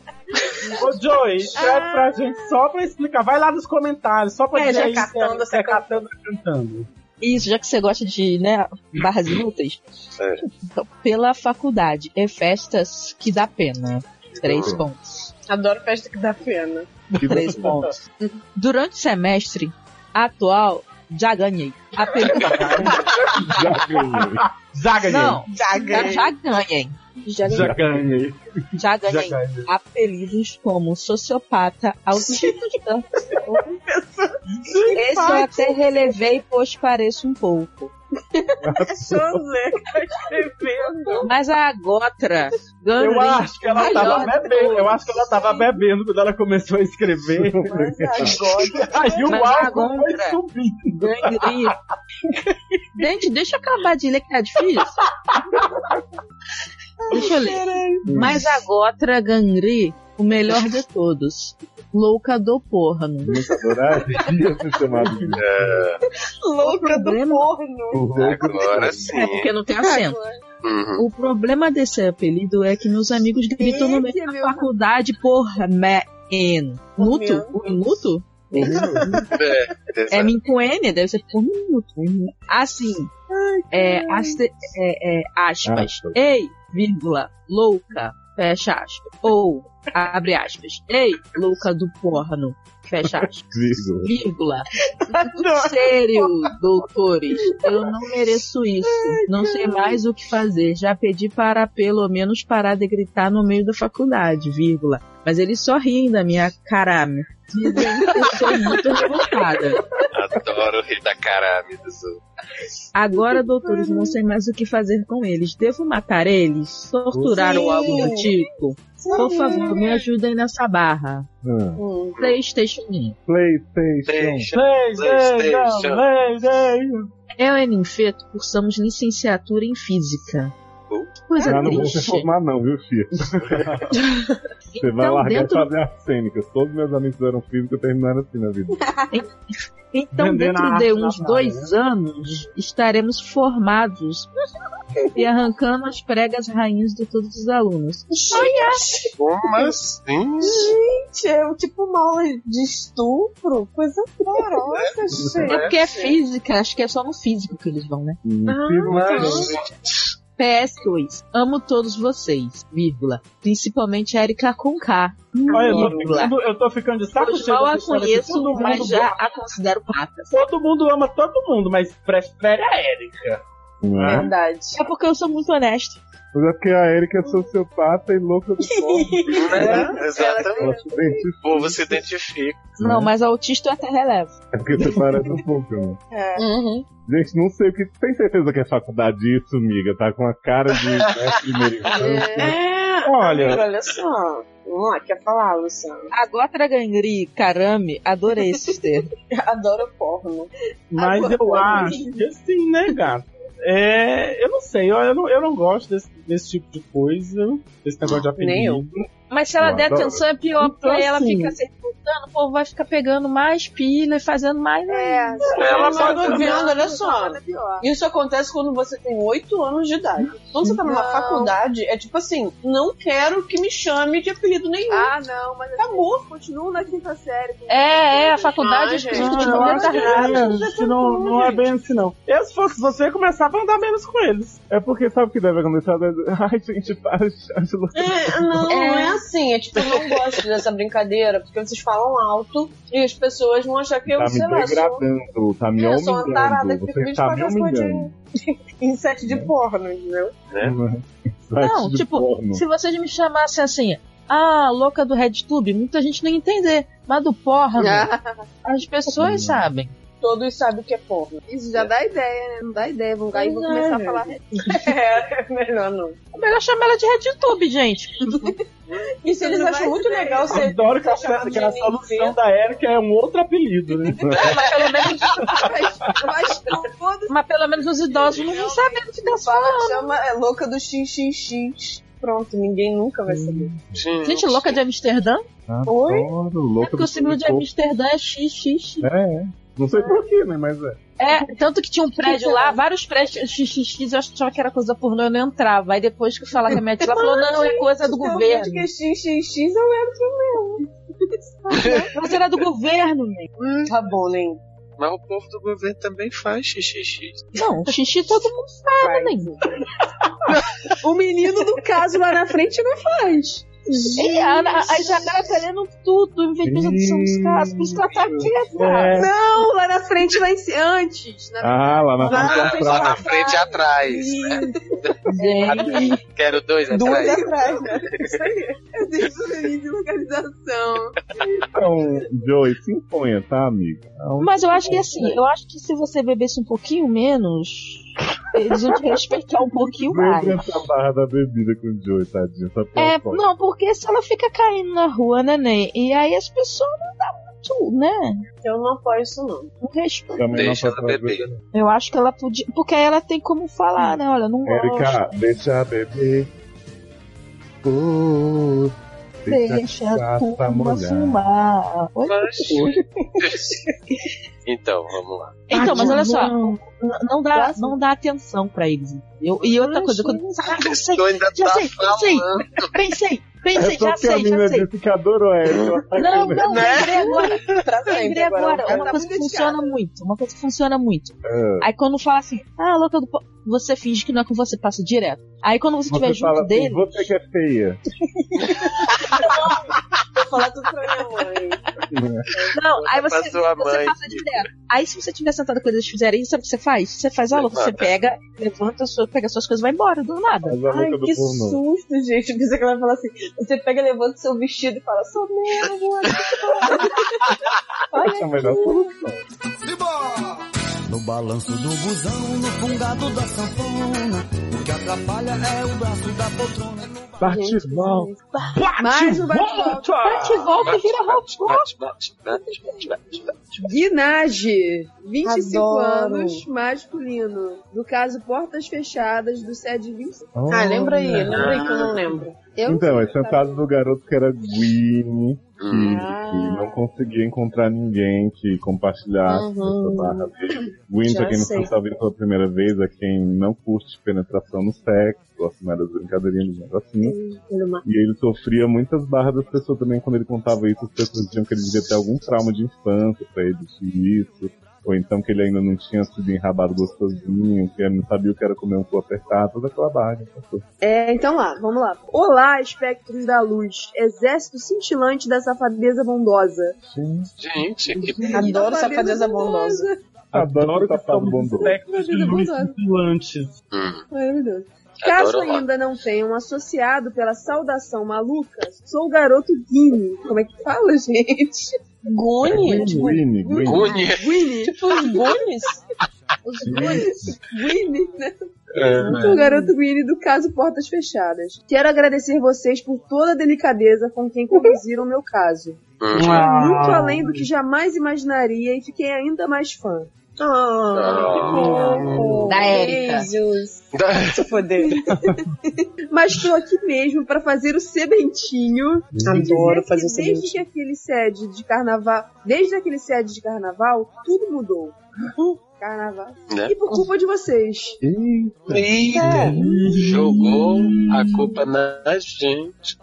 S8: Ô, Joey, escreve pra gente só pra explicar. Vai lá nos comentários, só pra
S3: É,
S8: dizer
S3: já
S8: aí se
S3: catando,
S8: é, se é catando ou cantando.
S6: Isso, já que você gosta de, né, barras inúteis.
S2: É.
S6: Então, pela faculdade, é festas que dá pena. Três pontos.
S3: Adoro festa que dá pena.
S8: tá-
S6: Três pontos. Durante o semestre, atual, já ganhei. A película.
S5: Já ganhei.
S8: Já ganhei.
S6: Não,
S8: Já
S6: já
S8: ganhei.
S6: ganhei.
S3: Tá
S6: Já ganhei. Já ganhei.
S8: Já ganhei.
S6: Já ganhei.
S8: Já ganhei.
S6: Apelidos como sociopata, autista. Esse eu até relevei, pois pareço um pouco. É
S10: José tá escrevendo.
S6: Mas a Gotra ganha.
S8: Eu acho que ela tava
S6: melhor.
S8: bebendo. Eu acho que ela tava bebendo quando ela começou a escrever. Aí o
S6: Mas
S8: álcool foi
S6: agora-
S8: subindo.
S6: Gangrena. Gente, deixa eu acabar de ler que tá difícil. Deixa eu ler. Mas a Gotra Gangri, o melhor de todos. Louca do porno.
S5: Adoraria ser chamado de
S6: Louca do porno.
S2: Agora sim.
S6: É porque não tem acento.
S2: Uhum.
S6: O problema desse apelido é que meus amigos gritam no meio da faculdade por men. Nuto? O Nuto?
S2: É,
S6: É min com N, deve ser por minuto. Assim, é, aste- é, é,
S5: Ah,
S6: aspas.
S5: Aspas.
S6: Ei, vírgula, louca, fecha aspas. Ou, abre aspas. Ei, louca do porno, fecha aspas.
S5: vírgula.
S6: Vírgula. é Sério, doutores, eu não mereço isso. Não sei mais o que fazer. Já pedi para pelo menos parar de gritar no meio da faculdade, vírgula. Mas eles só riem da minha carame. Dizem que eu sou muito revoltada.
S2: Adoro rir da carame dos outros.
S6: Agora, doutores, não sei mais o que fazer com eles. Devo matar eles? Torturar ou algo do tipo? Por favor, me ajudem nessa barra.
S5: Ah.
S6: PlayStation 1.
S5: PlayStation.
S2: Deixa.
S8: PlayStation, PlayStation.
S6: Eu e Ninfeto cursamos licenciatura em física. Que Coisa
S5: Ah, não vou se
S6: triste.
S5: formar, não, viu, filho?
S3: Então,
S5: Você vai
S6: Então,
S5: largar
S6: dentro,
S5: e fazer as cênicas. Todos meus amigos eram físicos e terminaram assim na vida.
S6: então,
S8: Vendendo a
S6: dentro
S8: arte
S6: de
S8: na
S6: uns
S8: praia,
S6: dois
S5: né?
S6: anos, estaremos formados e arrancando as pregas rainhas de todos os alunos.
S2: Como assim?
S3: Gente, é
S10: um
S3: tipo uma aula de estupro. Coisa horrorosa,
S6: É
S3: gente.
S6: porque é física, acho que é só no físico que eles vão, né?
S5: Hum,
S3: Ah,
S5: fiz mais
S2: Mas,
S6: PS2. Amo todos vocês, vírgula. Principalmente a Erika com K.
S8: Olha, eu tô,
S6: Vírgula.
S8: ficando, eu tô ficando de saco
S6: Hoje
S8: cheio.
S6: mal
S8: dessa
S6: a
S8: história que
S6: conheço,
S8: todo mundo
S6: mas já
S8: gosta.
S6: a considero pata.
S8: Todo mundo ama todo mundo, mas prefere a Erika.
S5: não é?
S3: Verdade.
S6: É porque eu sou muito honesto.
S5: Mas é porque a Erika é sociopata e louca do povo.
S2: né? Exatamente.
S5: Ela é se identifica.
S2: O povo se identifica.
S6: Não, mas autista eu até relevo.
S5: É porque você parece um pouco, né?
S6: Uhum.
S5: Gente, não sei o que. Tem certeza que é faculdade isso, amiga? Tá com a cara de né, primeiro infância.
S3: É,
S8: Olha.
S3: amiga, olha só. Vamos lá, quer falar, Luciano?
S6: Agora Gangri, carame, adorei esses termos.
S3: Adoro porno.
S8: Mas eu acho que assim, né, gato? É, eu não sei, eu, eu, não, eu não gosto desse, desse tipo de coisa, desse negócio de apelido.
S3: Nem
S6: Mas se ela
S5: Eu
S6: der
S5: adoro.
S6: atenção é pior, porque
S8: Então,
S6: aí ela
S8: assim-
S6: fica se revoltando, o povo vai ficar pegando mais pilha e fazendo mais.
S10: É,
S8: Ela
S3: Mas eu tô
S8: pode-
S3: vendo, olha só.
S10: nada é pior.
S3: Isso acontece quando você tem oito anos de idade. Quando você tá numa
S10: Não.
S3: faculdade, é tipo assim, não quero que me chame de apelido nenhum.
S10: Ah, não, mas
S3: Acabou.
S10: assim, continuo na quinta série.
S6: É, é, a faculdade
S3: Ai,
S6: as
S3: gente.
S6: pessoas
S8: Não,
S6: ficam
S8: eu acho que,
S6: retardadas.
S8: é, que não, não é bem assim, não. Eu, se fosse você, começava a andar menos com eles.
S5: É porque sabe o que deve acontecer? Ai, gente, para de chamar de louca.
S3: É, não, não é assim. É tipo, eu não gosto dessa brincadeira, porque vocês falam alto e as pessoas vão achar que eu,
S5: Tá me
S3: sei lá, sou
S5: degradando, tá me
S3: É, sou uma tarada
S5: humilhando.
S3: que fica
S5: Você
S3: me
S5: tá me
S3: fazendo as
S5: humilhando.
S3: inseto de porno, entendeu?
S6: Não,
S5: né? Site de
S6: tipo,
S5: porno.
S6: se vocês me chamassem assim, ah, louca do RedTube, muita gente não ia entender. Mas do
S3: Ah.
S6: porra, as pessoas sabem.
S3: Todos sabem o que é porno.
S10: Isso já dá ideia, né? Não dá ideia. Vão aí vou
S3: Não,
S10: começar a
S3: gente.
S10: falar.
S3: É, melhor não.
S6: É melhor chamar ela de RedTube, gente.
S3: E se eles
S10: Não
S3: acham
S10: vai
S3: muito
S10: ser.
S3: legal ser.
S8: Adoro que,
S3: ser
S8: a-
S3: chamado
S8: que a
S3: de
S8: solução
S3: NNZ.
S8: da Erika é um outro apelido, né?
S10: Mas pelo menos. Mas, mas com todo
S6: Mas pelo menos os idosos não vão saber do que tá falando.
S3: Fala, chama, é louca do XXX. Pronto, ninguém nunca vai
S5: Hum.
S3: saber.
S2: Gente,
S6: Gente, louca de Amsterdã?
S5: Ah, Adoro,
S6: É
S5: louca
S6: porque o
S5: do
S6: símbolo de
S5: corpo.
S6: Amsterdã é xxx.
S5: É, é. Não sei porquê, né? Mas é.
S6: É, tanto que tinha um prédio lá, vários prédios xxx, eu achava que era coisa da pornô, eu não entrava. Aí depois que eu falar que a minha tia ela falou, não, é coisa do
S3: Se eu vejo
S6: governo.
S3: que é XXX, eu entro mesmo.
S6: Mas era do governo, né?
S3: tá bom, nem.
S2: Mas o povo do governo também faz xixi.
S6: Não, xixi todo mundo sabe, né?
S10: O menino do caso lá na frente não faz.
S6: E a, Ana- a Isabela tá lendo tudo, inventando dos seus casos, por isso que ela tá quieta.
S8: É,
S10: Não, lá na na frente lá em cima, antes. Na
S5: Ah, lá na
S10: Lá
S5: frente.
S10: na
S5: atrás.
S2: Lá na frente e atrás. né?
S10: Gente.
S2: Quero dois atrás.
S10: Duas atrás, né? Isso aí. É Eu deixo o nível de localização.
S5: Então, Joey, se imponha, tá, amiga? É um-
S6: Mas eu acho que assim, eu acho que se você bebesse um pouquinho menos, eles iam te respeitar um pouquinho mais.
S5: Sempre essa barra da bebida com o Joey, tadinho. Só pela
S6: É,
S5: foto.
S6: não, porque se ela fica caindo na rua, né, Ney? E aí as pessoas não dá muito, né?
S10: Eu não apoio isso, não.
S6: Não respeito.
S5: Também não
S2: Deixa
S5: pode
S2: ela
S5: fazer
S2: beber.
S6: Eu acho que ela podia. Porque aí ela tem como falar, né? Olha, não gosto.
S5: Erika, deixa beber. Pô, deixa,
S6: Deixa
S5: a
S6: a
S5: taça
S6: turma
S5: molhar.
S6: fumar. assim, Olha
S2: Mas-
S6: que coisa.
S2: Então, vamos lá.
S6: Então, mas olha só,
S11: Não.
S6: n- não dá, não dá atenção pra eles. Eu, e outra coisa, quando. Ah, já sei,
S2: Tu ainda
S6: já
S2: tá
S6: sei, já sei, pensei, pensei,
S5: É só
S6: já
S5: porque a
S6: sei, já
S5: mina
S6: sei.
S5: disse que adorou ela.
S6: Não, não,
S2: Né?
S6: lembrei agora.
S10: Pra
S6: Lembrei agora. Uma coisa que funciona muito. Uma coisa que funciona muito. Aí quando fala assim, ah, louca do. po-", Você finge que não é com você, passa direto. Aí quando você estiver
S5: Você
S6: junto
S5: fala assim,
S6: dele,
S5: você que é feia.
S10: Vou falar tudo pra minha mãe.
S6: não, aí
S2: pra
S6: você,
S2: sua
S6: você
S2: tá mãe.
S6: passa direto. Aí se você tiver sentado quando eles fizerem isso, sabe o que você faz? Você faz a louca, você
S2: Levanta.
S6: pega, levanta, sua, pega suas coisas e vai embora, do nada.
S5: Mas a
S10: Ai,
S5: louca do
S10: que
S5: pornô.
S10: susto, gente. Eu pensei que ela ia falar assim. Você pega, levanta seu vestido e fala, sou mesmo.
S5: Essa é a melhor solução.
S4: No balanço do busão, no fungado da sanfona. O que atrapalha é o braço da poltrona.
S5: Bate mal.
S10: Mais um bate-volta.
S8: Ah,
S6: Bate e volta e vira
S2: Bate,
S6: robô.
S2: bate, bate, bate, bate, bate, bate.
S10: Guinage, 25
S3: Adoro.
S10: anos, masculino. No caso, portas fechadas do SED 25.
S3: Ah, lembra aí, lembra aí que eu não lembro.
S10: Eu
S5: Então, é
S10: sei, tá?
S5: sentado do garoto que era Gwyn, que,
S2: Hum.
S3: Ah.
S5: que não conseguia encontrar ninguém que compartilhasse essa barra dele. Gwyn,
S3: Já
S5: pra quem não
S3: sei.
S5: sabe, tá ouvindo pela primeira vez, é quem não curte penetração no sexo, gosta mais das brincadeirinhas, mais assim. E ele sofria muitas barras das pessoas também quando ele contava isso, as pessoas diziam que ele devia ter algum trauma de infância pra existir isso. Ou então que ele ainda não tinha sido enrabado gostosinho, que ele não sabia o que era comer um cu apertado, toda aquela barra. que passou.
S10: É, então lá, vamos lá. Olá, espectros da luz, exército cintilante da safadeza bondosa.
S5: Sim.
S2: Gente, que
S3: Adoro safadeza bondosa.
S5: Adoro
S8: que
S5: tapado
S8: somos
S5: bondoso.
S8: sexos de luz
S10: Bondoso.
S8: cintilantes.
S2: Hum.
S10: Maravilhoso.
S2: Adoro
S10: Caso
S2: rock.
S10: ainda não tenham associado pela saudação maluca, sou o garoto Guine. Como é que fala, gente?
S3: Gune? Tipo,
S5: Gwyn, Gwyn.
S2: Cunha.
S10: Guine.
S3: tipo os Gunes?
S10: Os Guines. Guine, né?
S2: É,
S10: O garoto Guine do caso Portas Fechadas. Quero agradecer vocês por toda a delicadeza com quem conduziram meu caso.
S2: hum.
S8: Ah.
S10: Muito além do que jamais imaginaria e fiquei ainda mais fã.
S2: Ah.
S9: Da Érica.
S10: Beijos.
S3: Se foder.
S10: Mas tô aqui mesmo pra fazer o sementinho. E dizer
S3: Adoro
S10: que
S3: fazer o
S10: Desde
S3: semente.
S10: que aquele sede de carnaval, desde aquele sede de carnaval, tudo mudou. Carnaval.
S2: Né?
S10: E por culpa de vocês.
S2: Eita. Jogou a culpa na gente.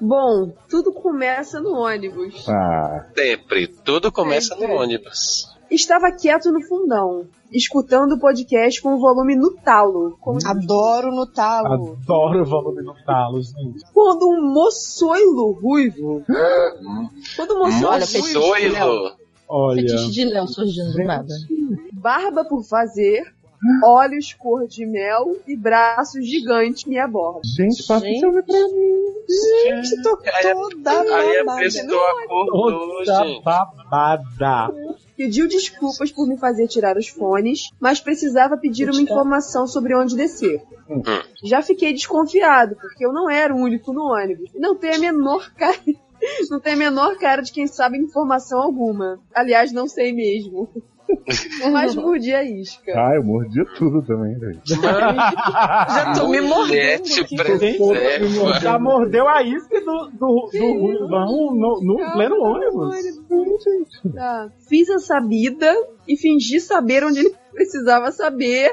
S10: Bom, tudo começa no ônibus.
S5: Ah,
S2: Sempre. Tudo começa no
S10: Sempre.
S2: ônibus.
S10: Estava quieto no fundão, escutando o podcast com o volume no talo, como-
S3: Hum. Adoro no talo.
S8: Adoro o volume no talo, gente.
S10: quando um moçoilo ruivo. Quando um moçoilo
S2: Olha,
S10: ruivo,
S2: Zoilo.
S8: Olha.
S6: Fetiche de Léo surgindo do nada.
S10: barba por fazer, olhos cor de mel e braços gigantes me abordam.
S5: gente, passa
S3: Gente.
S5: esse homem pra mim.
S3: Gente, tô
S2: Aí a-
S3: toda
S2: Aí a
S3: babada.
S2: pessoa acordou,
S8: Toda
S2: gente.
S8: babada.
S10: Pediu desculpas por me fazer tirar os fones, mas precisava pedir uma informação sobre onde descer. Já fiquei desconfiado, porque eu não era o único no ônibus. Não tem a menor cara. Não tem a menor cara de quem sabe informação alguma. Aliás, não sei mesmo. Mas mordi a isca.
S5: Ah, eu mordia tudo também, velho.
S3: Já tô me
S2: Mulher
S3: mordendo.
S2: te
S3: aqui.
S2: preserva.
S8: Já mordeu a isca do, do, do ruivão no, no pleno ônibus.
S10: Tá. Fiz a sabida e fingi saber onde ele precisava saber.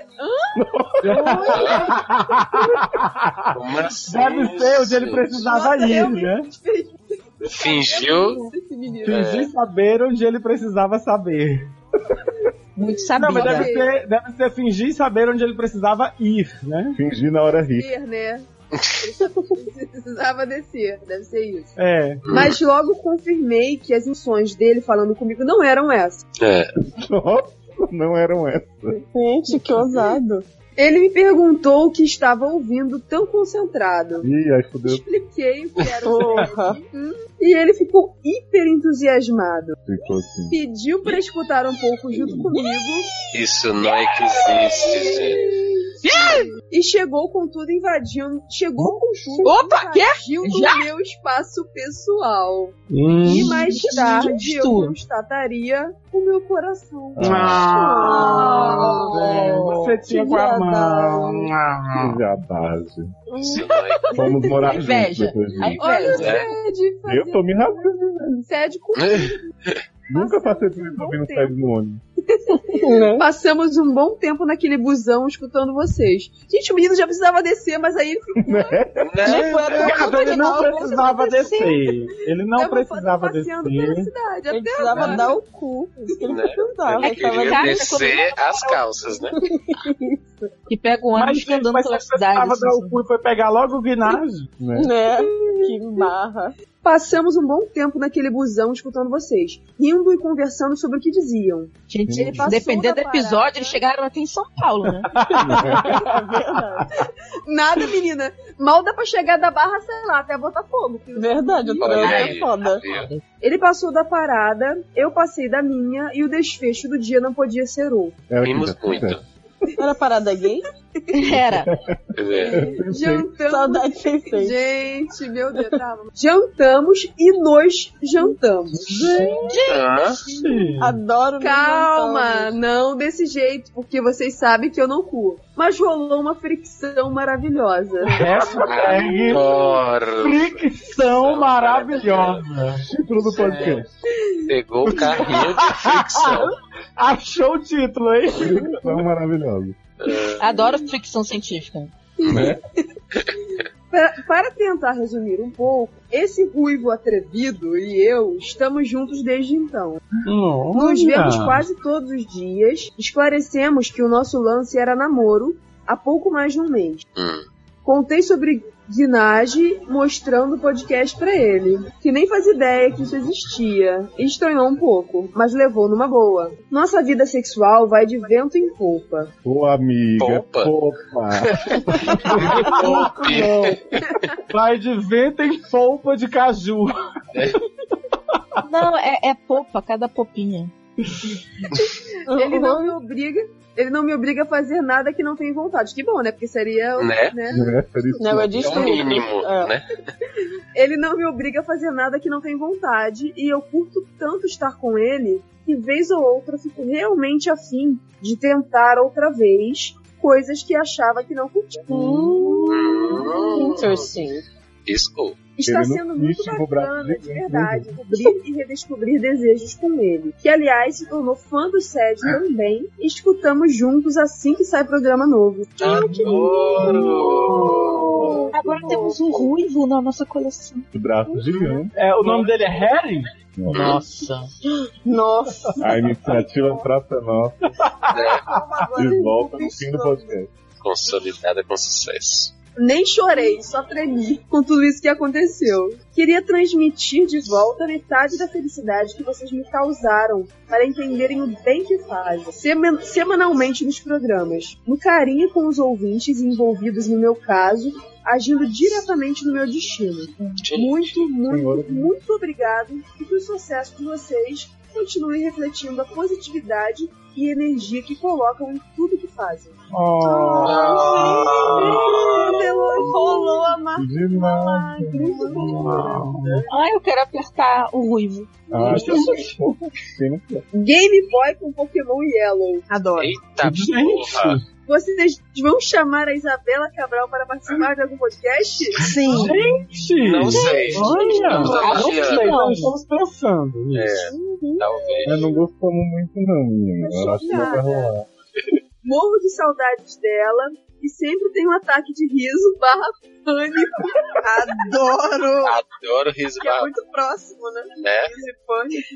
S3: Ah,
S2: Como assim,
S8: Deve ser onde ele
S2: gente?
S8: precisava
S10: Nossa,
S8: ir,
S10: realmente.
S8: né?
S2: Fingiu?
S10: Esse menino.
S8: Fingir saber onde ele precisava saber.
S6: Muito
S8: Ah, Não, mas
S6: sabida.
S8: deve ser, deve ser fingir saber onde ele precisava ir, né?
S5: Fingi na hora rir.
S10: Ter, né? Precisava descer, deve ser isso.
S8: É.
S10: Mas logo confirmei que as intenções dele falando comigo não eram essas.
S2: É.
S5: Nossa, não eram essas.
S10: Gente, que ousado. Ele me perguntou o que estava ouvindo tão concentrado.
S5: Ih, ai fudeu.
S10: Expliquei o que era o Fred hum, e ele ficou hiper entusiasmado.
S5: Ficou assim.
S10: Pediu para escutar um pouco junto comigo
S2: Isso não existe, gente.
S10: E chegou com tudo invadindo. Chegou com tudo.
S3: Opa, quê?
S10: invadindo
S3: Já?
S10: o meu espaço pessoal.
S8: Hum.
S10: E mais
S3: Que
S10: tarde eu
S3: susto.
S10: constataria o meu coração.
S8: Ah, velho, você tinha com a mão. Ah.
S5: Que jabagem.
S2: Isso não é-
S5: Vamos morar juntos
S6: Inveja.
S5: depois disso.
S6: A inveja.
S10: Olha o
S2: É.
S10: Sede
S5: Eu tô me rasgando.
S10: fazendo Sede com
S5: Nunca passei por isso ouvindo
S10: tempo.
S5: Fred no ônibus.
S10: Passamos um bom tempo naquele busão escutando vocês. Gente, o menino já precisava descer, mas aí ele ficou
S2: Né?
S3: Tipo, era
S8: Cara,
S3: tudo
S8: ele não
S3: animal.
S8: precisava descer. Ele não
S10: eu vou
S8: precisava
S10: passeando pela
S8: descer.
S10: cidade.
S3: Ele
S10: Até
S3: precisava
S10: agora.
S3: dar o cu. Isso que
S5: É.
S3: ele
S2: Né?
S3: precisava.
S2: Ele
S3: Ele tava
S2: queria
S3: ali.
S2: descer as calças, né?
S6: Que pega o ônibus
S8: Mas,
S6: fica
S8: gente,
S6: andando
S8: mas
S6: pela
S8: você
S6: cidade.
S8: precisava dar
S6: assim.
S8: o cu e foi pegar logo o guinagem.
S5: Né?
S3: Né? Que barra.
S10: Passamos um bom tempo naquele busão escutando vocês, rindo e conversando sobre o que diziam.
S6: Gente,
S5: Ele
S10: passou
S6: dependendo do
S10: da
S6: episódio,
S10: parada.
S6: eles chegaram até em São Paulo, né?
S3: É verdade.
S10: Nada, menina. Mal dá pra chegar da barra, sei lá, até Botafogo. filho.
S3: Verdade, o
S2: Olha
S3: trânsito é
S2: aí.
S3: foda.
S10: Ele passou da parada, eu passei da minha e o desfecho do dia não podia ser outro.
S5: Era É que
S2: Vimos
S5: já-
S2: muito.
S3: Era parada gay?
S6: Era.
S2: É.
S10: Jantamos.
S3: Saudade sem seis.
S10: Gente, meu Deus, tava. Jantamos e nós jantamos.
S2: Hã?
S3: Adoro
S10: Calma, não desse jeito, porque vocês sabem que eu não curto. Mas rolou uma fricção maravilhosa.
S8: Hashtag
S2: Adoro.
S8: fricção maravilhosa.
S5: Título do podcast.
S2: Pegou o carrinho de fricção.
S8: Achou o título, hein?
S5: é Tão maravilhoso.
S6: Adoro fricção científica.
S10: Pra- para tentar resumir um pouco, esse ruivo atrevido e eu estamos juntos desde então. Nos vemos quase todos os dias. Esclarecemos que o nosso lance era namoro há pouco mais de um mês.
S2: Hum.
S10: Contei sobre Guinage mostrando o podcast pra ele, que nem faz ideia que isso existia. E Estranhou um pouco, mas levou numa boa. Nossa vida sexual vai de vento em polpa.
S5: Ô, amiga.
S2: Opa.
S5: Opa.
S2: Opa.
S10: né?
S8: Vai de vento em polpa de caju.
S6: Não, é, é popa, cada popinha.
S10: Ele não me obriga, ele não me obriga a fazer nada que não tenho vontade. Que bom, né? Porque seria,
S2: Né?
S10: né?
S5: Né? Era isso.
S3: Não, é
S2: É o
S3: destruído.
S2: mínimo,
S3: É.
S2: né?
S10: Ele não me obriga a fazer nada que não tem vontade e eu curto tanto estar com ele que vez ou outra eu fico realmente afim de tentar outra vez coisas que achava que não curtia. Hum.
S3: Hum, interesting.
S2: Isso.
S10: Está
S5: Ele não
S10: sendo
S5: quis
S10: muito
S5: te cobrar
S10: bacana, de
S5: ninguém,
S10: verdade, descobrir e redescobrir desejos com ele. Que, aliás, se tornou fã do SED também e escutamos juntos assim que sai programa novo.
S2: é Adoro.
S6: Agora temos um ruivo na nossa coleção.
S5: O braço gigante.
S8: É, o nome dele é Harry? Nossa.
S3: Nossa.
S5: A iniciativa Praça Nossa
S2: Né?
S5: de volta no fim do podcast.
S2: Consolidada com sucesso.
S10: Nem chorei, só tremi com tudo isso que aconteceu. Queria transmitir de volta metade da felicidade que vocês me causaram para entenderem o bem que fazem. Semen- semanalmente nos programas. No carinho com os ouvintes envolvidos no meu caso, agindo diretamente no meu destino. Muito, muito, muito obrigado e que o sucesso de vocês continue refletindo a positividade e energia que colocam em tudo que fazem.
S8: Oh.
S10: Rolou a
S8: Ah,
S10: marca.
S5: Demais.
S6: Ai, eu quero apertar o ruivo.
S5: Ah,
S10: Game Boy com Pokémon Yellow.
S3: Adoro.
S2: Eita porra.
S10: Vocês vão chamar a Isabela Cabral para participar de algum podcast?
S6: Sim.
S8: Gente!
S2: Não sei.
S8: Olha!
S2: Estamos
S8: Não
S2: avaliando.
S8: sei, não estamos pensando nisso.
S2: É, talvez.
S5: eu não gostamos muito não, menina. Eu acho que não vai rolar.
S10: morro de saudades dela e sempre tem um ataque de riso barra pânico. Adoro!
S2: Adoro riso
S10: Que é
S2: barra.
S10: muito próximo, né?
S2: Né?
S10: Riso e pânico.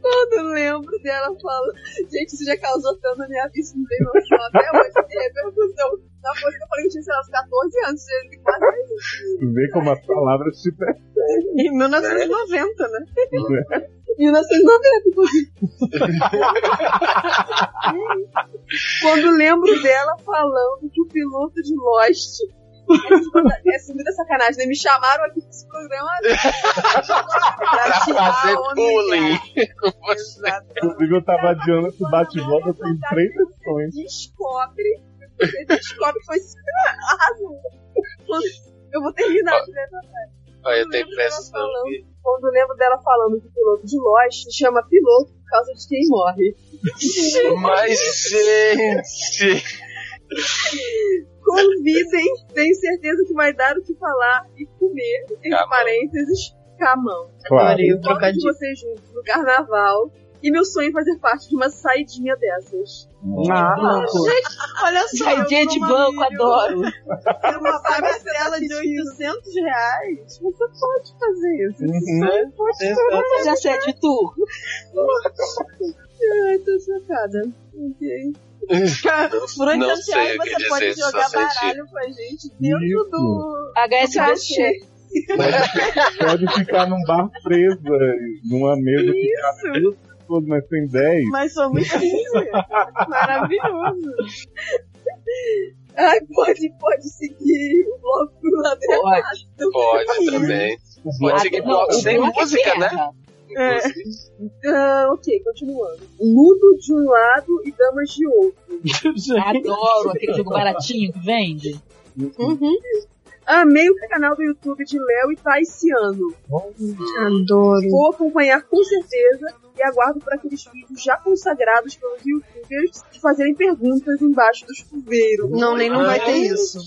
S10: Quando lembro dela, falo, gente, isso já causou tanto na minha vida, isso não tem noção até hoje. É perguntou. Na coisa que eu falei que eu tinha, sei lá, uns 14 anos, gente, tem quase
S5: Vê como as palavras te
S10: Em 1990, né? 1990, inclusive. Quando lembro dela falando que o piloto de Lost. É subir da sacanagem, né? Me chamaram aqui pra esse programa.
S2: Pra fazer
S10: tirar a onda
S2: bullying com você.
S5: Inclusive, eu tava adiando esse bate-volta tem três sessões.
S10: descobre. Você descobre que foi arrasou. Eu vou terminar de ler na
S2: Olha, eu tenho impressão que.
S10: Quando lembro dela falando que o piloto de Lost chama piloto por causa de quem morre.
S2: Mas, gente!
S10: Convidem, tenho certeza que vai dar o que falar e comer, entre
S2: Camão.
S10: parênteses, camão.
S1: Claro. Adorei o
S10: Foto de
S1: trocadilho.
S10: vocês juntos no carnaval. E meu sonho é fazer parte de uma saidinha dessas.
S1: Ah, banco.
S10: Gente, olha só.
S1: Saidinha
S10: eu
S1: de
S10: sou
S1: banco,
S10: mamífero.
S1: adoro.
S10: Tem uma parcela de 800 reais. Você pode fazer isso.
S5: né?
S10: Você pode fazer.
S1: Já sei de tu.
S10: Ai, tô chocada. Ok.
S1: Por
S10: onde
S1: onde
S10: Não
S1: você
S10: você sei
S1: acha
S10: o que
S1: você
S10: dizer,
S1: pode
S10: só
S1: jogar
S10: sei disso.
S1: baralho
S10: com a gente dentro
S5: Isso.
S10: do
S1: HSBC.
S10: Tá
S5: Pode ficar num bar presa, numa mesa que cabe duas pessoas, mas tem dez.
S10: Mas somos 15. Maravilhoso. Ai, pode, pode seguir o bloco pro lado errado.
S2: Pode também. Pode seguir bloco sem música, né?
S10: É. Ah, ok, continuando. Ludo de um lado e damas de outro.
S6: Adoro aquele jogo baratinho que vende.
S10: Uhum. Amei o canal do YouTube de Léo e Taiciano.
S13: Adoro.
S10: Vou acompanhar com certeza e aguardo para aqueles vídeos já consagrados pelos youtubers de fazerem perguntas embaixo dos chuveiros.
S3: Não, nem não vai ter isso.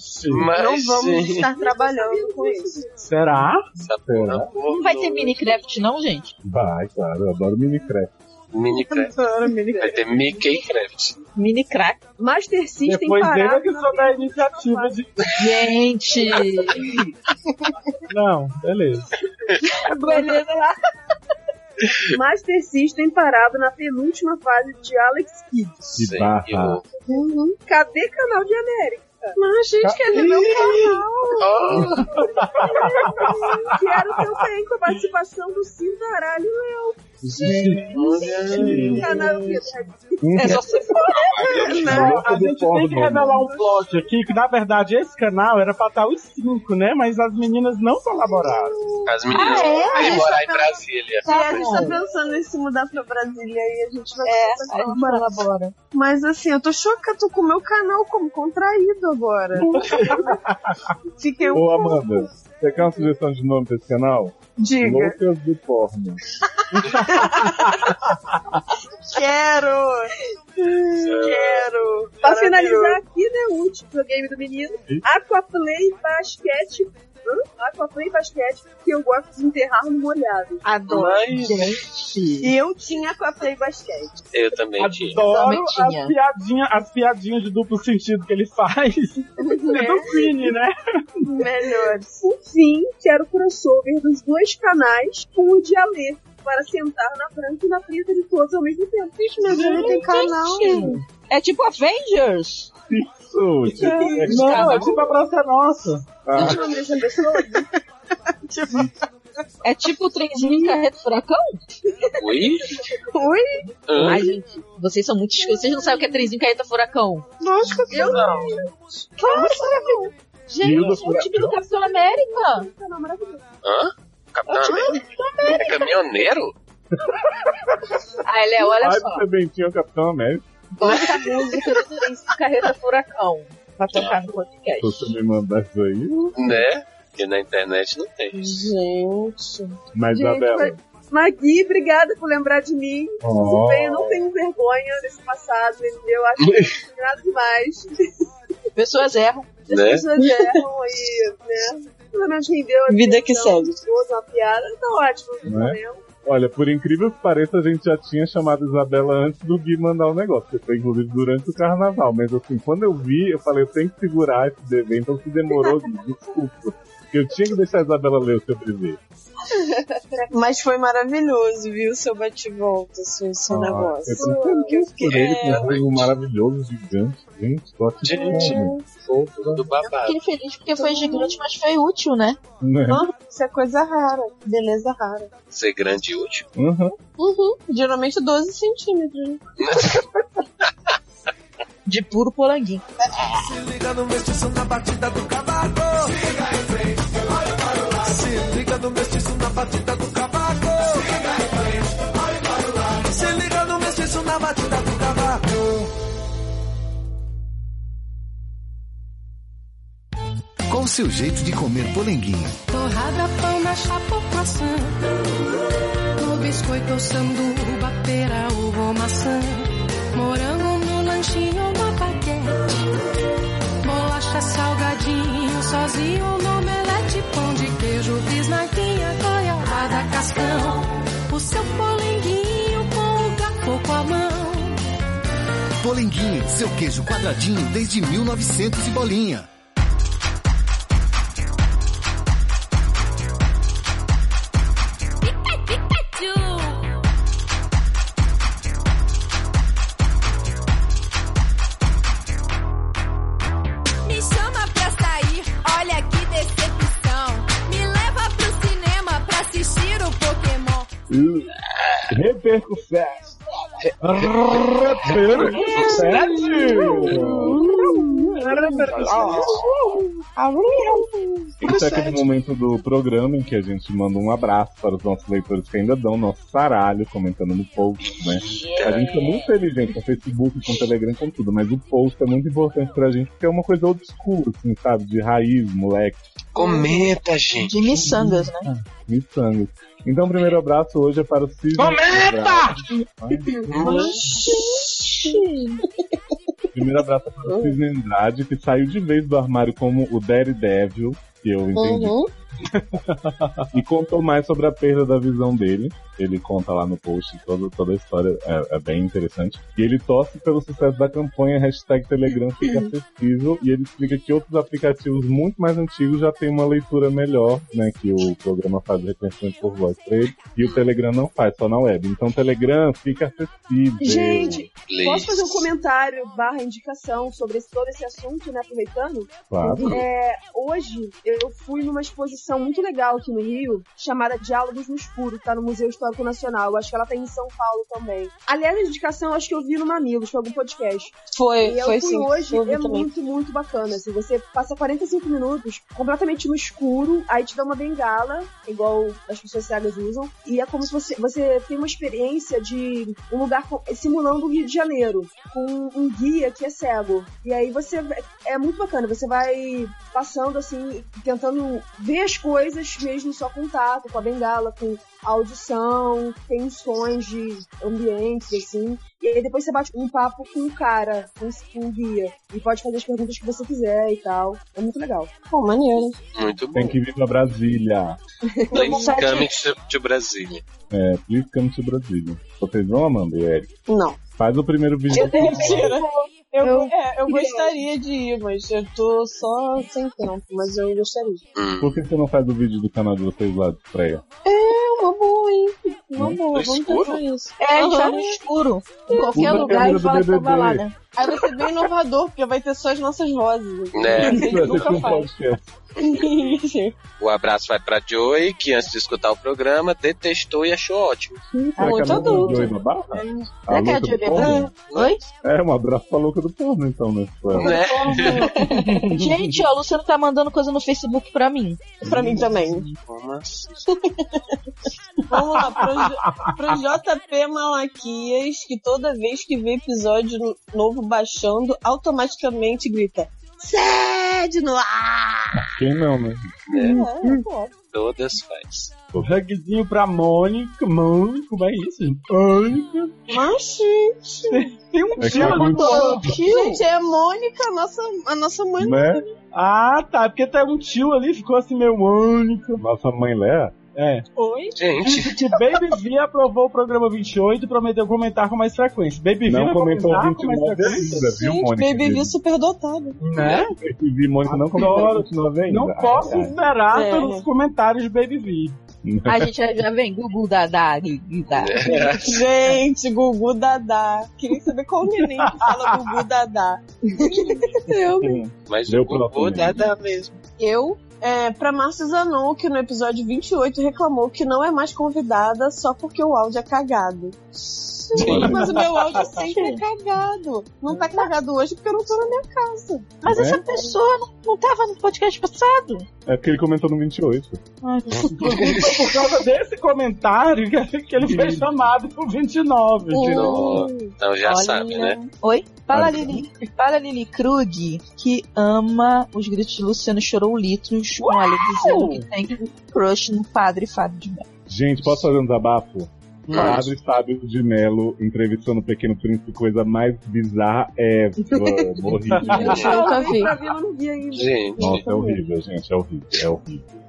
S2: Mas,
S3: não vamos
S2: gente.
S3: estar trabalhando com isso.
S5: Será? Será?
S6: Não vai ter Minecraft, não, gente?
S5: né? Vai, claro, eu adoro Minecraft.
S2: Minecraft. Vai ter Mickey Craft.
S6: Minecraft.
S10: Master System
S8: Depois dele é
S10: parado
S8: que
S10: na
S8: sou da iniciativa de.
S6: Gente!
S8: Não, beleza.
S10: Beleza lá. Master System parado na penúltima fase de Alex Kidd.
S5: Que barra.
S3: Uhum.
S10: Cadê canal de América? Não, gente, cadê meu canal? Quero também com a participação do Cintaralho Léo.
S5: né?
S8: Gente.
S10: Um Canal do
S5: É só
S10: se for,
S8: Não, né? a gente tem que revelar um plot aqui, que na verdade esse canal era pra estar os cinco, né? Mas as meninas não colaboraram.
S2: As meninas
S8: Ah, é?
S2: vão ir morar em
S8: Tá.
S2: Brasília.
S3: É, a gente tá pensando em se mudar pra Brasília e a gente vai
S10: É,
S3: começar
S10: aí
S3: colaborar. Mas assim, eu tô chocada, tô com o meu canal como contraído agora. Fiquei um
S5: Ô, Amanda, você quer uma sugestão de nome pra esse canal?
S3: Diga.
S5: Loucas do Porno.
S3: Quero! Quero!
S10: Pra finalizar aqui, né, o último videogame do menino. Aquaplay Basquete. Hã? Aquaplay Basquete, que eu gosto de enterrar no molhado.
S3: Adoro.
S2: Mas-
S3: E eu tinha com a Play Basquete.
S2: Eu também tinha.
S8: Adoro as piadinhas, as piadinhas de duplo sentido que ele faz.
S10: Uhum.
S8: É do Vini, né?
S10: Melhores. Enfim, quero crossover dos dois canais com o de Alê, para sentar na branca e na preta de todos ao mesmo tempo. Gente,
S3: mas ele tem canal.
S6: É tipo Avengers.
S5: Isso, tipo, é que-
S6: Tá
S8: Não, é tipo a Praça é Nossa.
S5: Ah,
S10: o nome dessa pessoa?
S6: É tipo o trenzinho em carreta furacão?
S2: Ui?
S6: Oi?
S2: Hã?
S6: Ai, gente, vocês são muito escuros. Vocês não sabem o que é trenzinho em carreta furacão.
S3: Lógico que
S6: eu não. Claro, Gente,
S2: Viúva
S6: é o time do Capitão América.
S2: Hã? Capitão América? É caminhoneiro?
S6: Ai, Léo, olha
S5: Ai,
S6: só.
S5: você bem tinha o Capitão América.
S6: Bota a música do trenzinho em carreta furacão. Pra tocar no
S5: Se
S6: podcast.
S5: você me mandar isso aí.
S2: Né? Porque na internet não tem.
S6: Gente.
S5: Mas,
S10: Gente,
S5: Isabela,
S10: mas- Magui, obrigada por lembrar de mim.
S5: Oh.
S10: Tudo bem, eu não tenho vergonha desse passado, entendeu? Acho que não nada demais.
S6: Pessoas erram.
S10: As
S2: Né?
S10: pessoas erram e, né? Pelo menos rendeu a
S3: Vida que
S10: atenção
S3: segue.
S10: de todos, uma piada, tá ótimo.
S5: Né?
S10: entendeu?
S5: Olha, por incrível que pareça, a gente já tinha chamado Isabela antes do Gui mandar o negócio, que foi inclusive durante o carnaval. Mas assim, quando eu vi, eu falei, eu tenho que segurar esse dever, então se demorou, Gui, desculpa. Porque eu tinha que deixar a Isabela ler o seu dever.
S3: Mas foi maravilhoso, viu? Seu bate-volta, seu, seu
S5: Ah,
S3: negócio.
S5: Eu tô feliz por ele, que é um jogo maravilhoso, gigante. Gente, tô aqui
S2: Gente,
S5: como?
S2: do babado.
S11: Fiquei feliz porque foi gigante, mas foi útil, né?
S5: Né?
S3: isso é coisa rara, beleza rara.
S2: Ser grande e útil.
S5: Uhum.
S3: Uhum, geralmente 12
S10: né?
S3: centímetros.
S6: De puro polanguinho.
S4: Se liga no mestiço na batida do cavaco. Siga em frente, olha para o lado. Se liga no mestiço na batida do cavaco. Siga em frente, olha para o lado. Se liga no mestiço na batida do cavaco.
S14: Qual o seu jeito de comer polenguinho?
S1: Torrada, pão na chapa ou maçã. No biscoito ou sanduba, pera ou maçã. Morango no lanchinho ou na baguete. Bolacha, salgadinho, sozinho no omelete. Pão de queijo, bisnaguinha, goiabada, cascão. O seu polenguinho com o garfo ou com a mão.
S14: Polenguinho, seu queijo quadradinho desde 1900 e bolinha.
S1: Me chama pra sair, olha que decepção. Me leva pro cinema pra assistir o Pokémon.
S5: Repercussão.
S10: Hum.
S5: Esse é aquele momento do programa em que a gente manda um abraço para os nossos leitores que ainda dão nosso saralho comentando no post, né? A gente é muito inteligente com Facebook, com Telegram, com tudo, mas o post é muito importante pra gente porque é uma coisa obscura, assim, sabe? De raiz, moleque.
S2: Comenta, gente.
S11: De miçangas, né?
S5: Missangas. Então, o primeiro abraço hoje é para o Cisne.
S11: Comenta!
S5: Primeiro abraço é para o Cisne Andrade, que saiu de vez do armário como o Daredevil, que eu entendi. E contou mais sobre a perda da visão dele. Ele conta lá no post toda, toda a história, é, é bem interessante. E ele torce pelo sucesso da campanha, hashtag Telegram fica acessível. E ele explica que outros aplicativos muito mais antigos já têm uma leitura melhor, né? Que o programa faz reconhecimento por voz pra ele. E o Telegram não faz, só na web. Então o Telegram fica acessível.
S10: Gente, posso fazer um comentário barra indicação sobre esse- todo esse assunto, né? Aproveitando.
S5: Claro.
S10: É, hoje eu fui numa exposição muito legal aqui no Rio, chamada Diálogos no Escuro, que tá no Museu Histórico Nacional. Eu acho que ela tá em São Paulo também. Aliás, a indicação eu acho que eu vi no Mamilos, foi algum podcast.
S3: Foi,
S10: e eu
S3: foi
S10: fui
S3: sim,
S10: hoje,
S3: eu vi
S10: é
S3: também.
S10: muito, muito bacana. Assim, você passa 45 minutos completamente no escuro, aí te dá uma bengala, igual as pessoas cegas usam, e é como se você, você tem uma experiência de um lugar com- simulando o Rio de Janeiro, com um guia que é cego. E aí você. vai- É muito bacana, você vai passando assim, tentando ver as coisas mesmo só com o tato, com a bengala, com a audição, tem uns sons de ambientes, assim. E aí depois você bate um papo com o cara, com com o guia. E pode fazer as perguntas que você quiser e tal. É muito legal.
S3: Pô, maneiro.
S2: Muito bom.
S5: Tem que vir pra Brasília.
S2: Please come to- to Brasília.
S5: É, please come to Brasília. Vocês vão, Amanda e Eric?
S3: Não.
S5: Faz o primeiro vídeo.
S3: Mentira. Eu, é, eu gostaria de ir, mas eu tô só sem tempo, mas eu gostaria.
S2: Hum.
S5: Por que você não faz o vídeo do canal de vocês lá de estreia?
S3: É, uma boa, hein? Uma boa, vamos
S5: escuro?
S3: tentar isso.
S11: É, a gente vai
S3: Aham.
S11: no escuro. Em qualquer
S5: Usa a
S11: lugar
S5: câmera
S11: e
S5: do
S3: tá
S11: fala que
S5: BBB.
S11: tava lá, né?
S3: Aí vai ser bem inovador, porque vai ter só as nossas vozes.
S2: Né?
S3: Isso a gente nunca
S5: um
S3: faz. Isso.
S2: O abraço vai pra Joey, que antes de escutar o programa, detestou e achou ótimo.
S3: Ah,
S5: Muito adulto. Será
S2: que é a Julia Barra?
S5: Oi? É, um abraço pra louca do porno, então, né?
S2: Né?
S6: Gente, ó, a Luciana tá mandando coisa no Facebook pra mim.
S3: Pra mim também.
S2: assim
S3: Vamos lá, pro, J- pro JP Malaquias, que toda vez que vê episódio no- novo baixando, automaticamente grita SED no ar!
S5: Quem não, né?
S3: É, pô.
S2: Todas faz.
S8: Hugzinho pra Mônica. Mônica, como é isso? gente? Mônica.
S3: Mas, gente.
S8: Tem um
S3: É que
S8: dia
S3: é muito-
S8: muito-
S3: Gente, é a Mônica, a nossa, a nossa mãe.
S5: Né?
S8: Ah, tá. Porque tem um tio ali, ficou assim meio Mônica.
S5: Nossa mãe Léa?
S8: É.
S13: Oi?
S8: Gente. Que Baby V aprovou o programa 28 e prometeu comentar com mais frequência. Baby V
S5: Não
S8: vai
S5: comentou um,
S8: comentar com mais
S5: 29
S8: frequência.
S5: ainda, viu, Mônica?
S13: superdotado.
S8: Né?
S5: Baby V, Mônica não comentou
S8: Adoro.
S5: 29 ainda.
S8: Não posso
S5: Ai, ai.
S8: esperar
S6: É.
S8: pelos comentários de Baby V.
S6: A gente já já vem, Gugu Dadá, Gugu Dadá.
S3: Gente, Gugu Dadá. Queria saber qual menino que fala Gugu Dadá. Eu,
S2: Mas
S5: Deu
S2: o Gugu
S5: próprio
S2: dá,
S5: mesmo.
S2: dá mesmo.
S3: Eu, é, pra Márcia Zanon, que no episódio 28 reclamou que não é mais convidada só porque o áudio é cagado. Gente, mas o meu áudio sempre é cagado. Não tá cagado hoje porque eu não tô na minha casa.
S13: Mas
S5: Né?
S13: essa pessoa não, não tava no podcast passado.
S5: É porque ele comentou no 28.
S8: Foi por causa desse comentário que que ele foi chamado pro 29. de
S2: Então,
S8: novo.
S2: então já sabe, né?
S6: Oi? Fala,
S8: Ah,
S6: Lili. Fala, Lili Krug, que ama os gritos de Luciano Chorou Litros, com a Lili dizendo que tem crush no padre Fábio de Mello.
S5: Gente, posso fazer um desabafo?
S6: Hum.
S5: Padre Fábio de Melo entrevistando o Pequeno Príncipe, coisa mais bizarra ever. Morri de medo.
S2: Gente.
S10: nunca
S3: vi.
S10: eu não vi ainda.
S2: Gente,
S5: Nossa, é horrível, gente, é horrível, é horrível.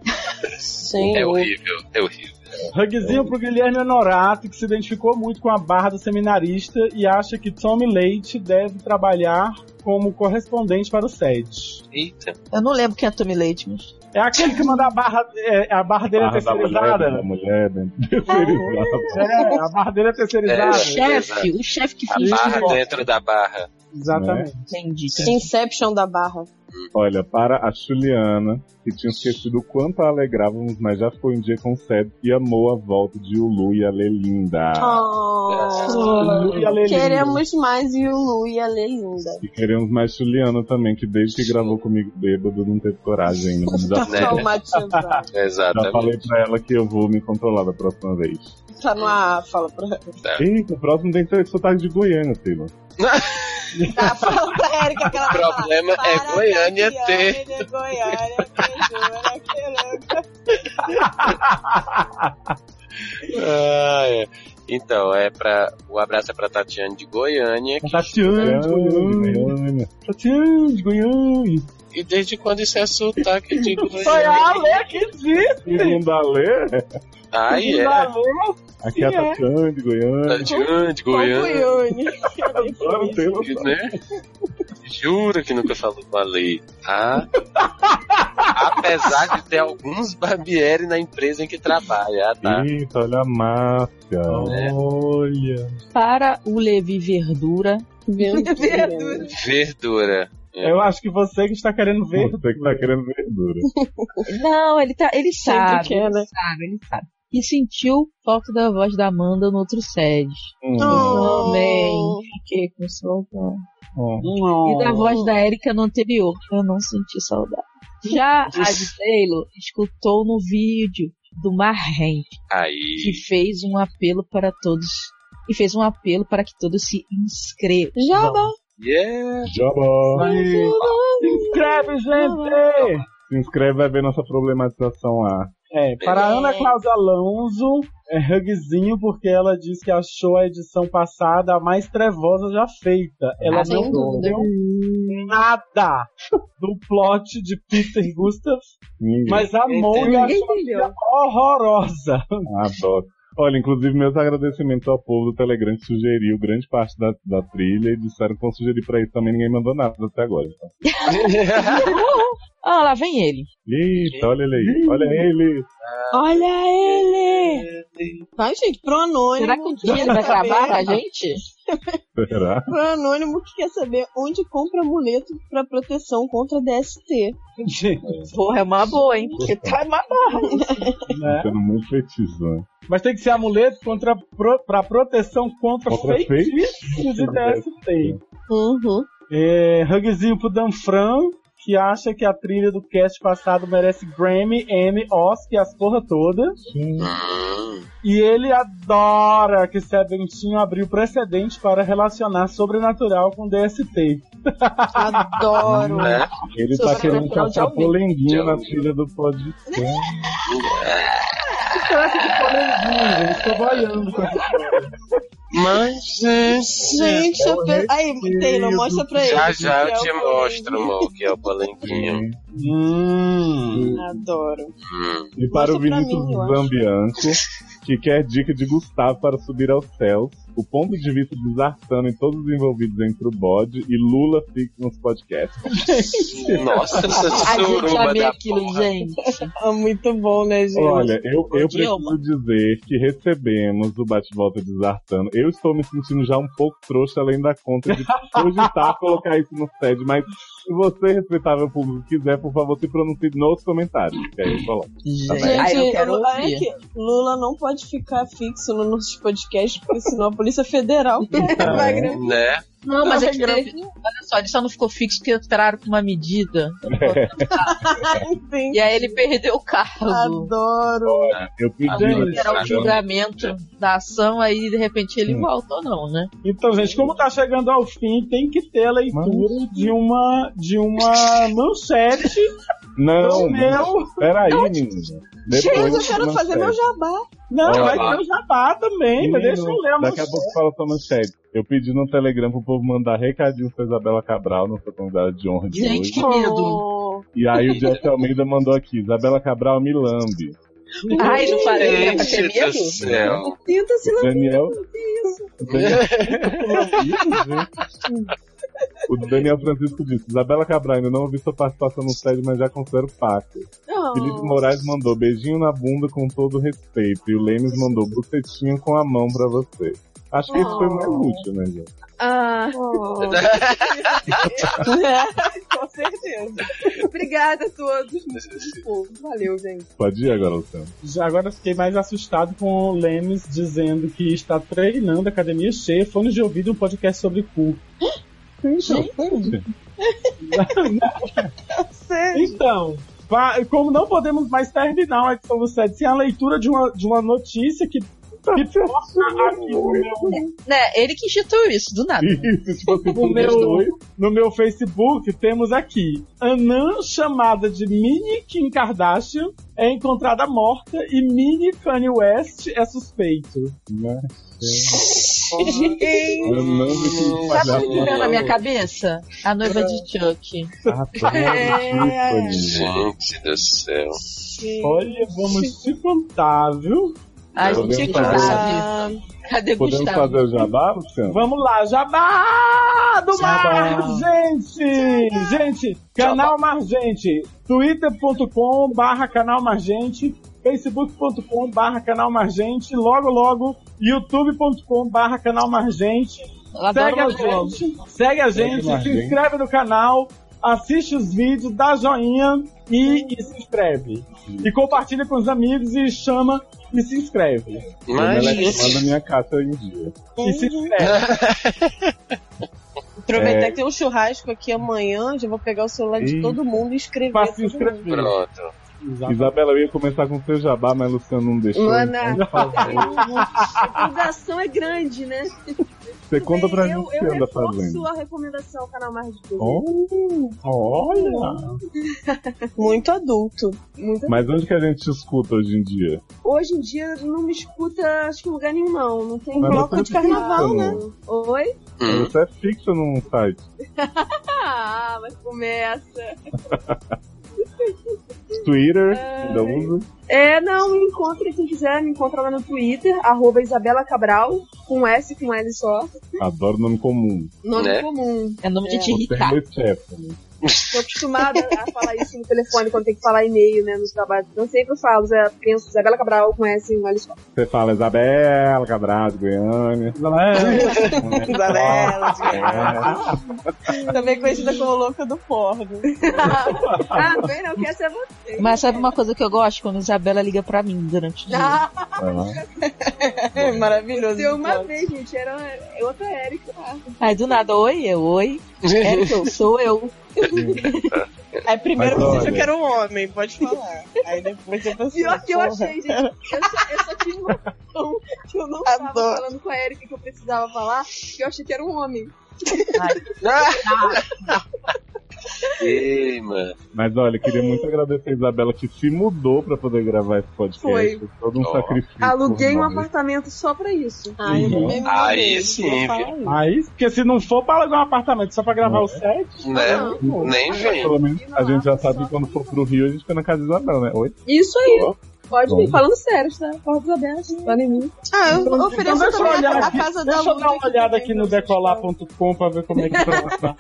S3: Sim.
S2: é horrível, é horrível.
S8: Hugzinho pro Guilherme Honorato, que se identificou muito com a barra do seminarista e acha que Tommy Leite deve trabalhar como correspondente para o SED.
S2: Eita.
S6: Eu não lembro quem é Tommy Leite, mas.
S8: É aquele que manda a barra, é, a barra dele é
S5: Barra Ah, da mulher, da
S8: terceirizada.
S5: mulher, né? terceirizada.
S8: É, a barra dele é
S2: É,
S8: terceirizada.
S2: exato.
S6: o chefe que
S2: A barra dentro da barra.
S8: Exatamente.
S6: Entendi.
S3: Inception da barra.
S5: Olha, para a Juliana, que tinha esquecido o quanto a alegrávamos, mas já ficou um dia com sede e amou a volta de Ulu e a Lelinda.
S3: Ah. Oh,
S8: E a Lelinda.
S3: queremos mais Yulu e a Lelinda.
S5: E queremos mais Juliana também, que desde que gravou comigo bêbado não teve coragem ainda. Mas Já,
S3: Tá
S2: Né?
S3: traumatizado.
S5: já falei
S2: Exatamente.
S5: pra ela que eu vou me controlar da próxima vez.
S3: Tá numa fala pra ela.
S2: Tá.
S5: Eita, o próximo tem que ser sotaque de Goiânia, Taylor.
S3: Tá, fala pra Erika que ela
S2: O problema é Goiânia ter.
S3: De Goiânia, beijona, que louca.
S2: Ah, é. Então, é pra, o abraço é pra Tatiane de Goiânia.
S8: Tá
S2: que-
S8: Tatiana de
S5: Goiânia,
S8: Goiânia.
S5: Goiânia.
S8: Tatiana de Goiânia.
S2: E desde quando isso é sotaque de
S8: Foi a
S2: Goiânia?
S8: Ale que disse.
S5: Segundo a Lê,
S2: Ai,
S8: Segundo
S2: é.
S8: a Lê,
S5: aqui é a
S8: Sim, é.
S5: Tatiana de
S2: Tá.
S5: Goiânia.
S2: Tatiane de Goiânia.
S5: Agora o Taylor sabe.
S2: Né? Jura que nunca falou com a lei. Ah. Apesar de ter alguns Barbieri na empresa em que trabalha, ah, tá?
S5: Eita, olha a Márcia.
S2: É.
S5: Olha.
S6: Para o Levi Verdura,
S3: Meu Deus.
S10: Verdura.
S2: Verdura.
S8: Eu acho que você que está querendo ver.
S5: Você que tá querendo verdura.
S6: Não, ele tá. Ele
S3: Sempre
S6: sabe.
S3: quer,
S6: ele
S3: né?
S6: sabe, ele sabe. E sentiu falta da voz da Amanda no outro sede.
S3: Oh.
S6: Também fiquei com saudade.
S5: Hum.
S6: E da voz da Érica no anterior. Eu não senti saudade. Já a de Taylor escutou no vídeo do Marren, que
S2: Aí.
S6: fez um apelo para todos. E fez um apelo para que todos se inscrevam.
S3: Jabá.
S2: Yeah.
S5: Jabá.
S8: Se inscreve, gente!
S5: Se inscreve, vai ver nossa problematização lá.
S8: É, para a Ana Cláudia Alonso, é rugzinho, porque ela diz que achou a edição passada a mais trevosa já feita. Ela
S6: Ah, sem
S8: não entendeu nada do plot de Peter Gustav,
S5: Ninguém
S8: mas amou e
S10: Ninguém
S8: achou
S10: entendeu.
S8: horrorosa.
S5: adora. Olha, inclusive, meus agradecimentos ao povo do Telegram que sugeriu grande parte da, da trilha e disseram que vão sugerir pra isso também. Ninguém mandou nada até agora. Então.
S6: Ah, lá vem ele.
S5: Eita, olha ele aí. Olha ele.
S3: Olha ele! Vai, gente, pro anônimo.
S6: Será que um dia ele vai
S3: saber-
S6: gravar com a gente?
S5: Será?
S3: Pro anônimo que é. quer saber onde compra amuleto pra proteção contra DST.
S6: Porra, é uma boa, hein? Porque tá uma
S8: é
S3: É.
S8: Né?
S5: Sendo muito fetizo, né?
S8: Mas tem que ser amuleto contra pro, pra proteção contra,
S5: Contra
S8: fake feitiços de DST.
S3: Uhum.
S8: É, hugzinho pro Danfran, que acha que a trilha do cast passado merece Grammy, Emmy, Oscar e as porra toda.
S2: Hum.
S8: E ele adora que Seventinho abriu precedente para relacionar sobrenatural com DST.
S3: Adoro.
S2: Né?
S3: um
S5: Ele tá querendo caçar polenguinho na trilha do podcast.
S15: classe de polenguinho, gente. Tô boiando com essa história.
S2: Mas, é,
S3: Gente, eu penso. Aí, Taylor, mostra pra ele.
S2: Já já eu
S3: Gabriel.
S2: te mostro, amor, o que é o polenguinho.
S5: Hum.
S3: Adoro.
S5: E para
S3: Mostra
S5: o Vinícius
S3: pra mim, eu acho.
S5: Zambianco, que quer dica de Gustavo para subir aos céus, o ponto de vista desarçando em todos os envolvidos entre o bode e Lula fica nos podcasts.
S2: Nossa,
S3: essa suruba da porra. É muito bom, né, gente?
S5: Olha, eu, eu
S3: Dilma.
S5: preciso dizer que recebemos o bate-volta desartando. Eu estou me sentindo já um pouco trouxa além da conta de cogitar colocar isso no sede, mas se você, respeitável público, quiser, por favor, se pronuncie nos comentários. Que aí eu coloco. Tá
S3: Gente,
S5: bem?
S3: é Lu- olha aqui, Lula não pode ficar fixo nos nossos podcasts, porque senão a Polícia Federal vai
S5: Então,
S3: grande.
S2: Né?
S6: Não, mas
S3: Não,
S6: ele teve. um- Olha só, ele só não ficou fixo porque entraram com uma medida. e aí ele perdeu o cargo.
S3: Adoro.
S5: Eu
S6: Agora
S8: pedi
S6: Era o julgamento da ação, aí de repente ele volta ou não, né?
S8: Então, gente, como tá chegando ao fim, tem que ter a leitura de uma de uma manchete.
S5: Não,
S8: do meu.
S5: peraí, menina.
S8: Gente, eu
S5: Depois
S8: quero
S5: da
S8: fazer meu
S5: manchete.
S3: jabá.
S8: Não,
S5: Olha
S8: vai
S5: lá.
S8: ter o jabá também, mas deixa eu ler a
S5: Daqui a
S8: manchete.
S5: pouco fala sua manchete. Eu pedi no Telegram pro povo mandar recadinho pra Isabela Cabral, nossa convidada de honra de hoje.
S3: medo.
S5: E aí o Jeff Almeida mandou aqui, Isabela Cabral me lambe.
S6: Ai, não parei.
S3: Gente
S6: Você
S3: do
S6: mesmo?
S2: céu.
S3: Tenta se
S5: Daniel,
S3: lançar.
S5: o Daniel Francisco disse, Isabela Cabral, ainda não ouvi sua participação no sede, mas já considero paco.
S3: Oh.
S5: Felipe Moraes mandou beijinho na bunda com todo respeito. E o Lemes mandou bucetinho com a mão pra você. Acho que isso foi o mais útil, né, gente?
S10: Ah.
S3: Com certeza.
S10: Obrigada a todos. Muito fofo. Valeu, gente.
S5: Pode ir agora, Luciano.
S10: Tá
S8: Já agora eu fiquei mais assustado com o Lemes dizendo que está treinando a academia cheia, fones de ouvido e um podcast sobre cu. Então, va- como não podemos mais terminar é a edição do set sem a leitura de uma, de uma notícia que, que torna aqui o meu
S6: Né, ele que instituiu isso, do nada.
S5: Isso, tipo assim,
S8: no meu, no meu Facebook temos aqui: Anã, chamada de Mini Kim Kardashian, é encontrada morta e Mini Kanye West é suspeito.
S5: né? Eu não me sinto
S10: Tá
S5: mais
S6: Sabe o que veio Tá na minha
S5: mal.
S6: cabeça? A noiva de Chuck.
S10: Tá
S5: é
S2: Gente do céu.
S8: Olha, vamos te contar, viu?
S6: Ai,
S5: Podemos gente, que fazer-
S6: Cadê
S5: Podemos
S6: Gustavo?
S5: fazer o jabá, Luciano?
S8: Vamos lá, jabá do mar, gente! Gente, canal Margente, twitter.com barra canal Margente, facebook.com barra canal Margente, logo logo, youtube.com barra canal Margente.
S6: adoro
S8: Segue a
S6: logo, logo.
S8: gente, segue a gente, se
S5: Margente.
S8: inscreve no canal, assiste os vídeos, dá joinha e, e se inscreve. E compartilha com os amigos e chama e se inscreve.
S5: Mas... é
S3: é
S5: Manda minha carta em dia.
S8: E se inscreve.
S3: Aproveitar
S5: É.
S3: que tem um churrasco aqui amanhã, já vou pegar o celular de
S5: Ih.
S3: todo mundo e escrever.
S8: Pra se
S3: todo
S5: inscrever.
S3: mundo.
S2: Pronto.
S8: Tá.
S5: Isabela, eu ia começar com o seu jabá, mas Luciano não deixou.
S10: Mana.
S5: Então, por favor,
S10: A divulgação é grande, né?
S5: Você conta pra
S10: eu,
S5: gente o que
S10: eu
S5: anda
S10: reforço
S5: fazendo.
S10: a recomendação ao canal Mais de Deus.
S5: Oh, olha!
S3: Muito adulto.
S10: Muito
S5: Mas onde que a gente te escuta hoje em dia?
S10: Hoje em dia não me escuta, acho que em lugar nenhum, não. Não tem
S5: Mas
S10: bloco
S5: você
S10: de
S5: não fica
S10: carnaval, né?
S5: escutando.
S10: Oi?
S2: Hum.
S5: Você é fixa num site.
S10: ah, mas começa.
S5: Twitter,
S10: Ah.
S5: ainda usa.
S10: É, não, me encontra quem quiser, me encontra lá no Twitter, arroba Isabela Cabral, com S, com L só.
S5: Adoro nome comum.
S10: Nome
S2: né?
S10: comum.
S6: É nome de te
S5: O
S6: irritar.
S5: Taylor Stephanie.
S10: Tô acostumada a falar isso no telefone quando tem que falar e-mail, né, nos trabalhos. Então sempre eu falo, Zé, penso, Isabela Cabral, com S, com L só.
S5: Você fala Isabela Cabral de Goiânia.
S8: É,
S3: Isabela,
S5: É.
S3: Também conhecida como louca do porno.
S10: ah, bem não, que essa é você.
S6: Mas sabe uma coisa que eu gosto? Quando Isabela liga pra mim durante o
S3: Ah.
S6: dia.
S3: É maravilhoso.
S10: Deu uma vez, gente, era é outra Érica.
S6: Aí do nada, oi, eu, oi. É que eu sou eu.
S3: Aí primeiro
S6: Mas
S3: você
S6: olha-
S3: já quer um homem, pode falar. Aí depois você pensa.
S10: Pior que eu
S3: porra.
S10: achei, gente. Eu só, eu só tive noção que eu não tava
S3: Adoro.
S10: falando com a Erika que eu precisava falar, que eu achei que era um homem.
S2: Ei, mano.
S5: Mas olha, queria muito agradecer a Isabela que se mudou pra poder gravar esse podcast.
S10: Foi.
S5: Todo um
S10: Ó.
S5: sacrifício.
S10: Aluguei um
S5: Mas-
S10: apartamento só pra isso.
S5: Ai, eu Uhum. também me Aí
S2: mudei, sim, vou falar viu?
S8: Aí, porque se não for pra alugar um apartamento só pra gravar o set,
S2: Né?
S5: Não.
S2: Nem vem.
S5: Pelo menos a gente já sabe que quando for pro Rio, a gente fica na casa de Isabela, né? Oi?
S10: Isso aí. Pode vir
S5: Bom.
S10: falando sério, tá? Portas abertas, olha em mim.
S13: Ah, eu
S10: Então,
S13: ofereço
S10: então deixa eu
S13: também
S10: olhar
S13: a, a
S10: aqui.
S13: casa da
S8: deixa eu dar
S13: Ludwig.
S8: uma olhada aqui no decolar.com pra ver como é que tá.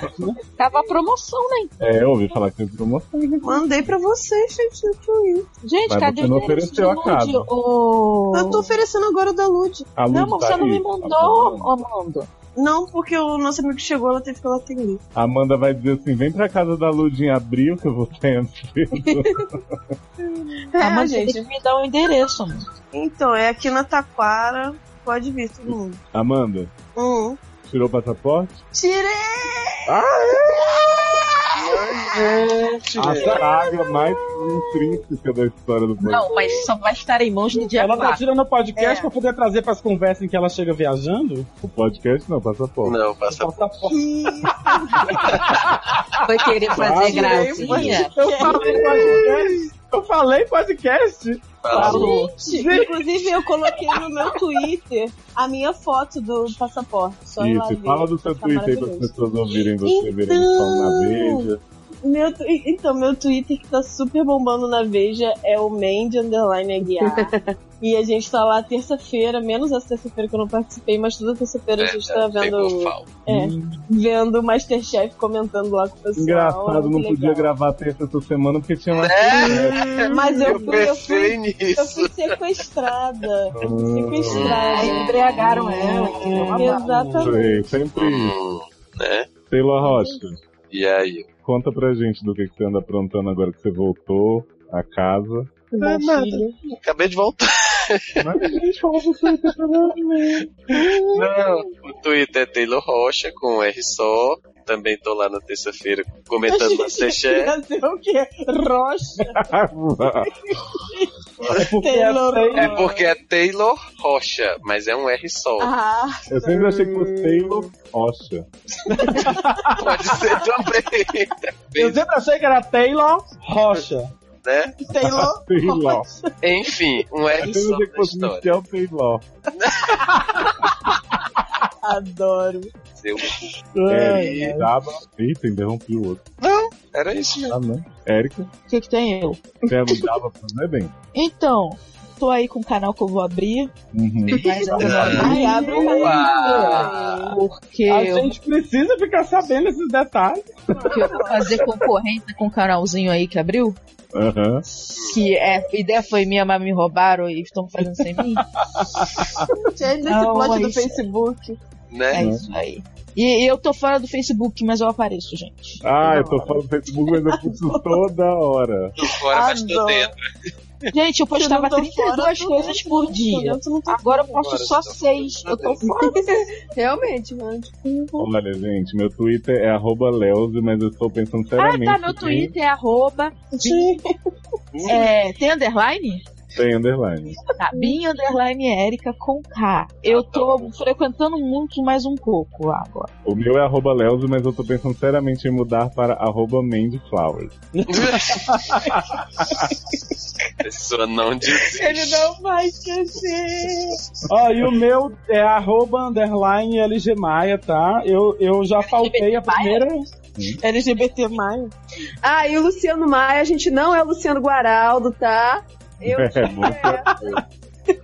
S13: Tava a promoção, né?
S5: É, eu ouvi falar que teve promoção.
S13: Mandei pra vocês, gente, no Twitter. Gente,
S5: Mas
S13: cadê
S5: você não
S13: o endereço
S5: ofereceu
S13: de
S5: a
S13: Lud?
S5: casa.
S13: Ô- Eu tô oferecendo agora o da Lud.
S5: A Lud
S13: não, mas
S5: tá
S13: você não
S5: aí,
S13: me
S5: tá
S13: mandou, Amanda. Não, porque o nosso amigo chegou, ela teve que ela atender.
S5: A Amanda vai dizer assim: vem pra casa da Lud em abril que eu vou ter
S13: É, Amanda, gente, me dá o endereço, Amanda. Então, é aqui na Taquara. Pode vir, todo mundo.
S5: Amanda,
S13: Hum.
S5: tirou o passaporte?
S13: Tirei!
S5: A saga mais intrínseca da história do podcast.
S6: Não, mas só vai estar em mãos no dia
S8: Ela tá
S6: 4.
S8: tirando o podcast pra poder trazer pras conversas em que ela chega viajando? tá
S5: O podcast não, passaporte.
S2: Não, passaporte.
S6: Vai querer
S8: Ah,
S6: fazer
S8: tirei o
S6: gracinha?
S8: podcast. Eu falei podcast. Eu falei podcast. Falou.
S3: Gente, inclusive eu coloquei no meu Twitter a minha foto do passaporte. Só ir lá
S5: Isso,
S3: ver.
S5: fala do seu
S3: Tá
S5: Twitter aí para as
S3: maravilhoso.
S5: pessoas ouvirem você, verem o som na veja.
S3: Meu tu- Então, meu Twitter que tá super bombando na Veja é o Mandy Underline Aguiar. e a gente tá lá terça-feira, menos essa terça-feira que eu não participei, mas toda
S2: É,
S3: terça-feira a gente tá vendo. É, vendo Masterchef comentando lá com o pessoal.
S5: Engraçado, não
S3: Muito
S5: podia
S3: legal.
S5: gravar terça essa semana porque tinha mais.
S3: Mas eu, fui, eu fui,
S2: nisso.
S3: eu fui sequestrada.
S5: Ah,
S3: sequestrada.
S6: Embriagaram ela.
S3: Hum.
S8: Ah,
S3: Exatamente.
S5: Sei, sempre.
S2: né?
S5: Taylor Rocha,
S2: E aí?
S5: conta pra gente do que, que você anda aprontando agora que você voltou a casa.
S2: Ah, nada. Acabei de voltar. Não, o Twitter é Taylor Rocha com R só. Também tô lá na terça-feira comentando Masterchef.
S3: Ia ser o quê? Rocha.
S5: É porque é
S3: Taylor
S5: Taylor.
S2: É porque é Taylor Rocha, mas é um R só.
S3: Ah,
S5: Eu sempre achei que fosse
S6: Hum.
S5: Taylor Rocha.
S2: Pode ser também.
S8: Eu sempre achei que era Taylor Rocha.
S2: Né?
S3: Taylor.
S5: Taylor.
S2: Enfim, um R
S5: Eu sempre
S2: só
S5: achei que
S2: na
S5: fosse
S2: história.
S5: Michel Taylor.
S3: adoro.
S2: Eu-
S5: É, Taba. Eita, interrompi o outro.
S2: Não, era isso mesmo.
S5: Ah, não. Érica,
S6: O que, que tem eu?
S5: você alugava pra não é bem?
S6: Então, tô aí com o canal que eu vou abrir.
S5: Uhum.
S6: Mas eu não
S2: Ah.
S6: abri,
S3: abre o
S2: Ah.
S6: porque
S8: A
S6: eu
S8: gente precisa ficar sabendo esses detalhes.
S6: porque eu vou fazer concorrência com o canalzinho aí que abriu.
S5: Aham.
S6: Que é, a ideia foi minha, mas me roubaram e estão fazendo sem mim.
S3: Gente, esse
S6: Não,
S3: plot do
S6: mas-
S3: Facebook.
S6: É
S2: Né?
S6: isso aí. E, e eu tô fora do Facebook, mas eu apareço, gente.
S5: Ah, eu tô falando do Facebook, mas eu puxo toda hora.
S2: Tô fora, mas tô
S3: Adoro.
S2: dentro.
S6: Gente, eu postava
S3: Eu não tô
S6: 32
S3: fora,
S6: coisas por dia.
S3: Eu não tô-
S6: Agora eu posto
S2: Agora
S6: só
S2: você tá
S6: 6. Eu tô Ah, fora.
S10: Realmente, mano. Tipo,
S5: Olha, gente, meu Twitter é arroba Leozi, mas eu estou pensando
S6: Ah,
S5: seriamente.
S6: tá. Meu
S5: em-
S6: Twitter é arroba. É, tem underline?
S5: Tem underline.
S6: Tá, Bim underline Erika com K. Eu
S9: Ah,
S6: tô
S9: tá.
S6: frequentando muito mais um pouco lá agora.
S5: O meu é arroba Leozi, mas eu tô pensando seriamente em mudar para arroba Mandy Flowers.
S2: Pessoa não desiste.
S3: Ele não vai esquecer.
S8: Ó, e o meu é arroba underline LG Maia, tá? Eu, eu já faltei a primeira.
S3: LGBT Maia.
S10: ah, e o Luciano Maia, a gente não é o Luciano Guaraldo, tá? Eu,
S5: É, muito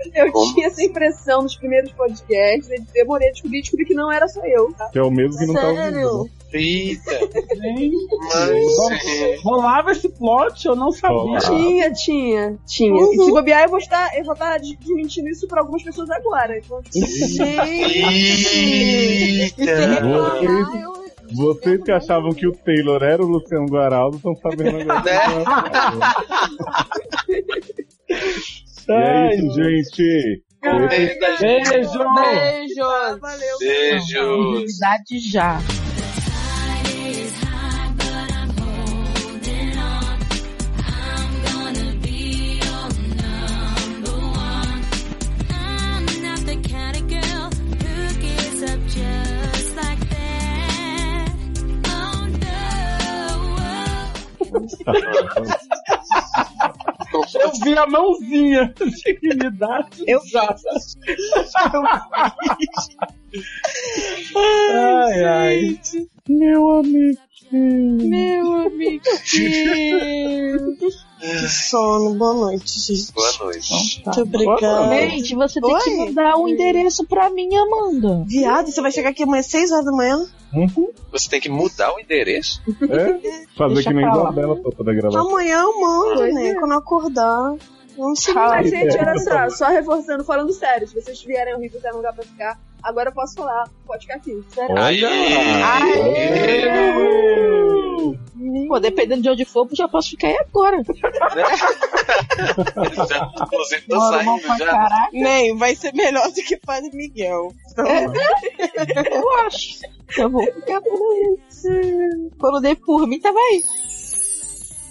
S10: eu
S2: Como?
S10: tinha essa impressão nos primeiros podcasts, eu demorei a descobrir, descobri que não era só eu. Tá?
S5: que é o mesmo que não tá ouvindo.
S3: Sério?
S5: né?
S2: Eita,
S8: Gente,
S2: mas sim.
S8: rolava esse plot, eu não
S6: Tá
S8: sabia.
S5: Rolava.
S10: Tinha, tinha, tinha. E se bobear, eu vou estar, eu vou estar desmentindo isso pra algumas pessoas agora. Então,
S2: Eita.
S5: Vocês, vocês que achavam que o Taylor era o Luciano Guaraldo estão sabendo agora. E é isso, gente.
S2: Beijo da gente.
S8: Beijo!
S3: Beijos.
S10: valeu.
S2: Beijo.
S6: Amizade já.
S1: I'm not the kind of girl who gives up just like that. Oh no.
S8: Eu vi a mãozinha de dignidade.
S11: Eu
S8: Ai, ai.
S11: Meu amigo.
S13: Meu amigo.
S3: Que sono. Boa noite, gente.
S2: Boa noite.
S3: Muito obrigada.
S6: Gente, você tem que mandar o endereço pra mim, Amanda.
S3: Viado, você vai chegar aqui amanhã às 6 horas da manhã?
S2: Você tem que mudar o endereço.
S5: É? Fazer
S2: Deixa
S5: que nem
S2: pra lá.
S5: igual dela pra poder gravar.
S3: Amanhã eu mando,
S10: Pois
S3: né?
S10: é.
S3: Quando eu acordar. Não sei.
S10: Mas, gente, olha só, só reforçando, falando sério, se vocês vierem ao Rio quiser um lugar pra ficar, agora eu posso falar, pode ficar aqui. Sério.
S6: Pô, dependendo de onde for, eu já posso ficar aí agora.
S2: Já, inclusive, tô
S6: Moro mal
S2: saindo
S6: pra
S2: já.
S6: caraca.
S3: Nem, vai ser melhor do que Padre Miguel.
S6: Eu acho. Eu vou ficar por aí. Quando dei por mim,
S3: tá
S6: tava aí.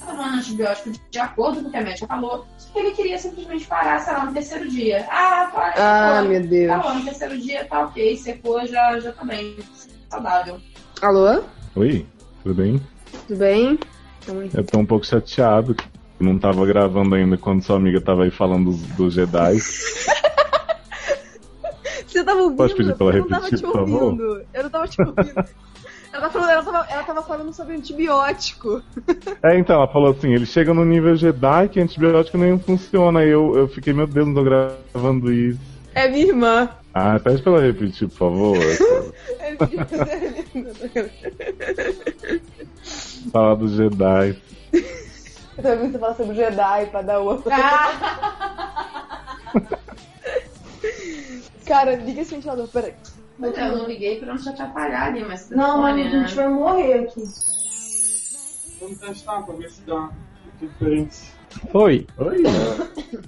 S16: tomando antibiótico de acordo com o que a médica falou, só que ele queria simplesmente parar, sei lá, no terceiro dia. Ah, para,
S10: Ah,
S16: tá bom.
S10: meu Deus.
S16: Tá bom, no terceiro dia tá ok, secou, já, já tá bem, saudável.
S10: Alô?
S5: Oi, tudo bem?
S10: Tudo bem? Tamo aí.
S5: Eu tô um pouco chateado que não tava gravando ainda quando sua amiga tava aí falando dos, dos Jedi.
S10: Você tava ouvindo?
S5: Pode pedir pra ela
S10: eu não tava
S5: repetir,
S10: te
S5: por favor?
S10: ouvindo. Eu não tava te ouvindo. ela, tava falando, ela, tava, ela tava falando sobre antibiótico.
S5: É, então, ela falou assim, ele chega no nível Jedi que antibiótico nenhum funciona. E eu, eu fiquei, meu Deus, não tô gravando isso.
S10: É minha irmã.
S5: Ah, pede pra ela repetir, por favor.
S10: É minha irmã.
S5: Falar dos Jedi.
S10: Eu tô ouvindo você falar sobre Jedi, Padawan.
S16: Ah!
S10: Cara, liga esse ventilador, peraí.
S16: Mas eu não liguei pra não te atrapalhar ali, mas...
S10: Não, mas a gente vai morrer aqui.
S8: Vamos testar pra ver se dá diferença. Oi. Oi.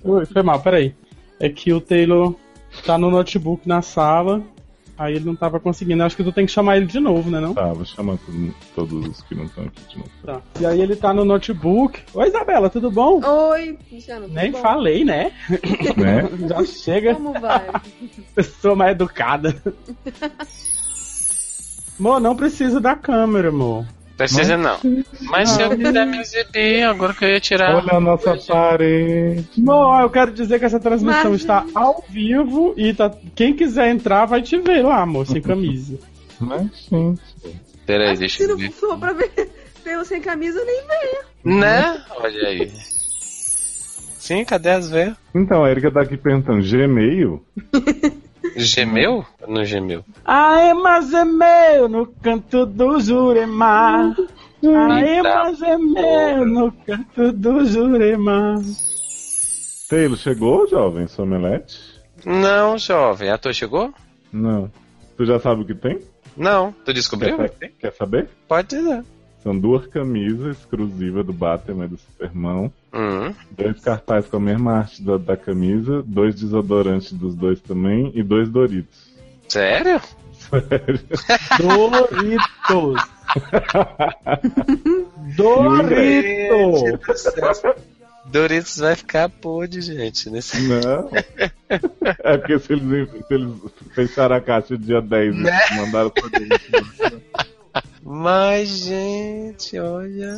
S8: Oi, foi mal, peraí. É que o Taylor tá no notebook na sala, aí ele não tava conseguindo. Acho que tu tem que chamar ele de novo, né não?
S5: Tá, vou chamar todo- todos os que não estão aqui de novo.
S8: Tá. E aí ele tá no notebook. Oi, Isabela, tudo bom?
S10: Oi, Luciano. tudo
S8: Nem
S10: bom?
S8: falei, né?
S5: Né?
S8: Já chega.
S10: Como vai?
S8: Pessoa mais educada. Amor, não precisa da câmera, amor.
S2: Precisa não. Mas se eu quiser me exibir, agora que eu ia tirar.
S5: Olha a nossa parede.
S8: Bom, eu quero dizer que essa transmissão
S2: Mas-
S8: está ao vivo e tá... quem quiser entrar vai te ver lá, amor, sem camisa.
S5: Mas, sim.
S2: Peraí, deixa
S10: Se
S2: eu
S10: não
S2: ver.
S10: for pra ver pelo sem camisa, nem vem.
S2: Né? Olha aí. Sim, cadê as veias?
S5: Então, a Erika tá aqui perguntando, Gmail?
S2: Gemeu? Não gemeu.
S8: Aê, mas é meu no canto do Jurema. Aê,
S2: Eita
S8: mas é meu no canto do Jurema.
S5: Taylor, chegou, jovem, sua omelete?
S2: Não, jovem. A tua chegou?
S5: Não. Tu já sabe o que tem?
S2: Não. Tu descobriu?
S5: Quer, sa- quer saber?
S2: Pode dizer.
S5: São duas camisas exclusivas do Batman e do Superman.
S2: Hum,
S5: Dois cartazes com a mesma arte da, da camisa, dois desodorantes dos dois também e dois Doritos.
S2: Sério?
S5: Sério.
S8: Doritos!
S2: Doritos! Doritos vai ficar pude, gente. Nesse...
S5: Não. É porque se eles, se eles fecharam a caixa dia 10 e
S2: Né?
S5: mandaram pra
S2: Mas, gente, olha.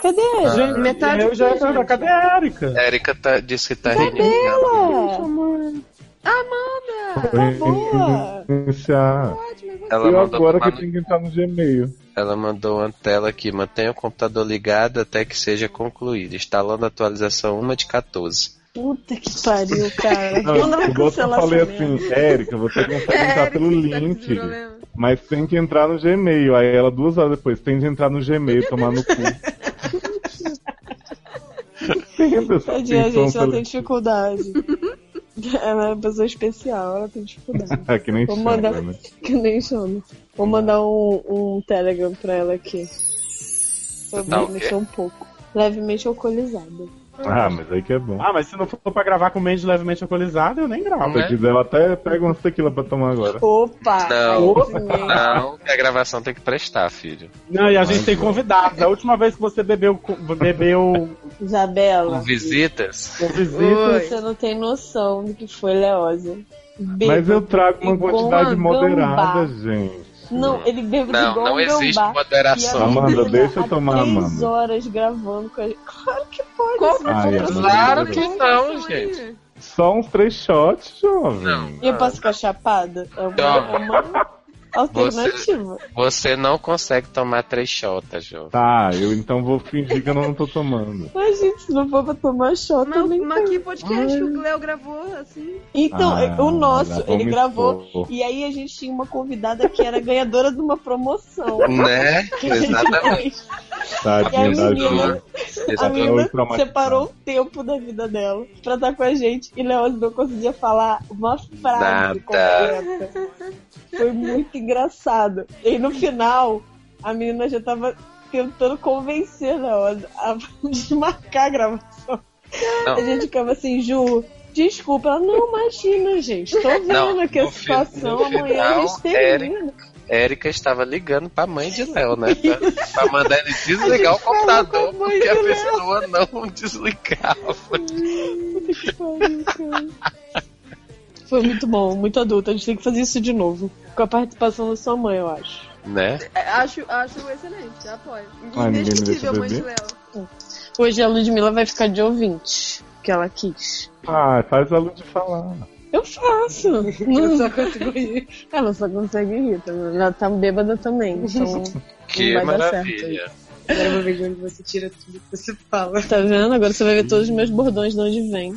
S3: Cadê?
S2: Ah.
S8: Gente,
S2: Metade
S8: eu já
S2: do que,
S8: tava.
S2: gente?
S8: Cadê a Erika?
S2: Érica tá, disse que tá reunindo.
S3: Bela! Tá
S5: Amanda!
S2: Ela
S5: Eu
S2: mandou
S5: agora que
S2: tomar no-
S5: tem que entrar no Gmail.
S2: Ela mandou uma tela aqui. Mantenha o computador ligado até que seja concluído. Instalando a atualização 1 de 14.
S3: Puta que pariu, cara.
S5: Não,
S3: Quando vai
S5: eu vou- eu
S3: cancelar
S5: falei
S3: essa merda?
S5: assim, Érica, você consegue
S3: É,
S5: entrar pelo link, mas tem que entrar no Gmail. Aí ela duas horas depois, tem de entrar no Gmail, tomar no cu. Entenda essa
S3: Tadinha,
S5: atenção
S3: gente, ela tem
S5: pela-
S3: dificuldade. Ela é uma pessoa especial, ela tem dificuldade.
S5: É que nem
S3: Vou
S5: chama,
S3: mandar-
S5: né?
S3: Que nem chama. Vou mandar um, um telegram pra ela aqui. Eu
S8: tá
S3: vou
S8: o quê?
S3: mexer um pouco. Levemente alcoolizada.
S5: Ah, mas aí que é bom.
S8: Ah, mas se não for pra gravar com o Mendes levemente alcoolizado, eu nem gravo.
S2: né?
S5: Se quiser, eu até pego uma tequila pra tomar agora.
S3: Opa!
S2: Não,
S8: Opa.
S2: não, que a gravação tem que prestar, filho.
S8: Não, e a gente tem convidados. A última vez que você bebeu, com- bebeu um
S3: Isabela.
S2: Com visitas?
S8: com visitas.
S3: Você não tem noção do que foi Leose.
S5: Mas eu trago uma quantidade moderada, gente.
S3: Não, ele bêbado
S2: Não,
S3: igual
S2: não
S3: um gambá.
S2: existe moderação.
S3: E a
S5: Amanda,
S3: menina
S5: deixa eu
S3: há
S5: tomar,
S3: três
S5: Amanda.
S3: horas gravando com a gente. Claro que pode. isso não
S5: Ai, Amanda,
S3: é contração.
S5: Claro que não,
S2: gente.
S5: Só uns três shots, jovem.
S3: E eu posso ficar chapada? É uma, é uma alternativa.
S2: Você não consegue tomar três shotas, Jô.
S5: Tá, eu então vou fingir que eu não tô tomando.
S3: Mas, gente, se não for pra tomar shot, eu nem
S10: Mas que podcast que o Cleo gravou, assim?
S3: Então,
S5: Ah,
S3: o nosso,
S5: já
S3: ele
S5: começou.
S3: gravou. E aí a gente tinha uma convidada que era ganhadora de uma promoção.
S2: Né?
S3: Que a gente
S2: Exatamente.
S3: fez. E
S5: Tadinha
S3: aí
S5: da
S3: a menina,
S5: Ju.
S3: a
S5: Essa
S2: é
S5: foi
S3: menina
S5: traumatizada.
S3: separou o tempo da vida dela pra estar com a gente. E Leose não conseguia falar uma frase
S2: Nada.
S3: completa. Foi muito engraçado. E no final, a menina já tava tentando convencer Leose a desmarcar a gravação.
S2: Não.
S3: A gente ficava assim, Ju. Desculpa, ela não imagina, gente. Tô vendo
S2: Não,
S3: aqui a
S2: no fi- no
S3: situação. Amanhã
S2: final,
S3: a gente termina.
S2: Érica estava ligando pra mãe de Léo, né? Pra, pra mandar ele desligar
S3: A
S2: o
S3: gente falou
S2: computador,
S3: com a mãe
S2: porque a
S3: de Léo.
S2: pessoa não desligava.
S3: Puta que pariu, cara. Foi muito bom, muito adulto. A gente tem que fazer isso de novo. Com a participação da sua mãe, eu acho.
S2: Né?
S10: Acho, acho excelente, apoio.
S5: Ai, ninguém me
S10: Indescritível,
S5: deixa
S10: mãe de
S5: beber?
S10: Léo.
S3: Hoje a Ludmilla vai ficar de ouvinte, que ela quis.
S5: Ah, faz a Lud falar.
S3: Eu faço. Não só consigo rir. Ela só consegue rir. também. Ela tá bêbada também. Então
S2: Que
S3: não vai
S2: maravilha.
S3: dar certo. Agora eu vou ver de onde você tira tudo que você fala. Tá vendo? Agora você vai ver todos os meus bordões de onde vem.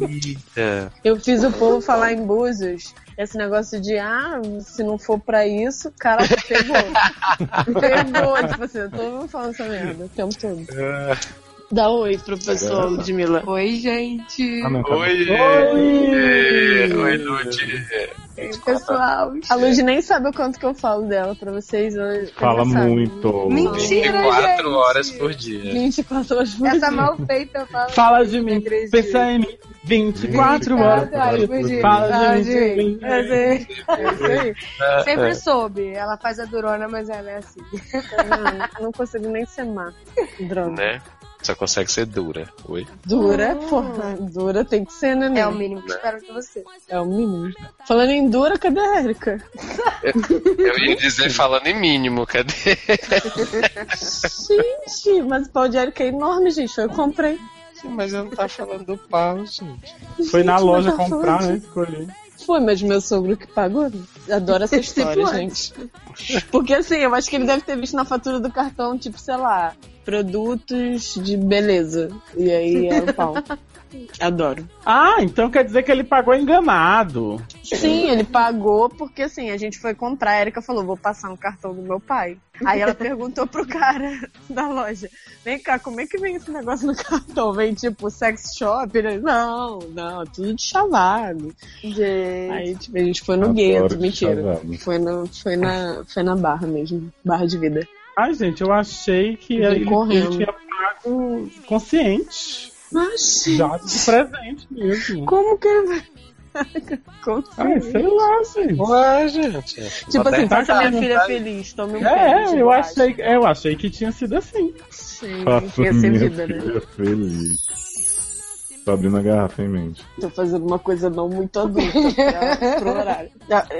S2: Eita.
S3: Eu fiz o povo falar em Búzios. Esse negócio de, ah, se não for pra isso, cara, pegou. pegou, tipo assim, eu tô falando essa merda o tempo todo. É. Dá oi pro pessoal,
S5: tá.
S2: Caramba.
S3: Ludmilla. Oi, gente.
S2: Oi,
S3: Oi.
S2: Oi, Oi Lud.
S3: pessoal. A Lud nem sabe o quanto que eu falo dela pra vocês hoje.
S5: Fala muito.
S3: Mentira,
S2: 24 horas por dia.
S3: 24 horas por
S13: Essa
S3: dia.
S13: mal feita fala.
S8: Fala de mim,
S13: três
S8: pensa em mim. 24 horas. por dia. Fala de mim.
S13: É isso aí.
S8: É.
S13: Sempre
S8: É.
S13: soube. Ela faz a durona, mas ela é assim.
S3: Não, não consigo nem ser má.
S2: Né? Só consegue ser dura. Oi.
S3: Dura, porra. Dura tem que ser, né, né? Ah. É o
S13: mínimo
S2: que
S13: espero de você.
S3: É o mínimo. Falando em dura, cadê a Erika?
S2: Eu ia dizer falando em mínimo, cadê?
S3: gente, mas o pau de Erika é enorme, gente. Eu comprei.
S2: Mas eu não tá falando do pau, gente.
S8: Foi na
S3: mas
S8: loja
S3: tá falando
S8: comprar, né?
S3: disso.
S8: Escolhi.
S3: Foi, mas meu sogro que pagou. né? Adoro essa história,
S8: Tipo
S3: gente. Porque assim, eu acho que ele deve ter visto na fatura do cartão, tipo, sei lá, produtos de beleza. E aí é o pau. Adoro.
S8: Ah, então quer dizer que ele pagou enganado.
S3: Sim, ele pagou porque assim, a gente foi comprar. A Erika falou: vou passar no cartão do meu pai. Aí ela perguntou pro cara da loja: vem cá, como é que vem esse negócio no cartão? Vem tipo sex shop? Ele, não, não, é tudo de chavado. Aí tipo, a gente foi no
S8: Adoro
S3: gueto,
S8: de
S3: mentira.
S8: chavado.
S3: Foi, no, foi, na, foi na barra mesmo, barra de vida.
S8: Ai, gente, eu achei que
S3: Vem
S8: ele, ele
S3: correndo.
S8: tinha pago consciente.
S3: Mas,
S8: Já de presente mesmo.
S3: Como que
S8: é?
S3: ele vai. Como
S8: Ai, sei lá, gente.
S2: Ué, gente.
S3: Tipo assim,
S8: Tá
S3: faça minha
S8: caro,
S3: filha
S8: tá?
S3: feliz, tome um
S8: É,
S3: pé,
S8: eu
S3: vai.
S8: achei, eu achei que tinha sido assim.
S3: Sim,
S5: Faço
S3: ia
S5: minha
S3: ser vida, né?
S5: filha feliz. Tô abrindo a garrafa em mente.
S3: Tô fazendo uma coisa não muito adulta. né, pro horário.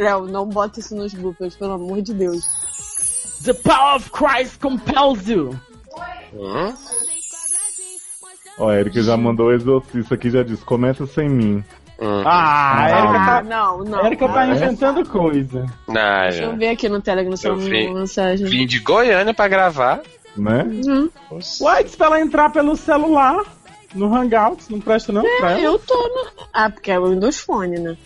S3: Não, não bota isso nos bloopers, pelo amor de Deus.
S8: The power of Christ compels you.
S2: Hum?
S5: Ó, a Erika já mandou o exorcista aqui já disse, começa sem mim.
S8: Ah, a Erika tá-
S3: não, não.
S8: A Erika tá
S3: Ah,
S8: inventando coisa.
S2: Ah,
S3: Deixa eu
S2: já.
S3: ver aqui no Telegram se
S2: Eu
S3: é
S2: vim-
S3: uma mensagem.
S2: Vim de Goiânia pra gravar.
S5: Né?
S8: Uai, diz pra ela entrar pelo celular no Hangouts, não presta não pra
S3: É,
S8: ela.
S3: eu tô no. Ah, porque é o Windows Phone, né?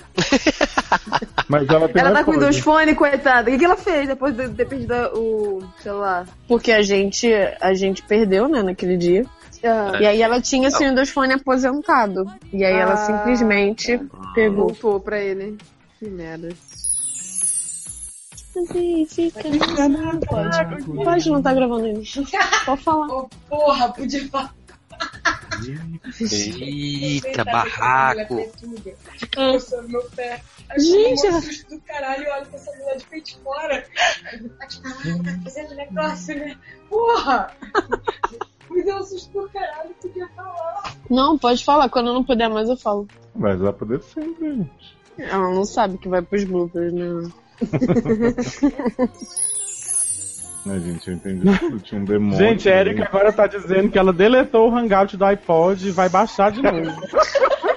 S5: Mas ela tem
S10: Ela tá com o
S5: recorde.
S10: Windows Phone, coitada. O que, que ela fez depois de ter perdido o celular?
S3: Porque a gente, a gente perdeu, né, naquele dia.
S10: Ah.
S3: E aí ela tinha esse
S10: Não.
S3: Windows Phone aposentado. E aí ela
S10: Ah.
S3: simplesmente pegou.
S10: Voltou Tipo, pra ele. Que merda.
S3: Ah, Pode, pode não tá gravando ainda. Pode falar.
S13: porra, podia falar.
S2: Eita, barraco.
S13: Coçando meu pé. Aí
S3: Gente,
S13: eu tomo um susto do caralho, olha com essa mulher de peito fora. Tá te falando, tá fazendo negócio, né? Porra! Me deu um susto do caralho, podia falar.
S3: Não, pode falar. Quando eu não puder mais, eu falo.
S5: Mas vai poder ser, gente.
S3: Ela não sabe que vai pros bloopers, né?
S5: Ai, Né, gente, eu entendi que tinha um demônio.
S8: Gente, a Erika agora tá dizendo que ela deletou o Hangout do iPod e vai baixar de novo.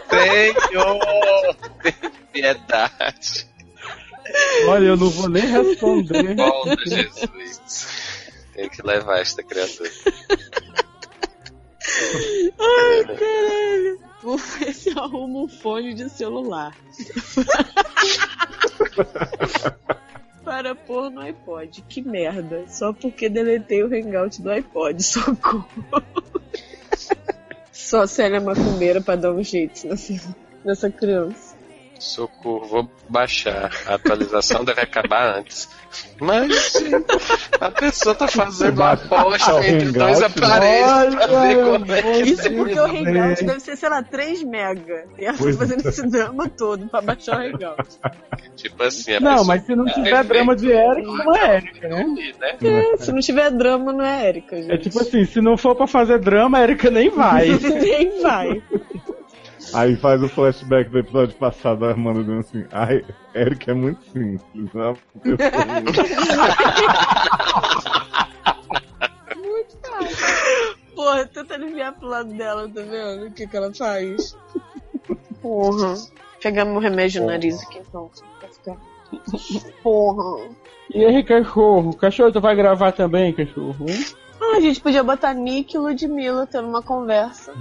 S2: Senhor! tem piedade.
S8: Olha, eu não vou nem responder.
S2: Volta, Jesus. Tem que levar esta criatura.
S3: Ai, caralho. Vou ver se eu arrumo um fone de celular. Para pôr no iPod. Que merda. Só porque deletei o hangout do iPod. Socorro. Só Célia Macumbeira pra dar um jeito nessa, nessa criança.
S2: Socorro, vou baixar. A atualização deve acabar antes. Mas gente, a pessoa tá fazendo uma aposta
S8: tá
S2: entre dois aparelhos pra ver como é que
S3: Isso porque o
S2: termina.
S3: hangout deve ser, sei lá, 3 mega. E ela tá
S2: Pois
S3: fazendo esse drama todo pra baixar o hangout.
S2: Tipo assim, a
S8: Não,
S2: pessoa-
S8: mas se não
S2: É,
S8: tiver drama de Erika, não é Erika, né?
S3: É, se não tiver drama, não é Erika, gente.
S8: É tipo assim, se não for pra fazer drama, a Erika nem vai.
S3: Nem vai.
S5: Aí faz o flashback do episódio passado, a Armando dizendo assim, ai, Eric é muito simples, né?
S3: Porra, tenta aliviar pro lado dela, tá vendo? O que, que ela faz? Porra. Pegar meu remédio no nariz aqui então. pra ficar. Porra.
S8: E aí, cachorro? Cachorro, tu vai gravar também, cachorro? Hum?
S3: Ah, a gente podia botar Nick e Ludmilla tendo uma conversa.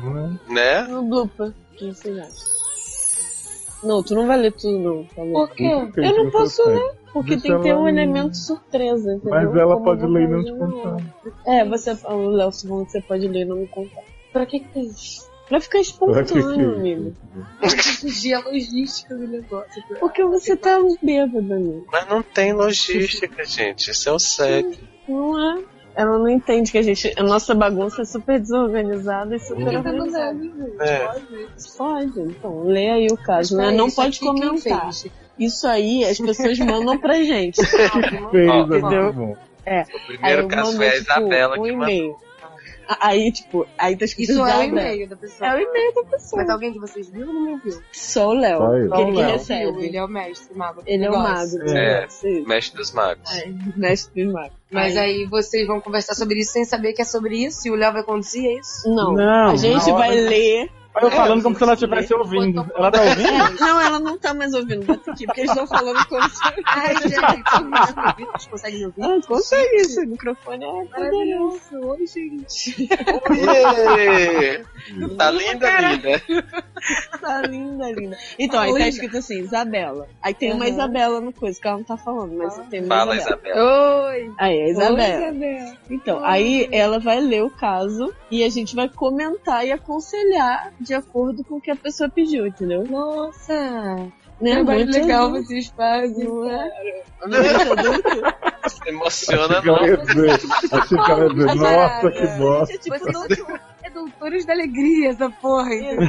S2: Né?
S3: No blooper. O que vocês acham? Não, tu não vai ler tudo, não. tá Por quê?
S5: Por que
S3: Eu
S5: que
S3: não
S5: não
S3: posso
S5: consegue?
S3: ler. Porque
S5: Deixa
S3: tem que ter
S5: ela
S3: um
S5: ler.
S3: elemento surpresa, entendeu?
S5: Mas ela
S3: Como
S5: pode
S3: eu vou
S5: ler e não
S3: fazer,
S5: te
S3: eu não vou. É, você, o Léo Silvão, você pode ler e não me contar. Pra que que é isso? Pra ficar
S5: é
S3: espontâneo, amigo.
S13: Surgir a é logística do negócio.
S3: Porque você tá bêbado, amigo.
S2: Mas não tem logística, gente. Isso é o sério.
S3: Não é? Ela não entende que a gente. A nossa bagunça é super desorganizada e super
S13: Fica no
S3: organizada.
S13: leve,
S2: É.
S13: pode.
S3: Pode, então, lê aí o
S13: Mas
S3: caso, né?
S13: peraí,
S3: Não
S13: isso
S3: pode
S13: aqui quem
S3: comentar.
S13: fez?
S3: Isso aí as pessoas mandam pra gente.
S5: Fez,
S2: Ó,
S5: é muito bom.
S3: É.
S2: O primeiro
S3: Aí eu
S2: caso
S3: mando,
S2: foi a
S3: tipo,
S2: Isabela
S3: um
S2: que
S3: e-mail. Aí, tipo, aí tá escrito
S13: Isso é o
S3: Isabela.
S13: e-mail da pessoa.
S3: É o e-mail da pessoa.
S13: Mas alguém que vocês viram ou não viu?
S3: Só o Léo.
S2: Só ele.
S3: Porque ele que
S13: Não, não.
S3: recebe.
S13: Ele é o mestre mago. do
S3: Ele é o
S13: negócio.
S3: mago.
S2: É,
S3: Sim.
S2: mestre dos magos.
S3: Mestre dos magos.
S13: Mas aí vocês vão conversar sobre isso sem saber que é sobre isso e o Léo vai conduzir, é isso?
S3: Não.
S8: Não,
S3: a gente
S8: na hora-
S3: vai ler.
S8: Olha eu falando como se ela estivesse ouvindo. Ela tá ouvindo?
S13: É.
S3: Não, ela não tá mais ouvindo. Bota aqui, porque eles estão falando como se.
S13: Ai, gente, todo mundo já ouviu, vocês conseguem ouvir?
S3: Ah, consegue isso. O microfone é poderoso.
S13: Maravilhoso. Oi, gente.
S2: Ê, Tá linda, linda.
S3: Tá linda, linda. Então, aí
S13: Linda.
S3: tá escrito assim, Isabela. Aí tem uma
S13: Aham. Ah.
S3: Isabela no coisa, que ela não tá falando, mas tem uma
S2: Fala,
S3: Isabela.
S2: Isabela.
S13: Oi.
S3: Aí, é Isabela.
S13: Oi, Isabela.
S3: Então, aí ela vai ler o caso e a gente vai comentar né? e aconselhar de acordo com o que a pessoa pediu, entendeu?
S13: Nossa.
S3: Né?
S13: Trabalho
S3: Muito
S13: legal
S3: bom.
S13: vocês fazem. né?
S3: Não é?
S2: Se emociona,
S5: Achei que
S2: não.
S5: ela ia dizer, achei que ela ia dizer, nossa, que bosta.
S13: Vocês são tipo, é doutores da alegria, essa porra. entendeu?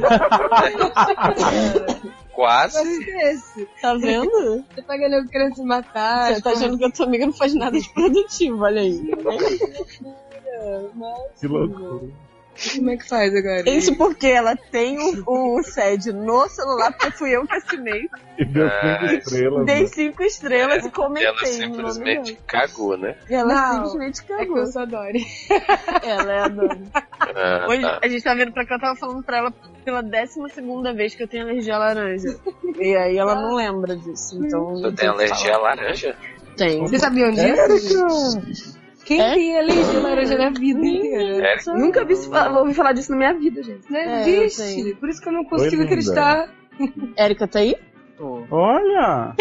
S2: Quase.
S13: Mas é esse.
S3: Tá vendo?
S13: Você paga ele querendo se matar.
S3: Você tá achando que a sua amiga não faz nada de produtivo, olha aí.
S5: Que loucura.
S13: Como é que faz agora?
S3: Isso porque ela tem o, o SED no celular, porque fui eu que assinei.
S5: E deu
S2: Ah,
S3: É.
S5: cinco estrelas.
S3: Dei
S5: Né?
S3: cinco estrelas e comentei.
S2: Ela
S3: no nome
S2: simplesmente cagou, né?
S3: dela. Ela
S13: Não,
S3: simplesmente
S13: É que
S3: cagou.
S13: eu sou a Dory.
S3: Ela é a dona.
S2: Ah,
S3: Hoje
S2: tá.
S3: a gente tá vendo pra cá, eu tava falando pra ela pela décima segunda vez que eu tenho alergia à laranja. E aí ela não lembra disso, então... É?
S2: Tu tem é alergia à laranja?
S3: Tem.
S13: Vocês sabiam disso? Quem
S3: É?
S13: tem alergia à laranja na vida inteira?
S2: É,
S13: Nunca vi se fal- ouvi falar disso na minha vida, gente. Não
S3: É, eu
S13: existe.
S3: tenho.
S13: Por isso que eu não consigo
S5: linda.
S13: acreditar.
S3: Érica, tá aí?
S8: Olha!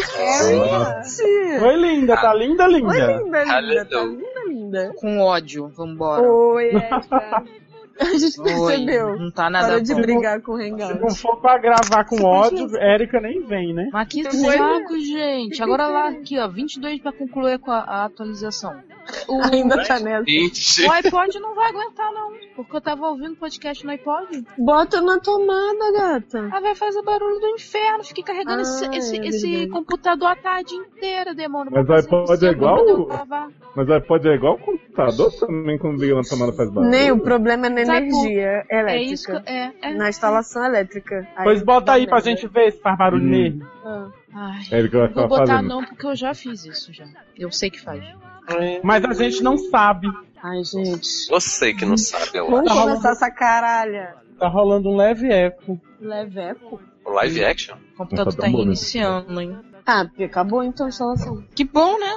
S5: Nossa.
S8: Oi, linda, tá linda, linda.
S3: Linda, linda, tá
S2: Aleluia.
S3: linda, linda.
S9: Com ódio, vambora.
S13: Oi, Erika.
S3: A gente
S9: Oi,
S3: percebeu.
S9: Não tá nada
S3: Para de
S9: bom.
S3: brigar com o
S8: Se
S3: Hangout.
S8: não for pra gravar com ódio, Erika nem vem, né?
S9: Mas que
S3: Foi, né?
S9: saco, Então gente. Agora lá, aqui, ó, 22 pra concluir com a, a atualização. O,
S3: Ainda tá nessa.
S2: Gente,
S9: o iPod não vai aguentar, não. Porque eu tava ouvindo podcast no iPod.
S3: Bota na tomada, gata.
S9: Ah, vai fazer barulho do inferno. Fiquei carregando
S3: Ah,
S9: esse, esse,
S3: é
S9: esse
S3: verdade.
S9: computador a tarde inteira, demônio.
S5: Mas
S9: Pra fazer
S5: iPod
S9: um
S5: é igual
S9: segundo
S5: o-
S9: pra gravar.
S5: Mas aí pode é igual o computador também quando liga na tomada faz barulho.
S3: Nem, o problema é na
S9: Sabe por-
S3: energia
S9: É isso que.
S3: elétrica.
S9: É, é.
S3: Na instalação elétrica.
S8: Pois bota aí pra
S3: dá merda.
S8: gente ver se faz barulho
S5: Hum.
S8: nele.
S3: Ah.
S6: Ai,
S5: Érica vai
S6: vou
S5: ficar
S6: botar
S5: Tá fazendo.
S6: não, porque eu já fiz isso já. Eu sei que faz.
S8: Mas a gente não sabe.
S6: Ai, gente.
S2: Você que não sabe, eu
S3: Vamos
S2: acho.
S3: começar essa caralha.
S8: Tá rolando um leve eco.
S3: Leveco.
S2: Um Live action?
S6: O
S5: computador Tá tá bom, né?
S6: hein?
S3: Ah, porque acabou então a instalação.
S6: Que bom, né?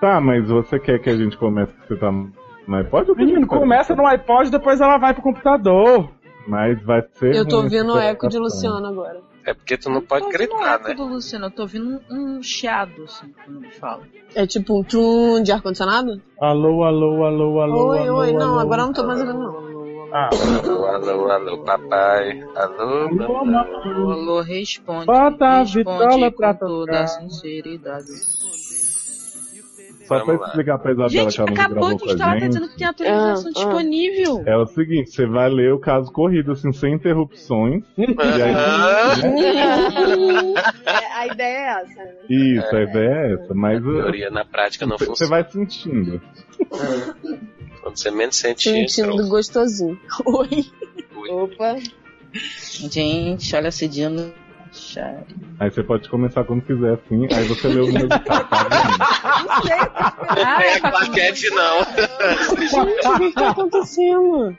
S5: Tá, mas você quer que a gente comece que você tá no iPod? ou que
S8: Menino,
S5: você tá-
S8: começa no iPod, depois ela vai pro computador.
S5: Mas vai ser.
S3: Eu tô
S5: ruim
S3: ouvindo
S5: essa
S3: o eco de
S5: adaptação.
S3: Luciano agora.
S2: É porque tu não pode gritar,
S6: eco
S2: né?
S6: do Luciano, eu tô ouvindo um, um chiado, assim, quando ele fala.
S3: É tipo um tchum de ar-condicionado?
S8: Alô, alô, alô, alô.
S3: Oi,
S8: alô,
S3: oi, não,
S8: alô.
S3: agora eu não tô mais ouvindo não.
S8: Ah.
S2: Alô, alô, alô, papai. Alô, mamãe.
S6: Alô, alô, responde.
S8: Bota a
S6: responde
S8: vitrola
S6: com
S8: pra
S6: toda a sinceridade.
S5: Só pra explicar pra Isabela que
S6: Gente,
S5: ela não
S6: acabou
S5: gravou
S6: de
S5: com a
S6: instalar, tá
S5: gente.
S6: dizendo que tem atualização disponível.
S5: É o seguinte, você vai ler o caso corrido, assim, sem interrupções. E aí,
S2: Ah.
S5: né?
S10: É, a ideia é essa. né?
S5: Isso, a ideia é essa. Mas uh,
S2: Teoria na prática não
S5: você
S2: funciona.
S5: vai sentindo.
S2: Quando você é menos sente isso,
S3: Sentindo um gostosinho. Oi.
S10: Opa.
S6: Gente, olha esse dia no chat.
S5: Aí você pode começar quando quiser, assim. Aí você lê o tá? meu ditado.
S2: não é claquete, não.
S3: Gente, o que tá acontecendo?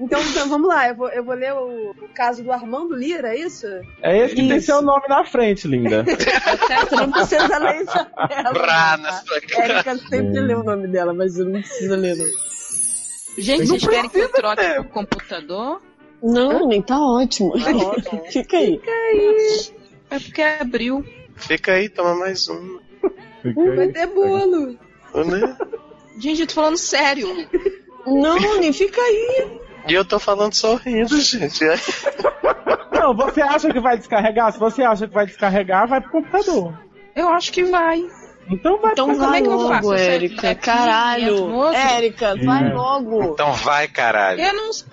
S10: Então, então, vamos lá, eu vou, eu vou ler o, o caso do Armando Lira, é isso?
S8: É esse que tem seu nome na frente, linda.
S3: Tá,
S10: Você não precisa ler isso.
S3: Érica sempre lê o nome dela, mas eu não preciso ler não.
S6: Gente, vocês querem que eu troque pro computador?
S3: Não, nem tá ótimo. Fica aí.
S6: É porque abriu.
S2: Fica aí, toma mais um.
S10: Vai ter bolo.
S2: Né?
S6: Gente, eu tô falando sério.
S3: Não, nem fica aí.
S2: E eu tô falando sorrindo, gente.
S8: Não, você acha que vai descarregar? Se você acha que vai descarregar, vai pro computador.
S6: Eu acho que vai.
S8: Então vai
S6: Então
S8: pro
S6: como é que eu
S3: logo,
S6: faço? Eu saio
S3: Érica,
S6: daqui,
S3: caralho.
S6: entro no outro?
S3: Érica, vai
S2: É.
S3: logo.
S2: Então vai, caralho.
S6: Eu não sei.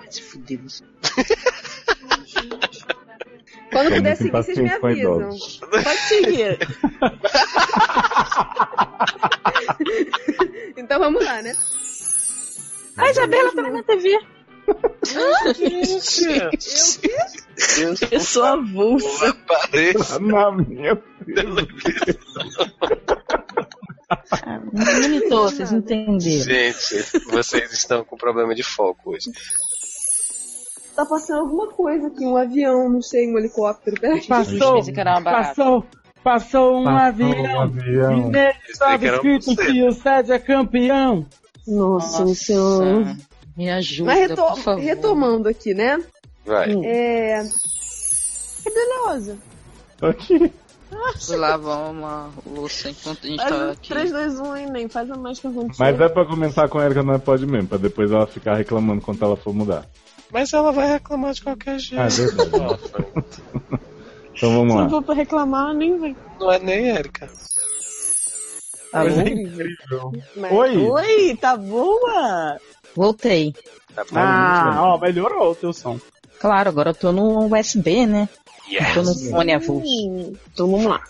S6: Vai se fuder você.
S10: Quando
S5: Tô
S10: puder
S5: muito
S10: seguir, vocês me
S5: impaciente assim, com
S10: avisam.
S5: idosos.
S3: Pode seguir.
S10: Então vamos lá, né?
S6: A Isabela tá na TV.
S3: Pessoa avulsa.
S2: Apareça.
S5: Na minha
S6: Monitor, vocês entenderam.
S2: Gente, vocês estão com problema de foco hoje.
S10: Tá passando alguma coisa aqui, um avião, não sei, um helicóptero. Peraí.
S8: Passou,
S6: Pensei que era uma barata.
S8: passou, passou
S5: Passou
S8: um
S5: um
S8: avião.
S5: avião.
S8: E nele estava
S2: que era um
S8: escrito
S2: você.
S8: que o Sede é campeão.
S3: Nossa, Luciano.
S6: Me ajuda,
S10: Mas reto-
S6: por favor.
S10: retomando aqui, né?
S2: Vai.
S5: Hum.
S10: É. Cadê Leosa?
S5: Aqui.
S6: Vou lavar uma louça enquanto a gente
S3: Faz
S6: tá
S3: um
S6: aqui.
S3: 3, 2, 1 e nem faz um a mágica acontecer.
S5: Mas é pra começar com a Erika no iPod mesmo, pra depois ela ficar reclamando quando ela for mudar.
S2: Mas ela vai reclamar de qualquer
S5: Ah, é
S2: jeito.
S5: verdade. Então vamos
S3: Se não
S5: lá.
S3: for pra reclamar, nem vai.
S2: Não é nem Erika.
S6: Alô?
S8: Coisa incrível.
S10: Mas-
S8: Oi?
S3: Oi, tá boa?
S6: Voltei.
S2: Tá bom.
S8: Ah, ó, melhorou o teu som.
S6: Claro, agora eu tô no USB, né? Eu tô no
S2: Yes.
S6: fone avulso.
S3: Hum, Então vamos lá.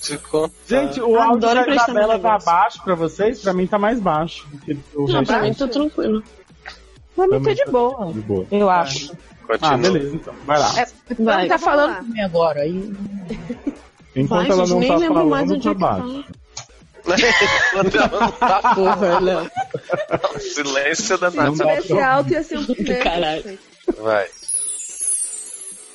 S2: Te conto.
S8: Gente, o
S3: Adoro
S8: áudio da
S3: prestar
S8: Isabela tá
S3: negócio.
S8: baixo pra vocês? Pra mim tá mais baixo. O
S3: Não, pra
S8: restante.
S3: mim tô tranquilo.
S6: Mas eu tô
S5: Também
S6: de
S5: tá-
S6: boa,
S5: De boa.
S6: eu acho.
S3: tá
S8: Ah,
S2: Continua.
S8: beleza, então. Vai lá.
S3: Vai,
S6: Ele tá
S10: vamos
S6: falando
S10: lá.
S6: comigo agora. Aí...
S5: Enquanto
S3: vai,
S5: ela
S3: gente,
S5: não
S3: nem
S5: tá
S3: lembro mais
S5: falando,
S3: onde
S5: tá
S3: é que tá.
S5: baixo.
S2: Quando ela não tá
S3: Porra, Léo.
S2: com silêncio
S5: Não
S10: Se
S2: danado.
S5: dá
S10: tivesse
S5: pra-
S10: alto, ia ser um. né?
S3: Caralho.
S2: Vai.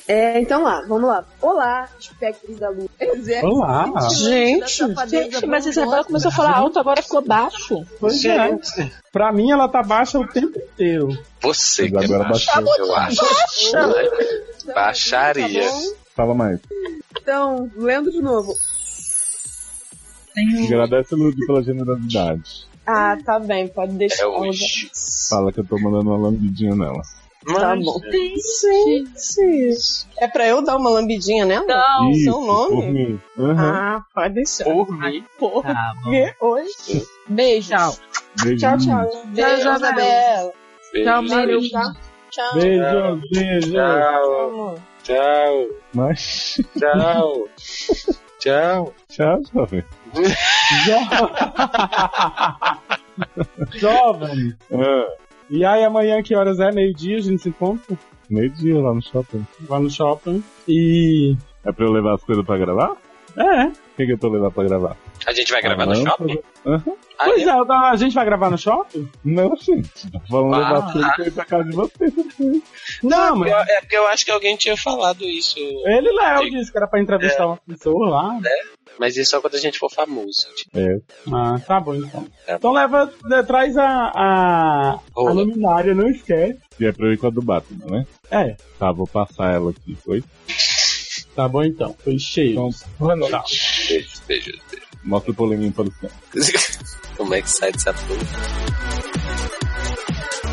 S10: É, então lá, vamos lá. Olá, espectros da lua. Exército
S8: Olá.
S3: Gente,
S10: gente,
S6: Mas a Isabela começou a falar alto, agora ficou baixo.
S8: Pois é. Pra mim ela tá baixa o tempo inteiro.
S2: Você que
S5: Mas agora
S2: baixa,
S5: baixou.
S2: eu acho. Né? Baixaria.
S5: Fala mais.
S10: Então, lendo de novo.
S5: Agradece o Lud pela generosidade.
S3: Ah, tá bem, pode deixar.
S2: É hoje.
S5: Fala que eu tô mandando uma lambidinha nela.
S3: Tá bom. Gente. É pra eu dar uma lambidinha né? nela? Não,
S5: Isso,
S3: Ah, seu
S5: por
S3: nome?
S5: mim. Aham.
S3: Ah, pode deixar.
S2: Por mim.
S3: Porra,
S6: Tá
S3: que hoje? Beijo. Tchau,
S5: Beijinho.
S3: Ah, tchau. Beijo, Isabela. Valeu,
S6: beijo.
S3: tá? Tchau.
S8: Beijo, beijo.
S2: Tchau.
S3: amor.
S2: Tchau.
S5: Mas,
S2: Tchau. Tchau.
S5: tchau, jovem.
S8: Jovem.
S5: Ah,
S8: E aí, amanhã que horas é? Meio-dia, a gente se encontra
S5: meio dia lá no shopping.
S8: lá no shopping. E
S5: É pra eu levar as coisas pra gravar?
S8: É. O
S5: que, que eu tô levando pra gravar?
S2: A gente vai gravar
S5: Ah,
S2: no
S5: não,
S2: shopping? Ah,
S5: Aham.
S8: Pois é, a gente vai gravar no shopping?
S5: Não, gente. Vamos
S2: Ah.
S5: levar as coisas pra ir pra casa de vocês. né?
S8: Não, mas
S2: Eu- É porque eu acho que alguém tinha falado isso.
S8: ele, Léo, disse que era pra entrevistar
S3: É.
S8: uma pessoa lá.
S2: Mas isso é quando a gente for famoso. tipo.
S5: É.
S8: Ah, tá bom então.
S3: É.
S8: Então leva, né, traz a, a, a luminária, não esquece.
S5: E é pra eu ir com a do Batman, né?
S8: É.
S5: Tá, vou passar ela aqui, foi?
S8: Tá bom então, foi cheio.
S5: boa
S8: noite.
S2: Beijo, beijo, beijo.
S5: Mostra o poleminho pra Luciano.
S2: Como é que sai dessa porra?